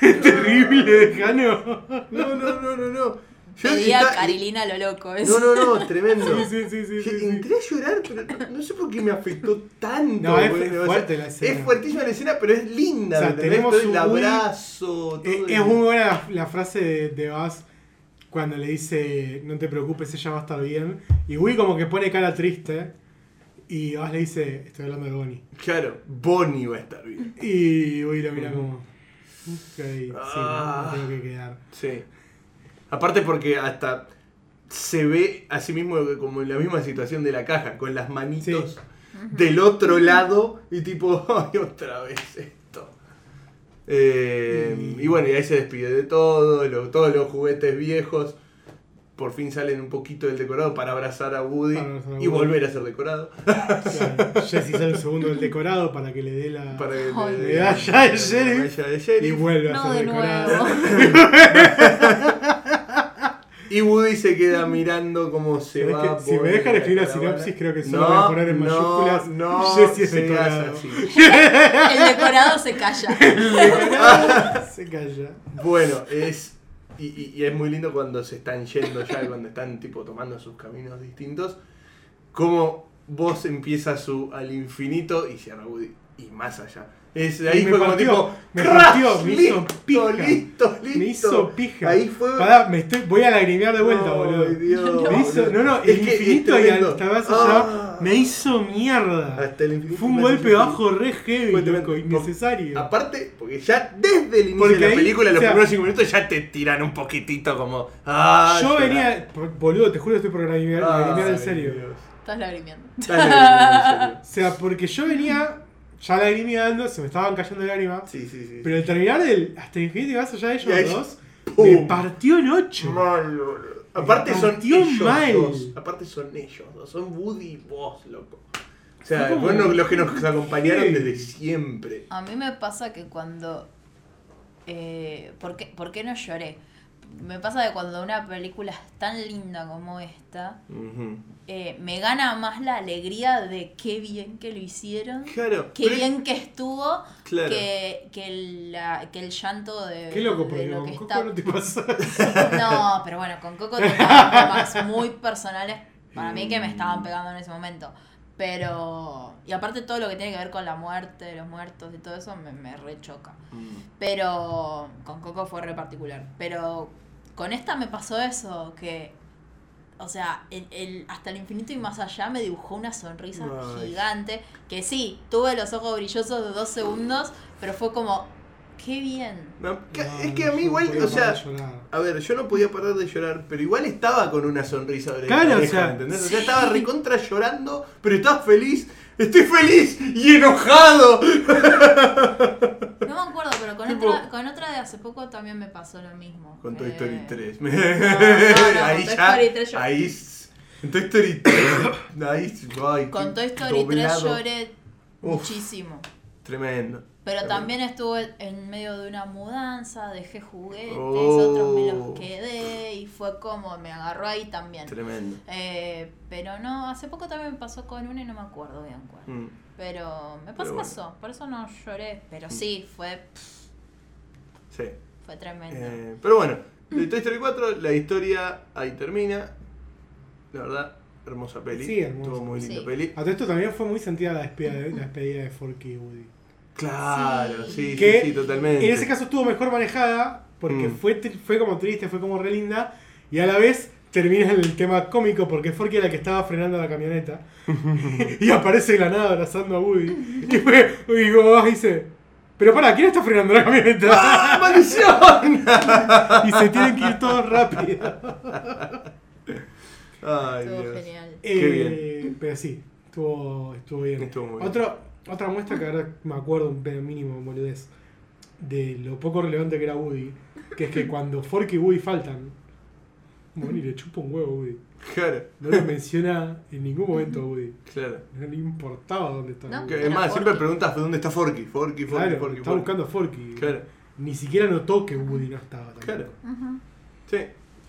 [SPEAKER 3] Terrible lejano.
[SPEAKER 1] No, no, no, no, no. Yo
[SPEAKER 2] pedía
[SPEAKER 1] está-
[SPEAKER 2] Carilina lo loco. eso.
[SPEAKER 1] No, no, no, tremendo.
[SPEAKER 3] Sí, sí, sí, sí,
[SPEAKER 1] Yo
[SPEAKER 3] sí, sí.
[SPEAKER 1] Entré a llorar, pero no- no sé por qué me afectó tanto.
[SPEAKER 3] No, es
[SPEAKER 1] boludo. O sea,
[SPEAKER 3] fuerte la escena.
[SPEAKER 1] Es fuertísima la escena, pero es linda.
[SPEAKER 3] O sea,
[SPEAKER 1] ¿me entendés?
[SPEAKER 3] tenemos
[SPEAKER 1] Todo el
[SPEAKER 3] un
[SPEAKER 1] abrazo. todo
[SPEAKER 3] Eh,
[SPEAKER 1] el-
[SPEAKER 3] Es muy buena la, la frase de, de Buzz cuando le dice, no te preocupes, ella va a estar bien. Y Will como que pone cara triste. Y Buzz le dice, estoy hablando de Bonnie.
[SPEAKER 1] Claro, Bonnie va a estar bien.
[SPEAKER 3] Y Will lo mira como... Ok, sí, no,
[SPEAKER 1] Ah.
[SPEAKER 3] me tengo que quedar.
[SPEAKER 1] Sí. Aparte porque hasta se ve a sí mismo como en la misma situación de la caja, con las manitos
[SPEAKER 3] Sí.
[SPEAKER 1] del otro lado y tipo, [laughs] ay, otra vez esto. Eh,
[SPEAKER 3] Y-
[SPEAKER 1] y bueno, y ahí se despide de todo, lo- todos los juguetes viejos. Por fin salen un poquito del decorado para abrazar a Woody
[SPEAKER 3] Para abrazar a
[SPEAKER 1] y
[SPEAKER 3] Woody.
[SPEAKER 1] volver a ser decorado.
[SPEAKER 3] O sea, Jesse sale el segundo del decorado para que le dé la...
[SPEAKER 1] Para que
[SPEAKER 2] Ay,
[SPEAKER 1] le-
[SPEAKER 3] le da ya el
[SPEAKER 1] la
[SPEAKER 3] sheriff.
[SPEAKER 1] medalla de
[SPEAKER 3] Y
[SPEAKER 1] sheriff.
[SPEAKER 3] [laughs] vuelve a
[SPEAKER 2] No,
[SPEAKER 3] ser
[SPEAKER 2] de
[SPEAKER 3] decorado.
[SPEAKER 2] nuevo.
[SPEAKER 1] Y, Y Woody se queda mirando cómo se
[SPEAKER 3] ¿Sabés
[SPEAKER 1] va.
[SPEAKER 3] que si
[SPEAKER 1] por
[SPEAKER 3] me dejan
[SPEAKER 1] la
[SPEAKER 3] escribir la
[SPEAKER 1] caravana.
[SPEAKER 3] sinopsis, creo que solo voy a poner en mayúsculas,
[SPEAKER 1] No,
[SPEAKER 3] [laughs] Jesse es
[SPEAKER 1] seas
[SPEAKER 3] decorado.
[SPEAKER 1] así.
[SPEAKER 4] El decorado se calla.
[SPEAKER 1] [laughs]
[SPEAKER 3] Se calla.
[SPEAKER 1] Bueno, es. Y, y- y es muy lindo cuando se están yendo ya, cuando están tipo tomando sus caminos distintos. Como vos empiezas su al infinito y cierra Woody. Y más allá. Es,
[SPEAKER 3] Y
[SPEAKER 1] ahí
[SPEAKER 3] me
[SPEAKER 1] fue como
[SPEAKER 3] partió,
[SPEAKER 1] tipo.
[SPEAKER 3] me
[SPEAKER 1] ¡crash!
[SPEAKER 3] partió, me hizo
[SPEAKER 1] listo,
[SPEAKER 3] pija.
[SPEAKER 1] listo, listo.
[SPEAKER 3] Me hizo pija.
[SPEAKER 1] Ahí fue.
[SPEAKER 3] Pará, me estoy, voy a lagrimear de vuelta,
[SPEAKER 1] Ay,
[SPEAKER 3] boludo.
[SPEAKER 1] Dios,
[SPEAKER 3] Me hizo, no, no,
[SPEAKER 1] Es
[SPEAKER 3] el
[SPEAKER 1] que es
[SPEAKER 3] infinito y
[SPEAKER 1] tremendo.
[SPEAKER 3] hasta más
[SPEAKER 1] Ah.
[SPEAKER 3] allá me hizo mierda.
[SPEAKER 1] Hasta el infinito.
[SPEAKER 3] Fue un
[SPEAKER 1] y más
[SPEAKER 3] golpe
[SPEAKER 1] allá.
[SPEAKER 3] bajo re heavy,
[SPEAKER 1] Fue
[SPEAKER 3] loco,
[SPEAKER 1] tremendo.
[SPEAKER 3] innecesario.
[SPEAKER 1] Aparte, porque ya desde el inicio
[SPEAKER 3] Porque
[SPEAKER 1] de la
[SPEAKER 3] ahí,
[SPEAKER 1] película, los
[SPEAKER 3] o sea,
[SPEAKER 1] primeros 5 minutos ya te tiran un poquitito como. Ah,
[SPEAKER 3] Yo
[SPEAKER 1] llorá".
[SPEAKER 3] venía, boludo, te juro que estoy por lagrimear, lagrimear
[SPEAKER 1] Ay,
[SPEAKER 3] en serio.
[SPEAKER 1] Ah, Dios.
[SPEAKER 4] Estás lagrimeando.
[SPEAKER 1] Dale, lagrimear en serio.
[SPEAKER 3] O sea, porque yo venía ya lagrimeando, se me estaban cayendo lágrimas.
[SPEAKER 1] Sí, sí, sí.
[SPEAKER 3] Pero el terminar del hasta el infinito y más allá de
[SPEAKER 1] Y ahí-
[SPEAKER 3] ellos dos,
[SPEAKER 1] ¡pum!
[SPEAKER 3] me partió en ocho.
[SPEAKER 1] Mal, boludo. Aparte
[SPEAKER 3] Me
[SPEAKER 1] son
[SPEAKER 3] partió
[SPEAKER 1] ellos
[SPEAKER 3] mal.
[SPEAKER 1] dos. Aparte son ellos dos. Son Woody y vos, loco. O sea,
[SPEAKER 3] Fue como-
[SPEAKER 1] bueno, los que nos acompañaron
[SPEAKER 3] Sí.
[SPEAKER 1] desde siempre.
[SPEAKER 2] A mí me pasa que cuando. eh, ¿por, qué, por qué no lloré? Me pasa que cuando una película es tan linda como esta,
[SPEAKER 1] Ujú.
[SPEAKER 2] eh, me gana más la alegría de qué bien que lo hicieron,
[SPEAKER 1] Claro.
[SPEAKER 2] qué
[SPEAKER 1] pero-
[SPEAKER 2] bien que estuvo,
[SPEAKER 1] Claro.
[SPEAKER 2] que, que, el, la- que el llanto de,
[SPEAKER 3] Qué loco,
[SPEAKER 2] de
[SPEAKER 3] porque
[SPEAKER 2] lo
[SPEAKER 3] con
[SPEAKER 2] que
[SPEAKER 3] Coco
[SPEAKER 2] está.
[SPEAKER 3] no te pasa.
[SPEAKER 2] No, pero bueno, con Coco tocaban temas muy personales para mí que me estaban pegando en ese momento. Pero. Y aparte todo lo que tiene que ver con la muerte, de los muertos y todo eso me, me rechoca.
[SPEAKER 1] Mm.
[SPEAKER 2] Pero. Con Coco fue re particular. Pero con esta me pasó eso, que. O sea, el, el- hasta el infinito y más allá me dibujó una sonrisa
[SPEAKER 1] Ay.
[SPEAKER 2] gigante. Que sí, tuve los ojos brillosos de dos segundos, pero fue como. ¡Qué bien!
[SPEAKER 1] No, que-
[SPEAKER 3] No,
[SPEAKER 1] es que
[SPEAKER 3] no,
[SPEAKER 1] a mí
[SPEAKER 3] yo
[SPEAKER 1] igual,
[SPEAKER 3] podía
[SPEAKER 1] o sea,
[SPEAKER 3] parar de llorar.
[SPEAKER 1] a ver, yo no podía parar de llorar, pero igual estaba con una sonrisa de
[SPEAKER 3] Claro, o
[SPEAKER 1] oreja,
[SPEAKER 3] sea,
[SPEAKER 1] ¿entendés? O sea, estaba recontra llorando, pero estaba feliz. Estoy feliz y enojado.
[SPEAKER 2] No me acuerdo, pero con,
[SPEAKER 1] Tipo-
[SPEAKER 2] otra, con otra de hace poco también me pasó lo mismo.
[SPEAKER 1] Con Toy
[SPEAKER 2] Eh,
[SPEAKER 1] Story 3. [laughs]
[SPEAKER 2] no,
[SPEAKER 1] ahí
[SPEAKER 2] Toy
[SPEAKER 1] ya.
[SPEAKER 2] Story 3 yo-
[SPEAKER 1] ahí. s- En Toy Story 3. [coughs] ahí, s- ay,
[SPEAKER 2] Con
[SPEAKER 1] qué
[SPEAKER 2] Toy Story 3
[SPEAKER 1] doblado.
[SPEAKER 2] lloré
[SPEAKER 1] Uf.
[SPEAKER 2] muchísimo.
[SPEAKER 1] Tremendo.
[SPEAKER 2] Pero
[SPEAKER 1] Tremendo.
[SPEAKER 2] también estuve en medio de una mudanza, dejé juguetes,
[SPEAKER 1] Oh.
[SPEAKER 2] otros me los quedé y fue como me agarró ahí también.
[SPEAKER 1] Tremendo.
[SPEAKER 2] Eh, pero no, hace poco también me pasó con una y no me acuerdo bien cuál.
[SPEAKER 1] Mm.
[SPEAKER 2] Pero me pasó
[SPEAKER 1] Pero bueno. Mm.
[SPEAKER 2] eso, por eso no lloré. Pero sí, fue,
[SPEAKER 1] Sí.
[SPEAKER 2] fue tremendo.
[SPEAKER 1] Eh, pero bueno, de Toy Story 4, la historia ahí termina. La verdad, hermosa peli.
[SPEAKER 3] Sí, hermosa.
[SPEAKER 1] Estuvo muy linda
[SPEAKER 2] Sí.
[SPEAKER 1] peli.
[SPEAKER 3] A todo esto también fue muy sentida la despedida de, la despedida de Forky y Woody.
[SPEAKER 1] Claro, sí, sí,
[SPEAKER 3] Que
[SPEAKER 1] sí, totalmente.
[SPEAKER 3] En ese caso estuvo mejor manejada, porque
[SPEAKER 1] Mm.
[SPEAKER 3] fue, tri- fue como triste, fue como re linda, y a la vez termina en el tema cómico, porque Forky era la que estaba frenando la camioneta, [laughs] y aparece de la nada abrazando a Woody, y fue, y digo, ah, dice, pero para, ¿quién está frenando
[SPEAKER 1] [laughs]
[SPEAKER 3] la camioneta? [laughs]
[SPEAKER 1] ¡Ah, maldición!
[SPEAKER 3] Y se tienen que ir todos rápido.
[SPEAKER 1] Ay,
[SPEAKER 2] Estuvo
[SPEAKER 1] Dios.
[SPEAKER 2] genial.
[SPEAKER 1] [laughs] Qué
[SPEAKER 3] Eh, Pero sí, estuvo, estuvo bien.
[SPEAKER 1] Estuvo muy bien.
[SPEAKER 3] Otro- otra muestra que ahora me acuerdo un pedo mínimo, boludez, de lo poco relevante que era Woody, que es que cuando Forky y Woody faltan, bueno, y le chupa un huevo a Woody.
[SPEAKER 1] Claro,
[SPEAKER 3] No lo menciona en ningún momento a Woody.
[SPEAKER 1] claro.
[SPEAKER 3] No le importaba dónde estaba.
[SPEAKER 2] No,
[SPEAKER 1] Que,
[SPEAKER 3] Woody.
[SPEAKER 1] es
[SPEAKER 2] Era
[SPEAKER 1] más,
[SPEAKER 2] Forky.
[SPEAKER 1] siempre preguntas dónde está Forky. Forky, Forky,
[SPEAKER 3] Claro,
[SPEAKER 1] Forky.
[SPEAKER 3] estaba
[SPEAKER 1] Forky.
[SPEAKER 3] buscando a Forky.
[SPEAKER 1] Claro,
[SPEAKER 3] Ni siquiera notó que Woody no estaba. tampoco.
[SPEAKER 1] claro.
[SPEAKER 2] Ujú.
[SPEAKER 1] Sí.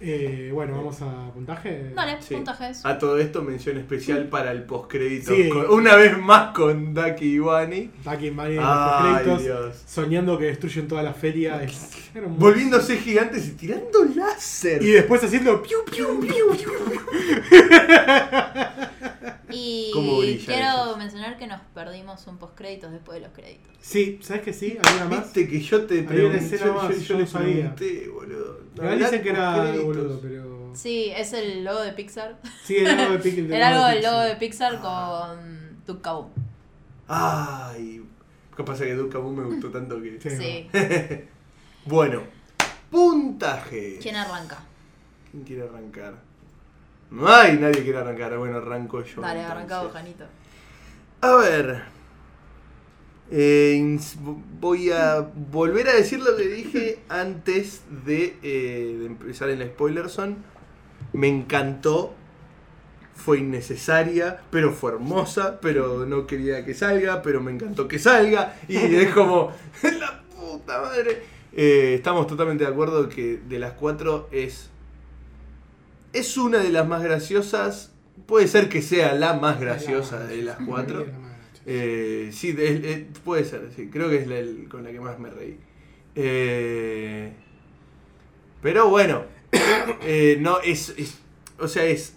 [SPEAKER 3] Eh, bueno, vamos a puntaje.
[SPEAKER 2] Dale,
[SPEAKER 1] Sí.
[SPEAKER 2] puntaje eso.
[SPEAKER 1] A todo esto, mención especial para el postcrédito.
[SPEAKER 3] Sí.
[SPEAKER 1] Con- Una vez más con Ducky y Bunny.
[SPEAKER 3] Taki Mari en los
[SPEAKER 1] Ay,
[SPEAKER 3] créditos.
[SPEAKER 1] Dios.
[SPEAKER 3] soñando que destruyen toda la feria. Es hermoso.
[SPEAKER 1] Volviéndose gigantes y tirando láser.
[SPEAKER 3] Y después haciendo piu, piu, piu, piu.
[SPEAKER 2] Y
[SPEAKER 1] ¿Cómo brilla
[SPEAKER 2] quiero
[SPEAKER 1] eso?
[SPEAKER 2] mencionar que nos perdimos un postcréditos después de los créditos.
[SPEAKER 3] Sí, ¿sabes que sí? ¿Alguna más?
[SPEAKER 1] Viste que yo te
[SPEAKER 3] una
[SPEAKER 1] pregunté.
[SPEAKER 3] escena
[SPEAKER 1] Yo,
[SPEAKER 3] más,
[SPEAKER 1] yo- yo
[SPEAKER 3] yo
[SPEAKER 1] le
[SPEAKER 3] no sabía.
[SPEAKER 1] pregunté, boludo.
[SPEAKER 3] Igual dicen que era
[SPEAKER 1] Postcréditos.
[SPEAKER 3] boludo, pero.
[SPEAKER 2] [laughs] Sí, es el logo de Pixar.
[SPEAKER 3] Sí, era algo de Pickle.
[SPEAKER 2] Era algo del logo de Pixar con Tucaboo.
[SPEAKER 1] Ay. Qué pasa que Duke Boom me gustó tanto que.
[SPEAKER 3] Sí.
[SPEAKER 2] Sí.
[SPEAKER 1] Bueno, puntaje.
[SPEAKER 2] ¿Quién arranca?
[SPEAKER 1] ¿Quién quiere arrancar? No hay nadie que quiera arrancar. Bueno, arranco [laughs] yo.
[SPEAKER 2] Dale,
[SPEAKER 1] entonces.
[SPEAKER 2] arranca
[SPEAKER 1] [laughs]
[SPEAKER 2] vos, Janito.
[SPEAKER 1] A ver. Eh, ins- voy a volver a decir lo que dije antes de, eh, de empezar el spoiler zone. Me encantó. Fue innecesaria, pero fue hermosa, pero no quería que salga, pero me encantó que salga. Y es como, [laughs] la puta madre. Eh, estamos totalmente de acuerdo que de las cuatro es Es una de las más graciosas. Puede ser que sea la más graciosa de las cuatro. Eh, sí, de- eh, puede ser, sí. Creo que es la el- con la que más me reí. Eh, pero bueno, [coughs] eh, no, es, es- O sea, es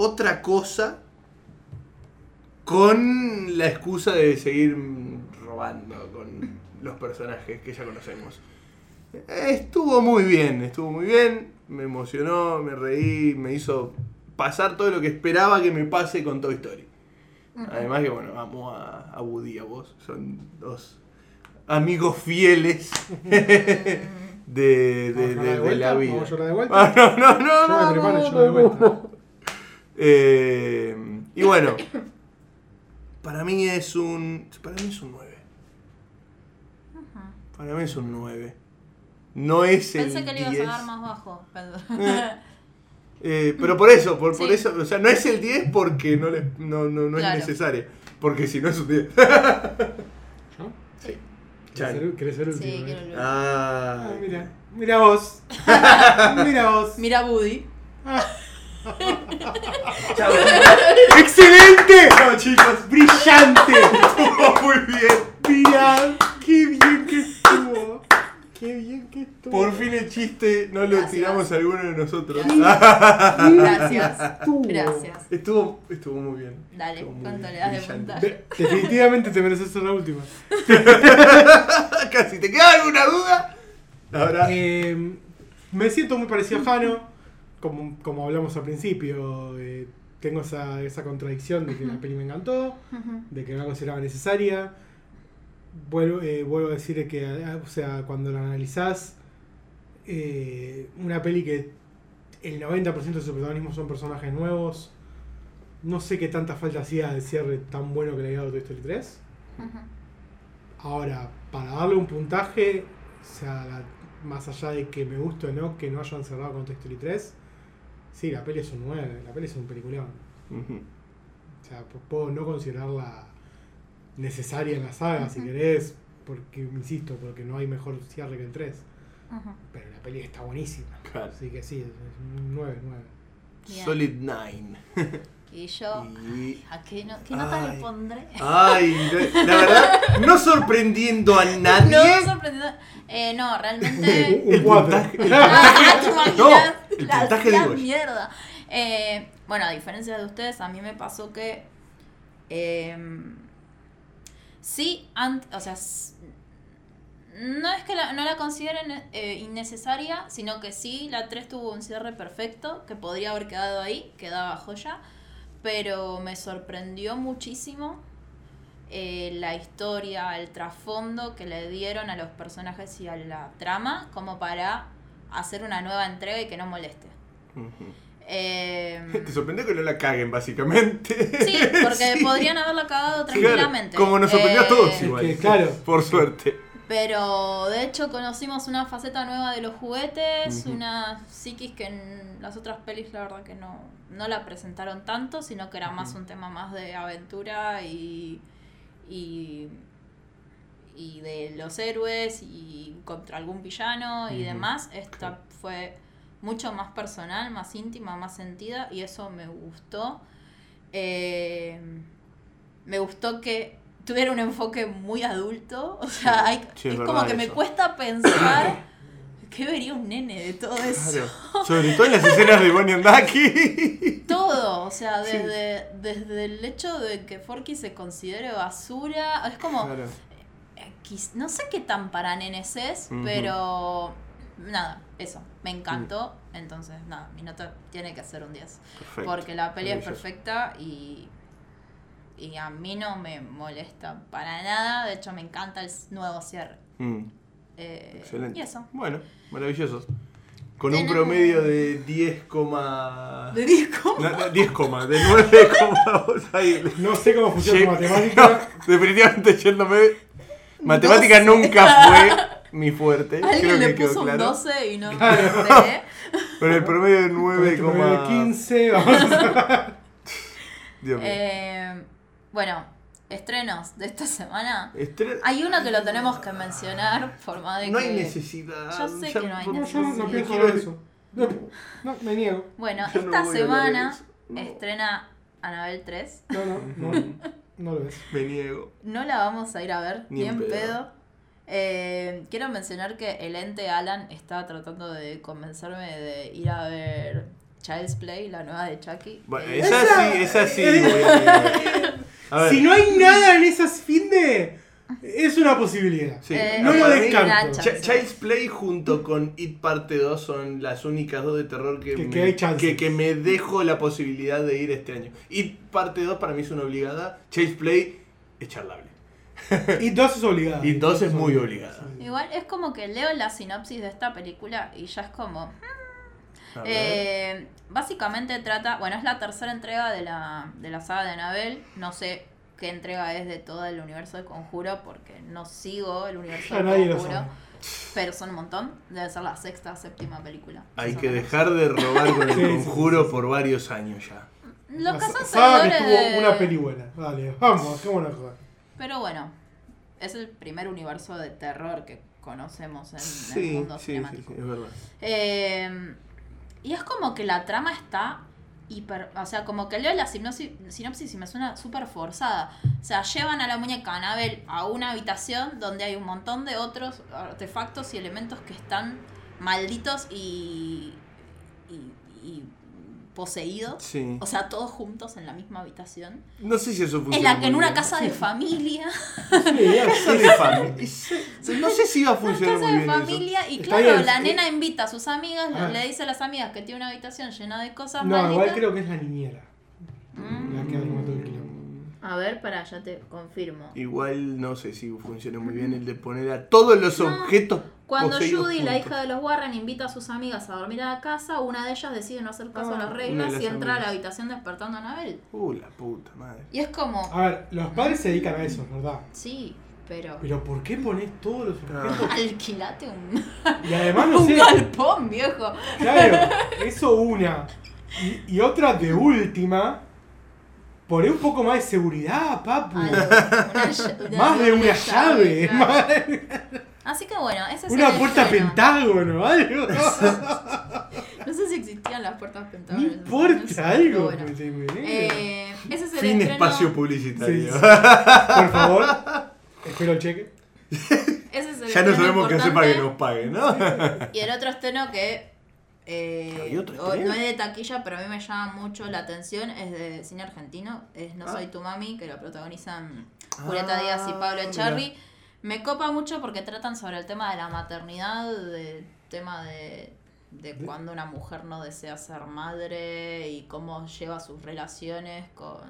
[SPEAKER 1] otra cosa con la excusa de seguir robando con los personajes que ya conocemos. Eh, Estuvo muy bien, estuvo muy bien. Me emocionó, me reí, me hizo pasar todo lo que esperaba que me pase con Toy Story. Además que bueno, amo a, a Woody y a vos. Son dos amigos fieles de,
[SPEAKER 2] Mm.
[SPEAKER 1] de- de-
[SPEAKER 3] ¿Vamos a
[SPEAKER 1] de
[SPEAKER 3] llorar de
[SPEAKER 1] la
[SPEAKER 3] vuelta?
[SPEAKER 1] vida.
[SPEAKER 3] ¿Vamos a llorar de vuelta?
[SPEAKER 1] Ah, no, no, no,
[SPEAKER 3] Yo
[SPEAKER 1] no,
[SPEAKER 3] de primero,
[SPEAKER 1] no,
[SPEAKER 3] yo de
[SPEAKER 1] no,
[SPEAKER 3] vuelta.
[SPEAKER 1] [laughs] no. Eh, y bueno, para mí es un. Para mí es un 9. Para mí es un 9. No es el.
[SPEAKER 2] Pensé que le ibas
[SPEAKER 1] 10.
[SPEAKER 2] a dar más bajo.
[SPEAKER 1] [laughs]
[SPEAKER 2] [laughs] perdón.
[SPEAKER 1] Eh, pero por eso, por, por
[SPEAKER 2] Sí.
[SPEAKER 1] eso, o sea, no es el 10 porque no, le- no, no, no
[SPEAKER 2] Claro.
[SPEAKER 1] es necesario. Porque si no es un 10.
[SPEAKER 3] ¿No? ¿Querés
[SPEAKER 1] Chan.
[SPEAKER 3] ser, querés ser último?
[SPEAKER 2] sí,
[SPEAKER 3] eh?
[SPEAKER 2] quiero el-
[SPEAKER 1] Ah,
[SPEAKER 3] Ah, mira,
[SPEAKER 1] [laughs]
[SPEAKER 3] mira vos. mira
[SPEAKER 1] Ah.
[SPEAKER 3] vos.
[SPEAKER 4] Mira Woody.
[SPEAKER 1] Chao. ¡Excelente! No, chicos, brillante. Estuvo muy bien.
[SPEAKER 3] Mira, qué bien que estuvo. Qué bien que estuvo.
[SPEAKER 1] Por fin el chiste no lo
[SPEAKER 2] Gracias.
[SPEAKER 1] tiramos a alguno de nosotros. Ah,
[SPEAKER 4] Gracias.
[SPEAKER 3] Estuvo.
[SPEAKER 1] Uh.
[SPEAKER 4] Gracias.
[SPEAKER 1] Estuvo, estuvo muy bien.
[SPEAKER 2] Dale,
[SPEAKER 1] Estuvo muy
[SPEAKER 2] ¿cuánto
[SPEAKER 1] bien,
[SPEAKER 2] le das de
[SPEAKER 1] brillante.
[SPEAKER 2] puntaje?
[SPEAKER 3] De- definitivamente te mereces ser la última.
[SPEAKER 1] Ah, Casi, ¿te queda alguna duda? Ahora.
[SPEAKER 3] Eh, me siento muy parecido a Jano, como, como hablamos al principio. eh, tengo esa, esa contradicción de que la peli me encantó, de que no la consideraba necesaria. Vuelvo, eh, vuelvo a decir que, ah, o sea, cuando la analizás, eh, una peli que el 90% de su protagonismo son personajes nuevos. No sé qué tanta falta hacía de cierre tan bueno que le había dado Toy Story 3.
[SPEAKER 2] Ujú.
[SPEAKER 3] Ahora, para darle un puntaje, o sea, la- más allá de que me guste o no, que no hayan cerrado con Toy Story 3, sí, la peli es un 9, la peli es un peliculón.
[SPEAKER 1] Ujú.
[SPEAKER 3] O sea, p- puedo no considerarla necesaria en la saga, si querés, porque, insisto, porque no hay mejor cierre que el 3.
[SPEAKER 2] Ujú.
[SPEAKER 3] Pero la peli está buenísima.
[SPEAKER 1] Claro.
[SPEAKER 3] Así que sí, es un 9, 9.
[SPEAKER 2] Bien. Oh.
[SPEAKER 1] Solid 9.
[SPEAKER 2] Y yo,
[SPEAKER 1] Y-
[SPEAKER 2] ¿a qué, no, qué nota
[SPEAKER 1] Ay.
[SPEAKER 2] le pondré?
[SPEAKER 1] Ay, no- la verdad, no sorprendiendo a nadie.
[SPEAKER 2] [laughs] No, sorprendido. Eh, no,
[SPEAKER 1] [laughs]
[SPEAKER 2] realmente.
[SPEAKER 3] Un
[SPEAKER 1] El
[SPEAKER 3] 4.
[SPEAKER 1] puntaje.
[SPEAKER 2] Ah, ¿te imaginas?
[SPEAKER 1] No, el
[SPEAKER 2] La-
[SPEAKER 1] puntaje
[SPEAKER 2] la
[SPEAKER 1] digo yo.
[SPEAKER 2] mierda. Eh, bueno, a diferencia de ustedes, a mí me pasó que. em, sí, ant- o sea. s- No es que la- no la consideren eh, innecesaria, sino que sí, la 3 tuvo un cierre perfecto, que podría haber quedado ahí, quedaba joya, pero me sorprendió muchísimo eh, la historia, el trasfondo que le dieron a los personajes y a la trama, como para hacer una nueva entrega y que no moleste.
[SPEAKER 1] Ujú. [laughs]
[SPEAKER 2] Em,
[SPEAKER 1] Te sorprendió que no la caguen, básicamente.
[SPEAKER 2] sí, porque
[SPEAKER 1] [laughs] Sí.
[SPEAKER 2] podrían haberla
[SPEAKER 1] Claro,
[SPEAKER 2] cagado tranquilamente.
[SPEAKER 1] como nos sorprendió a
[SPEAKER 2] Eh,
[SPEAKER 1] todos igual.
[SPEAKER 3] que, claro.
[SPEAKER 1] Por suerte.
[SPEAKER 2] Pero de hecho conocimos una faceta nueva de los juguetes,
[SPEAKER 1] Ujú.
[SPEAKER 2] una psiquis que en las otras pelis la verdad que no, no la presentaron tanto, sino que era más un tema más de aventura y, y, y de los héroes y contra algún villano y
[SPEAKER 1] Ujú.
[SPEAKER 2] demás. Esta fue mucho más personal, más íntima, más sentida y eso me gustó. Eh, me gustó que tuviera un enfoque muy adulto. [laughs] O sea, hay-
[SPEAKER 1] Sí, es
[SPEAKER 2] es, como
[SPEAKER 1] verdad
[SPEAKER 2] que me
[SPEAKER 1] eso. [coughs]
[SPEAKER 2] cuesta pensar qué vería un nene de todo eso.
[SPEAKER 1] Claro. Sobre todo en las escenas de Bonnie and Ducky.
[SPEAKER 2] Todo, o sea, desde, desde el hecho de que Forky se considere basura, es como,
[SPEAKER 1] Claro.
[SPEAKER 2] eh, quis- no sé qué tan para nenes es,
[SPEAKER 1] Ujú.
[SPEAKER 2] pero nada, eso, me encantó, entonces nada, mi nota tiene que ser un 10.
[SPEAKER 1] Mm. Perfecto.
[SPEAKER 2] Porque la peli es
[SPEAKER 1] Maravilloso.
[SPEAKER 2] perfecta y, y a mí no me molesta para nada. De hecho, me encanta el nuevo cierre.
[SPEAKER 1] Mm,
[SPEAKER 2] Eh,
[SPEAKER 1] excelente.
[SPEAKER 2] Y eso.
[SPEAKER 1] Bueno, maravilloso. Con un
[SPEAKER 2] Tenemos-
[SPEAKER 1] promedio de 10, coma-
[SPEAKER 2] De disco.
[SPEAKER 1] No, no, 10, coma, de 9, [laughs] coma, vos ahí.
[SPEAKER 3] [laughs] No sé cómo funciona
[SPEAKER 1] Lle-
[SPEAKER 3] tu
[SPEAKER 1] [laughs]
[SPEAKER 3] matemática.
[SPEAKER 1] No, definitivamente yéndome. Matemática nunca fue mi fuerte. creo
[SPEAKER 2] Alguien
[SPEAKER 1] que
[SPEAKER 2] le
[SPEAKER 1] quedó
[SPEAKER 2] puso
[SPEAKER 1] claro.
[SPEAKER 2] un 12 y no me
[SPEAKER 3] Claro.
[SPEAKER 1] [laughs]
[SPEAKER 2] enteré.
[SPEAKER 1] Pero el promedio de
[SPEAKER 3] Con este promedio de
[SPEAKER 1] 9,15.
[SPEAKER 3] 15, vamos a
[SPEAKER 1] Dios mío.
[SPEAKER 2] Eh, bueno, estrenos de esta semana.
[SPEAKER 1] Estre-
[SPEAKER 2] Hay uno que lo tenemos que mencionar por más de
[SPEAKER 1] No
[SPEAKER 2] que...
[SPEAKER 1] hay necesidad.
[SPEAKER 2] Yo sé
[SPEAKER 1] ya-
[SPEAKER 2] que no hay
[SPEAKER 1] por-
[SPEAKER 3] No, yo no
[SPEAKER 2] necesidad.
[SPEAKER 3] pienso
[SPEAKER 1] Quiero-
[SPEAKER 3] eso. No, no, me niego.
[SPEAKER 2] Bueno,
[SPEAKER 1] Yo [laughs] no
[SPEAKER 2] esta
[SPEAKER 1] voy a hablar de
[SPEAKER 2] semana
[SPEAKER 1] eso. No.
[SPEAKER 2] estrena Anabel 3.
[SPEAKER 3] No, no, no, no lo
[SPEAKER 2] [laughs]
[SPEAKER 3] ves.
[SPEAKER 1] Me niego.
[SPEAKER 2] No la vamos a ir a ver,
[SPEAKER 1] Ni
[SPEAKER 2] ni,
[SPEAKER 1] en
[SPEAKER 2] en
[SPEAKER 1] pedo.
[SPEAKER 2] pedo. Eh, quiero mencionar que el ente Alan está tratando de convencerme de ir a ver Child's Play, la nueva de Chucky.
[SPEAKER 3] [laughs]
[SPEAKER 1] Bueno,
[SPEAKER 2] Eh,
[SPEAKER 1] esa,
[SPEAKER 3] Esa-
[SPEAKER 1] sí, esa sí.
[SPEAKER 3] eh.
[SPEAKER 1] voy
[SPEAKER 3] [laughs]
[SPEAKER 1] a- A ver,
[SPEAKER 3] Si no hay nada en esas fin de. Es una posibilidad.
[SPEAKER 1] sí.
[SPEAKER 2] eh,
[SPEAKER 3] no lo
[SPEAKER 1] Para mí,
[SPEAKER 2] una
[SPEAKER 3] descarto.
[SPEAKER 1] Ch-
[SPEAKER 2] chance.
[SPEAKER 1] Child's Play junto con It Parte 2 son las únicas dos de terror que,
[SPEAKER 3] Que-
[SPEAKER 1] me,
[SPEAKER 3] que hay chances.
[SPEAKER 1] que- que me dejo la posibilidad de ir este año. It Parte 2 para mí es una obligada, Child's Play es charlable.
[SPEAKER 3] Y dos es obligada.
[SPEAKER 1] Y dos es muy obligada.
[SPEAKER 3] Sí.
[SPEAKER 2] Igual es como que leo la sinopsis de esta película y ya es como,
[SPEAKER 1] A ver.
[SPEAKER 2] Eh, básicamente trata, bueno, es la tercera entrega de la, de la saga de Anabel. No sé qué entrega es de todo el universo de Conjuro porque no sigo el universo
[SPEAKER 3] Ya
[SPEAKER 2] de
[SPEAKER 3] nadie lo
[SPEAKER 2] Conjuro.
[SPEAKER 3] sabe.
[SPEAKER 2] Pero son un montón. Debe ser la sexta, séptima película.
[SPEAKER 1] Hay
[SPEAKER 2] más o
[SPEAKER 1] que
[SPEAKER 2] menos.
[SPEAKER 1] dejar de robar con el
[SPEAKER 3] [laughs] Sí, sí,
[SPEAKER 1] conjuro
[SPEAKER 3] sí, sí.
[SPEAKER 1] por varios años ya.
[SPEAKER 2] Los
[SPEAKER 3] La
[SPEAKER 2] que son
[SPEAKER 3] saga Ah, que
[SPEAKER 2] seguidores
[SPEAKER 3] tuvo
[SPEAKER 2] de-
[SPEAKER 3] una peli buena. Vale, vamos, qué buena joda.
[SPEAKER 2] Pero bueno, es el primer universo de terror que conocemos en el
[SPEAKER 1] Sí,
[SPEAKER 2] mundo
[SPEAKER 1] sí, sí,
[SPEAKER 2] cinemático.
[SPEAKER 1] sí, es verdad.
[SPEAKER 2] Eh, y es como que la trama está hiper. O sea, como que leo la sinopsis, sinopsis y me suena súper forzada. O sea, llevan a la muñeca Anabel a una habitación donde hay un montón de otros artefactos y elementos que están malditos y. y, y poseídos.
[SPEAKER 1] Sí.
[SPEAKER 2] O sea, todos juntos en la misma habitación.
[SPEAKER 1] No sé si eso [laughs]
[SPEAKER 2] En
[SPEAKER 1] funciona.
[SPEAKER 2] la que en
[SPEAKER 1] muy
[SPEAKER 2] una
[SPEAKER 1] bien.
[SPEAKER 2] casa de familia. [laughs]
[SPEAKER 1] Casa de familia. Ese- No sé si va a funcionar
[SPEAKER 2] Casa
[SPEAKER 1] muy
[SPEAKER 2] de
[SPEAKER 1] bien. eh. eso.
[SPEAKER 2] familia y
[SPEAKER 3] Está
[SPEAKER 2] claro,
[SPEAKER 3] bien,
[SPEAKER 2] la
[SPEAKER 3] sí.
[SPEAKER 2] nena invita a sus amigas,
[SPEAKER 3] Ah.
[SPEAKER 2] le dice a las amigas que tiene una habitación llena de cosas
[SPEAKER 3] No, igual
[SPEAKER 2] malditas.
[SPEAKER 3] creo que es la niñera.
[SPEAKER 2] Mm.
[SPEAKER 3] La que arma todo el quilombo.
[SPEAKER 2] A ver, para ya te confirmo.
[SPEAKER 1] Igual no sé si funciona muy bien el de poner a todos los
[SPEAKER 2] No.
[SPEAKER 1] objetos.
[SPEAKER 2] Cuando
[SPEAKER 1] poseídos
[SPEAKER 2] Judy, la
[SPEAKER 1] juntos.
[SPEAKER 2] hija de los Warren, invita a sus amigas a dormir a la casa, una de ellas decide no hacer caso
[SPEAKER 3] Ah,
[SPEAKER 2] a las
[SPEAKER 3] una
[SPEAKER 1] de
[SPEAKER 2] reglas
[SPEAKER 1] las
[SPEAKER 2] y entra a
[SPEAKER 1] amigas.
[SPEAKER 2] la habitación despertando a Anabel.
[SPEAKER 1] Uh, la puta madre.
[SPEAKER 2] Y es como,
[SPEAKER 1] Ah.
[SPEAKER 3] A ver, los padres se dedican a eso, es verdad.
[SPEAKER 2] sí, pero
[SPEAKER 3] Pero ¿por qué pones todos los objetos?
[SPEAKER 1] [laughs]
[SPEAKER 2] alquilate un,
[SPEAKER 3] Y además,
[SPEAKER 2] [laughs]
[SPEAKER 3] no
[SPEAKER 2] un
[SPEAKER 3] sé,
[SPEAKER 2] galpón, viejo.
[SPEAKER 3] claro, eso una. Y, y otra de última, poné un poco más de seguridad, papu.
[SPEAKER 2] Ay, una ll-
[SPEAKER 3] Más de una
[SPEAKER 1] [laughs]
[SPEAKER 3] llave,
[SPEAKER 2] claro.
[SPEAKER 3] más-
[SPEAKER 2] Así que bueno, ese es
[SPEAKER 3] una
[SPEAKER 2] el
[SPEAKER 3] puerta
[SPEAKER 2] estreno.
[SPEAKER 3] pentágono, [laughs] algo.
[SPEAKER 2] No sé si existían las puertas
[SPEAKER 3] No
[SPEAKER 2] pentágonas. no sé,
[SPEAKER 3] importa,
[SPEAKER 2] pero
[SPEAKER 3] algo.
[SPEAKER 2] bueno.
[SPEAKER 3] mete, mete.
[SPEAKER 2] Eh, ese es el
[SPEAKER 1] pues, Fin
[SPEAKER 2] estreno-
[SPEAKER 1] espacio publicitario. [laughs]
[SPEAKER 3] Sí, Por favor, espero el cheque.
[SPEAKER 2] ese es el
[SPEAKER 1] Ya no
[SPEAKER 2] estreno
[SPEAKER 1] sabemos que sepa
[SPEAKER 2] importante.
[SPEAKER 1] que nos paguen, ¿no? [laughs]
[SPEAKER 2] Y el otro estreno que eh,
[SPEAKER 1] ¿Hay otro
[SPEAKER 2] o-
[SPEAKER 1] estreno?
[SPEAKER 2] no es de taquilla, pero a mí me llama mucho la atención, es de cine argentino, es No
[SPEAKER 1] Ah.
[SPEAKER 2] Soy Tu Mami, que lo protagonizan
[SPEAKER 1] Ah,
[SPEAKER 2] Julieta Díaz y Pablo
[SPEAKER 1] mira.
[SPEAKER 2] Echarri. Me copa mucho porque tratan sobre el tema de la maternidad, del tema de, de
[SPEAKER 3] De-
[SPEAKER 2] cuando una mujer no desea ser madre y cómo lleva sus relaciones con...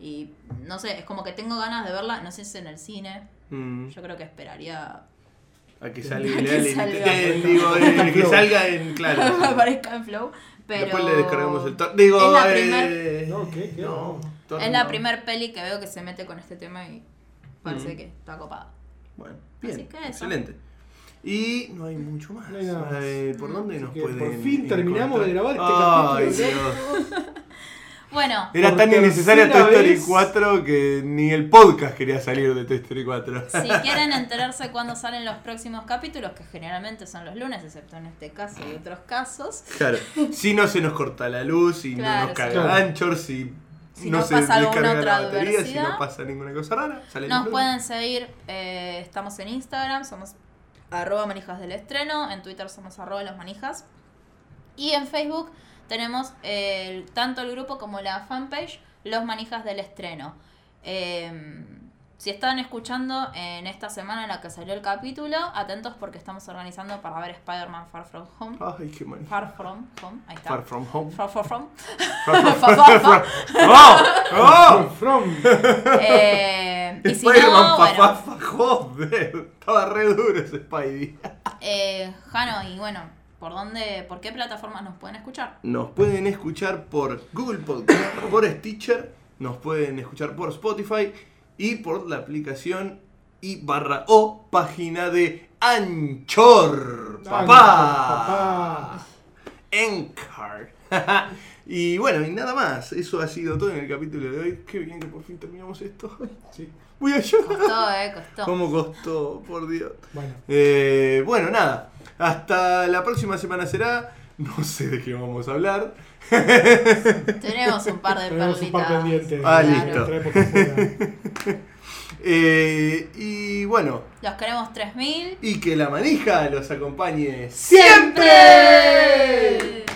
[SPEAKER 2] Y no sé, es como que tengo ganas de verla, no sé si es en el cine,
[SPEAKER 1] Mm,
[SPEAKER 2] yo creo que esperaría
[SPEAKER 1] a que salga
[SPEAKER 2] A que
[SPEAKER 1] el
[SPEAKER 2] salga.
[SPEAKER 1] [laughs] digo, eh, que salga en claro.
[SPEAKER 2] aparezca en Flow. [laughs] Pero
[SPEAKER 1] Después le descargamos el top. Digo,
[SPEAKER 2] Es la
[SPEAKER 1] eh,
[SPEAKER 2] primer-
[SPEAKER 3] No, ¿qué? ¿Qué?
[SPEAKER 1] no, Thor
[SPEAKER 2] es la
[SPEAKER 1] no.
[SPEAKER 2] primer peli que veo que se mete con este tema y parece
[SPEAKER 1] Mm.
[SPEAKER 2] que está copada.
[SPEAKER 1] Bueno, bien,
[SPEAKER 2] Así que eso.
[SPEAKER 1] excelente. Y no hay mucho más.
[SPEAKER 3] No hay nada más.
[SPEAKER 1] Eh, ¿Por dónde
[SPEAKER 3] Así
[SPEAKER 1] nos
[SPEAKER 3] que
[SPEAKER 1] pueden
[SPEAKER 3] por fin terminamos de grabar este
[SPEAKER 1] Ay,
[SPEAKER 3] capítulo,
[SPEAKER 1] Dios.
[SPEAKER 2] Bueno,
[SPEAKER 1] Era
[SPEAKER 3] Por
[SPEAKER 1] tan innecesaria Toy
[SPEAKER 3] tercera
[SPEAKER 1] Story
[SPEAKER 3] vez.
[SPEAKER 1] 4 que ni el podcast quería salir de Toy Story 4.
[SPEAKER 2] si quieren enterarse cuándo salen los próximos capítulos, que generalmente son los lunes, excepto en este caso y otros casos,
[SPEAKER 1] Claro, si no se nos corta la luz, si no
[SPEAKER 2] Claro,
[SPEAKER 1] nos caga
[SPEAKER 3] claro.
[SPEAKER 1] Anchor, si,
[SPEAKER 2] Si
[SPEAKER 1] no,
[SPEAKER 2] no
[SPEAKER 1] se
[SPEAKER 2] pasa alguna
[SPEAKER 1] descarga la
[SPEAKER 2] otra
[SPEAKER 1] batería, si no
[SPEAKER 2] adversidad.
[SPEAKER 1] pasa ninguna cosa rara, sale el
[SPEAKER 2] nos
[SPEAKER 1] lunes.
[SPEAKER 2] pueden seguir. eh, estamos en Instagram, somos arroba manijas del estreno, en Twitter somos arroba los manijas y en Facebook tenemos el- tanto el grupo como la fanpage Los Manijas del Estreno. Eh, si están escuchando en esta semana en la que salió el capítulo, atentos porque estamos organizando para ver Spider-Man Far From Home.
[SPEAKER 1] Ay, qué mal.
[SPEAKER 2] Far From Home, ahí está.
[SPEAKER 1] Ah. Far from home.
[SPEAKER 2] Far From From.
[SPEAKER 1] Far from-
[SPEAKER 2] [laughs] Far from- from.
[SPEAKER 1] ¡No! ¡No!
[SPEAKER 3] From.
[SPEAKER 2] Eh, y si no,
[SPEAKER 1] Spider-Man,
[SPEAKER 2] bueno,
[SPEAKER 1] papá, fa- joder. Estaba re duro ese Spidey.
[SPEAKER 2] Eh, Jano, y bueno, ¿por dónde, por qué plataformas nos pueden escuchar?
[SPEAKER 1] Nos pueden escuchar por Google Podcast, [coughs] por Stitcher, nos pueden escuchar por Spotify y por la aplicación y barra o página de Anchor. Papá.
[SPEAKER 3] Papá.
[SPEAKER 1] Anchor. [laughs] y bueno, y nada más. Eso ha sido todo en el capítulo de hoy. Qué bien que por fin terminamos esto.
[SPEAKER 3] Sí,
[SPEAKER 1] Voy a llorar.
[SPEAKER 2] Costó, eh,
[SPEAKER 3] [laughs]
[SPEAKER 2] costó.
[SPEAKER 1] ¿Cómo costó? Por Dios.
[SPEAKER 3] bueno.
[SPEAKER 1] Eh, bueno, nada. Hasta la próxima semana será. No sé de qué vamos a hablar.
[SPEAKER 2] Tenemos un par de
[SPEAKER 3] Tenemos un par
[SPEAKER 2] perlitas.
[SPEAKER 3] pendiente.
[SPEAKER 1] Ah,
[SPEAKER 3] de
[SPEAKER 1] listo.
[SPEAKER 3] otra época fuera.
[SPEAKER 1] Eh, y bueno,
[SPEAKER 2] Los queremos 3000.
[SPEAKER 1] y que la manija los acompañe
[SPEAKER 2] ¡Siempre!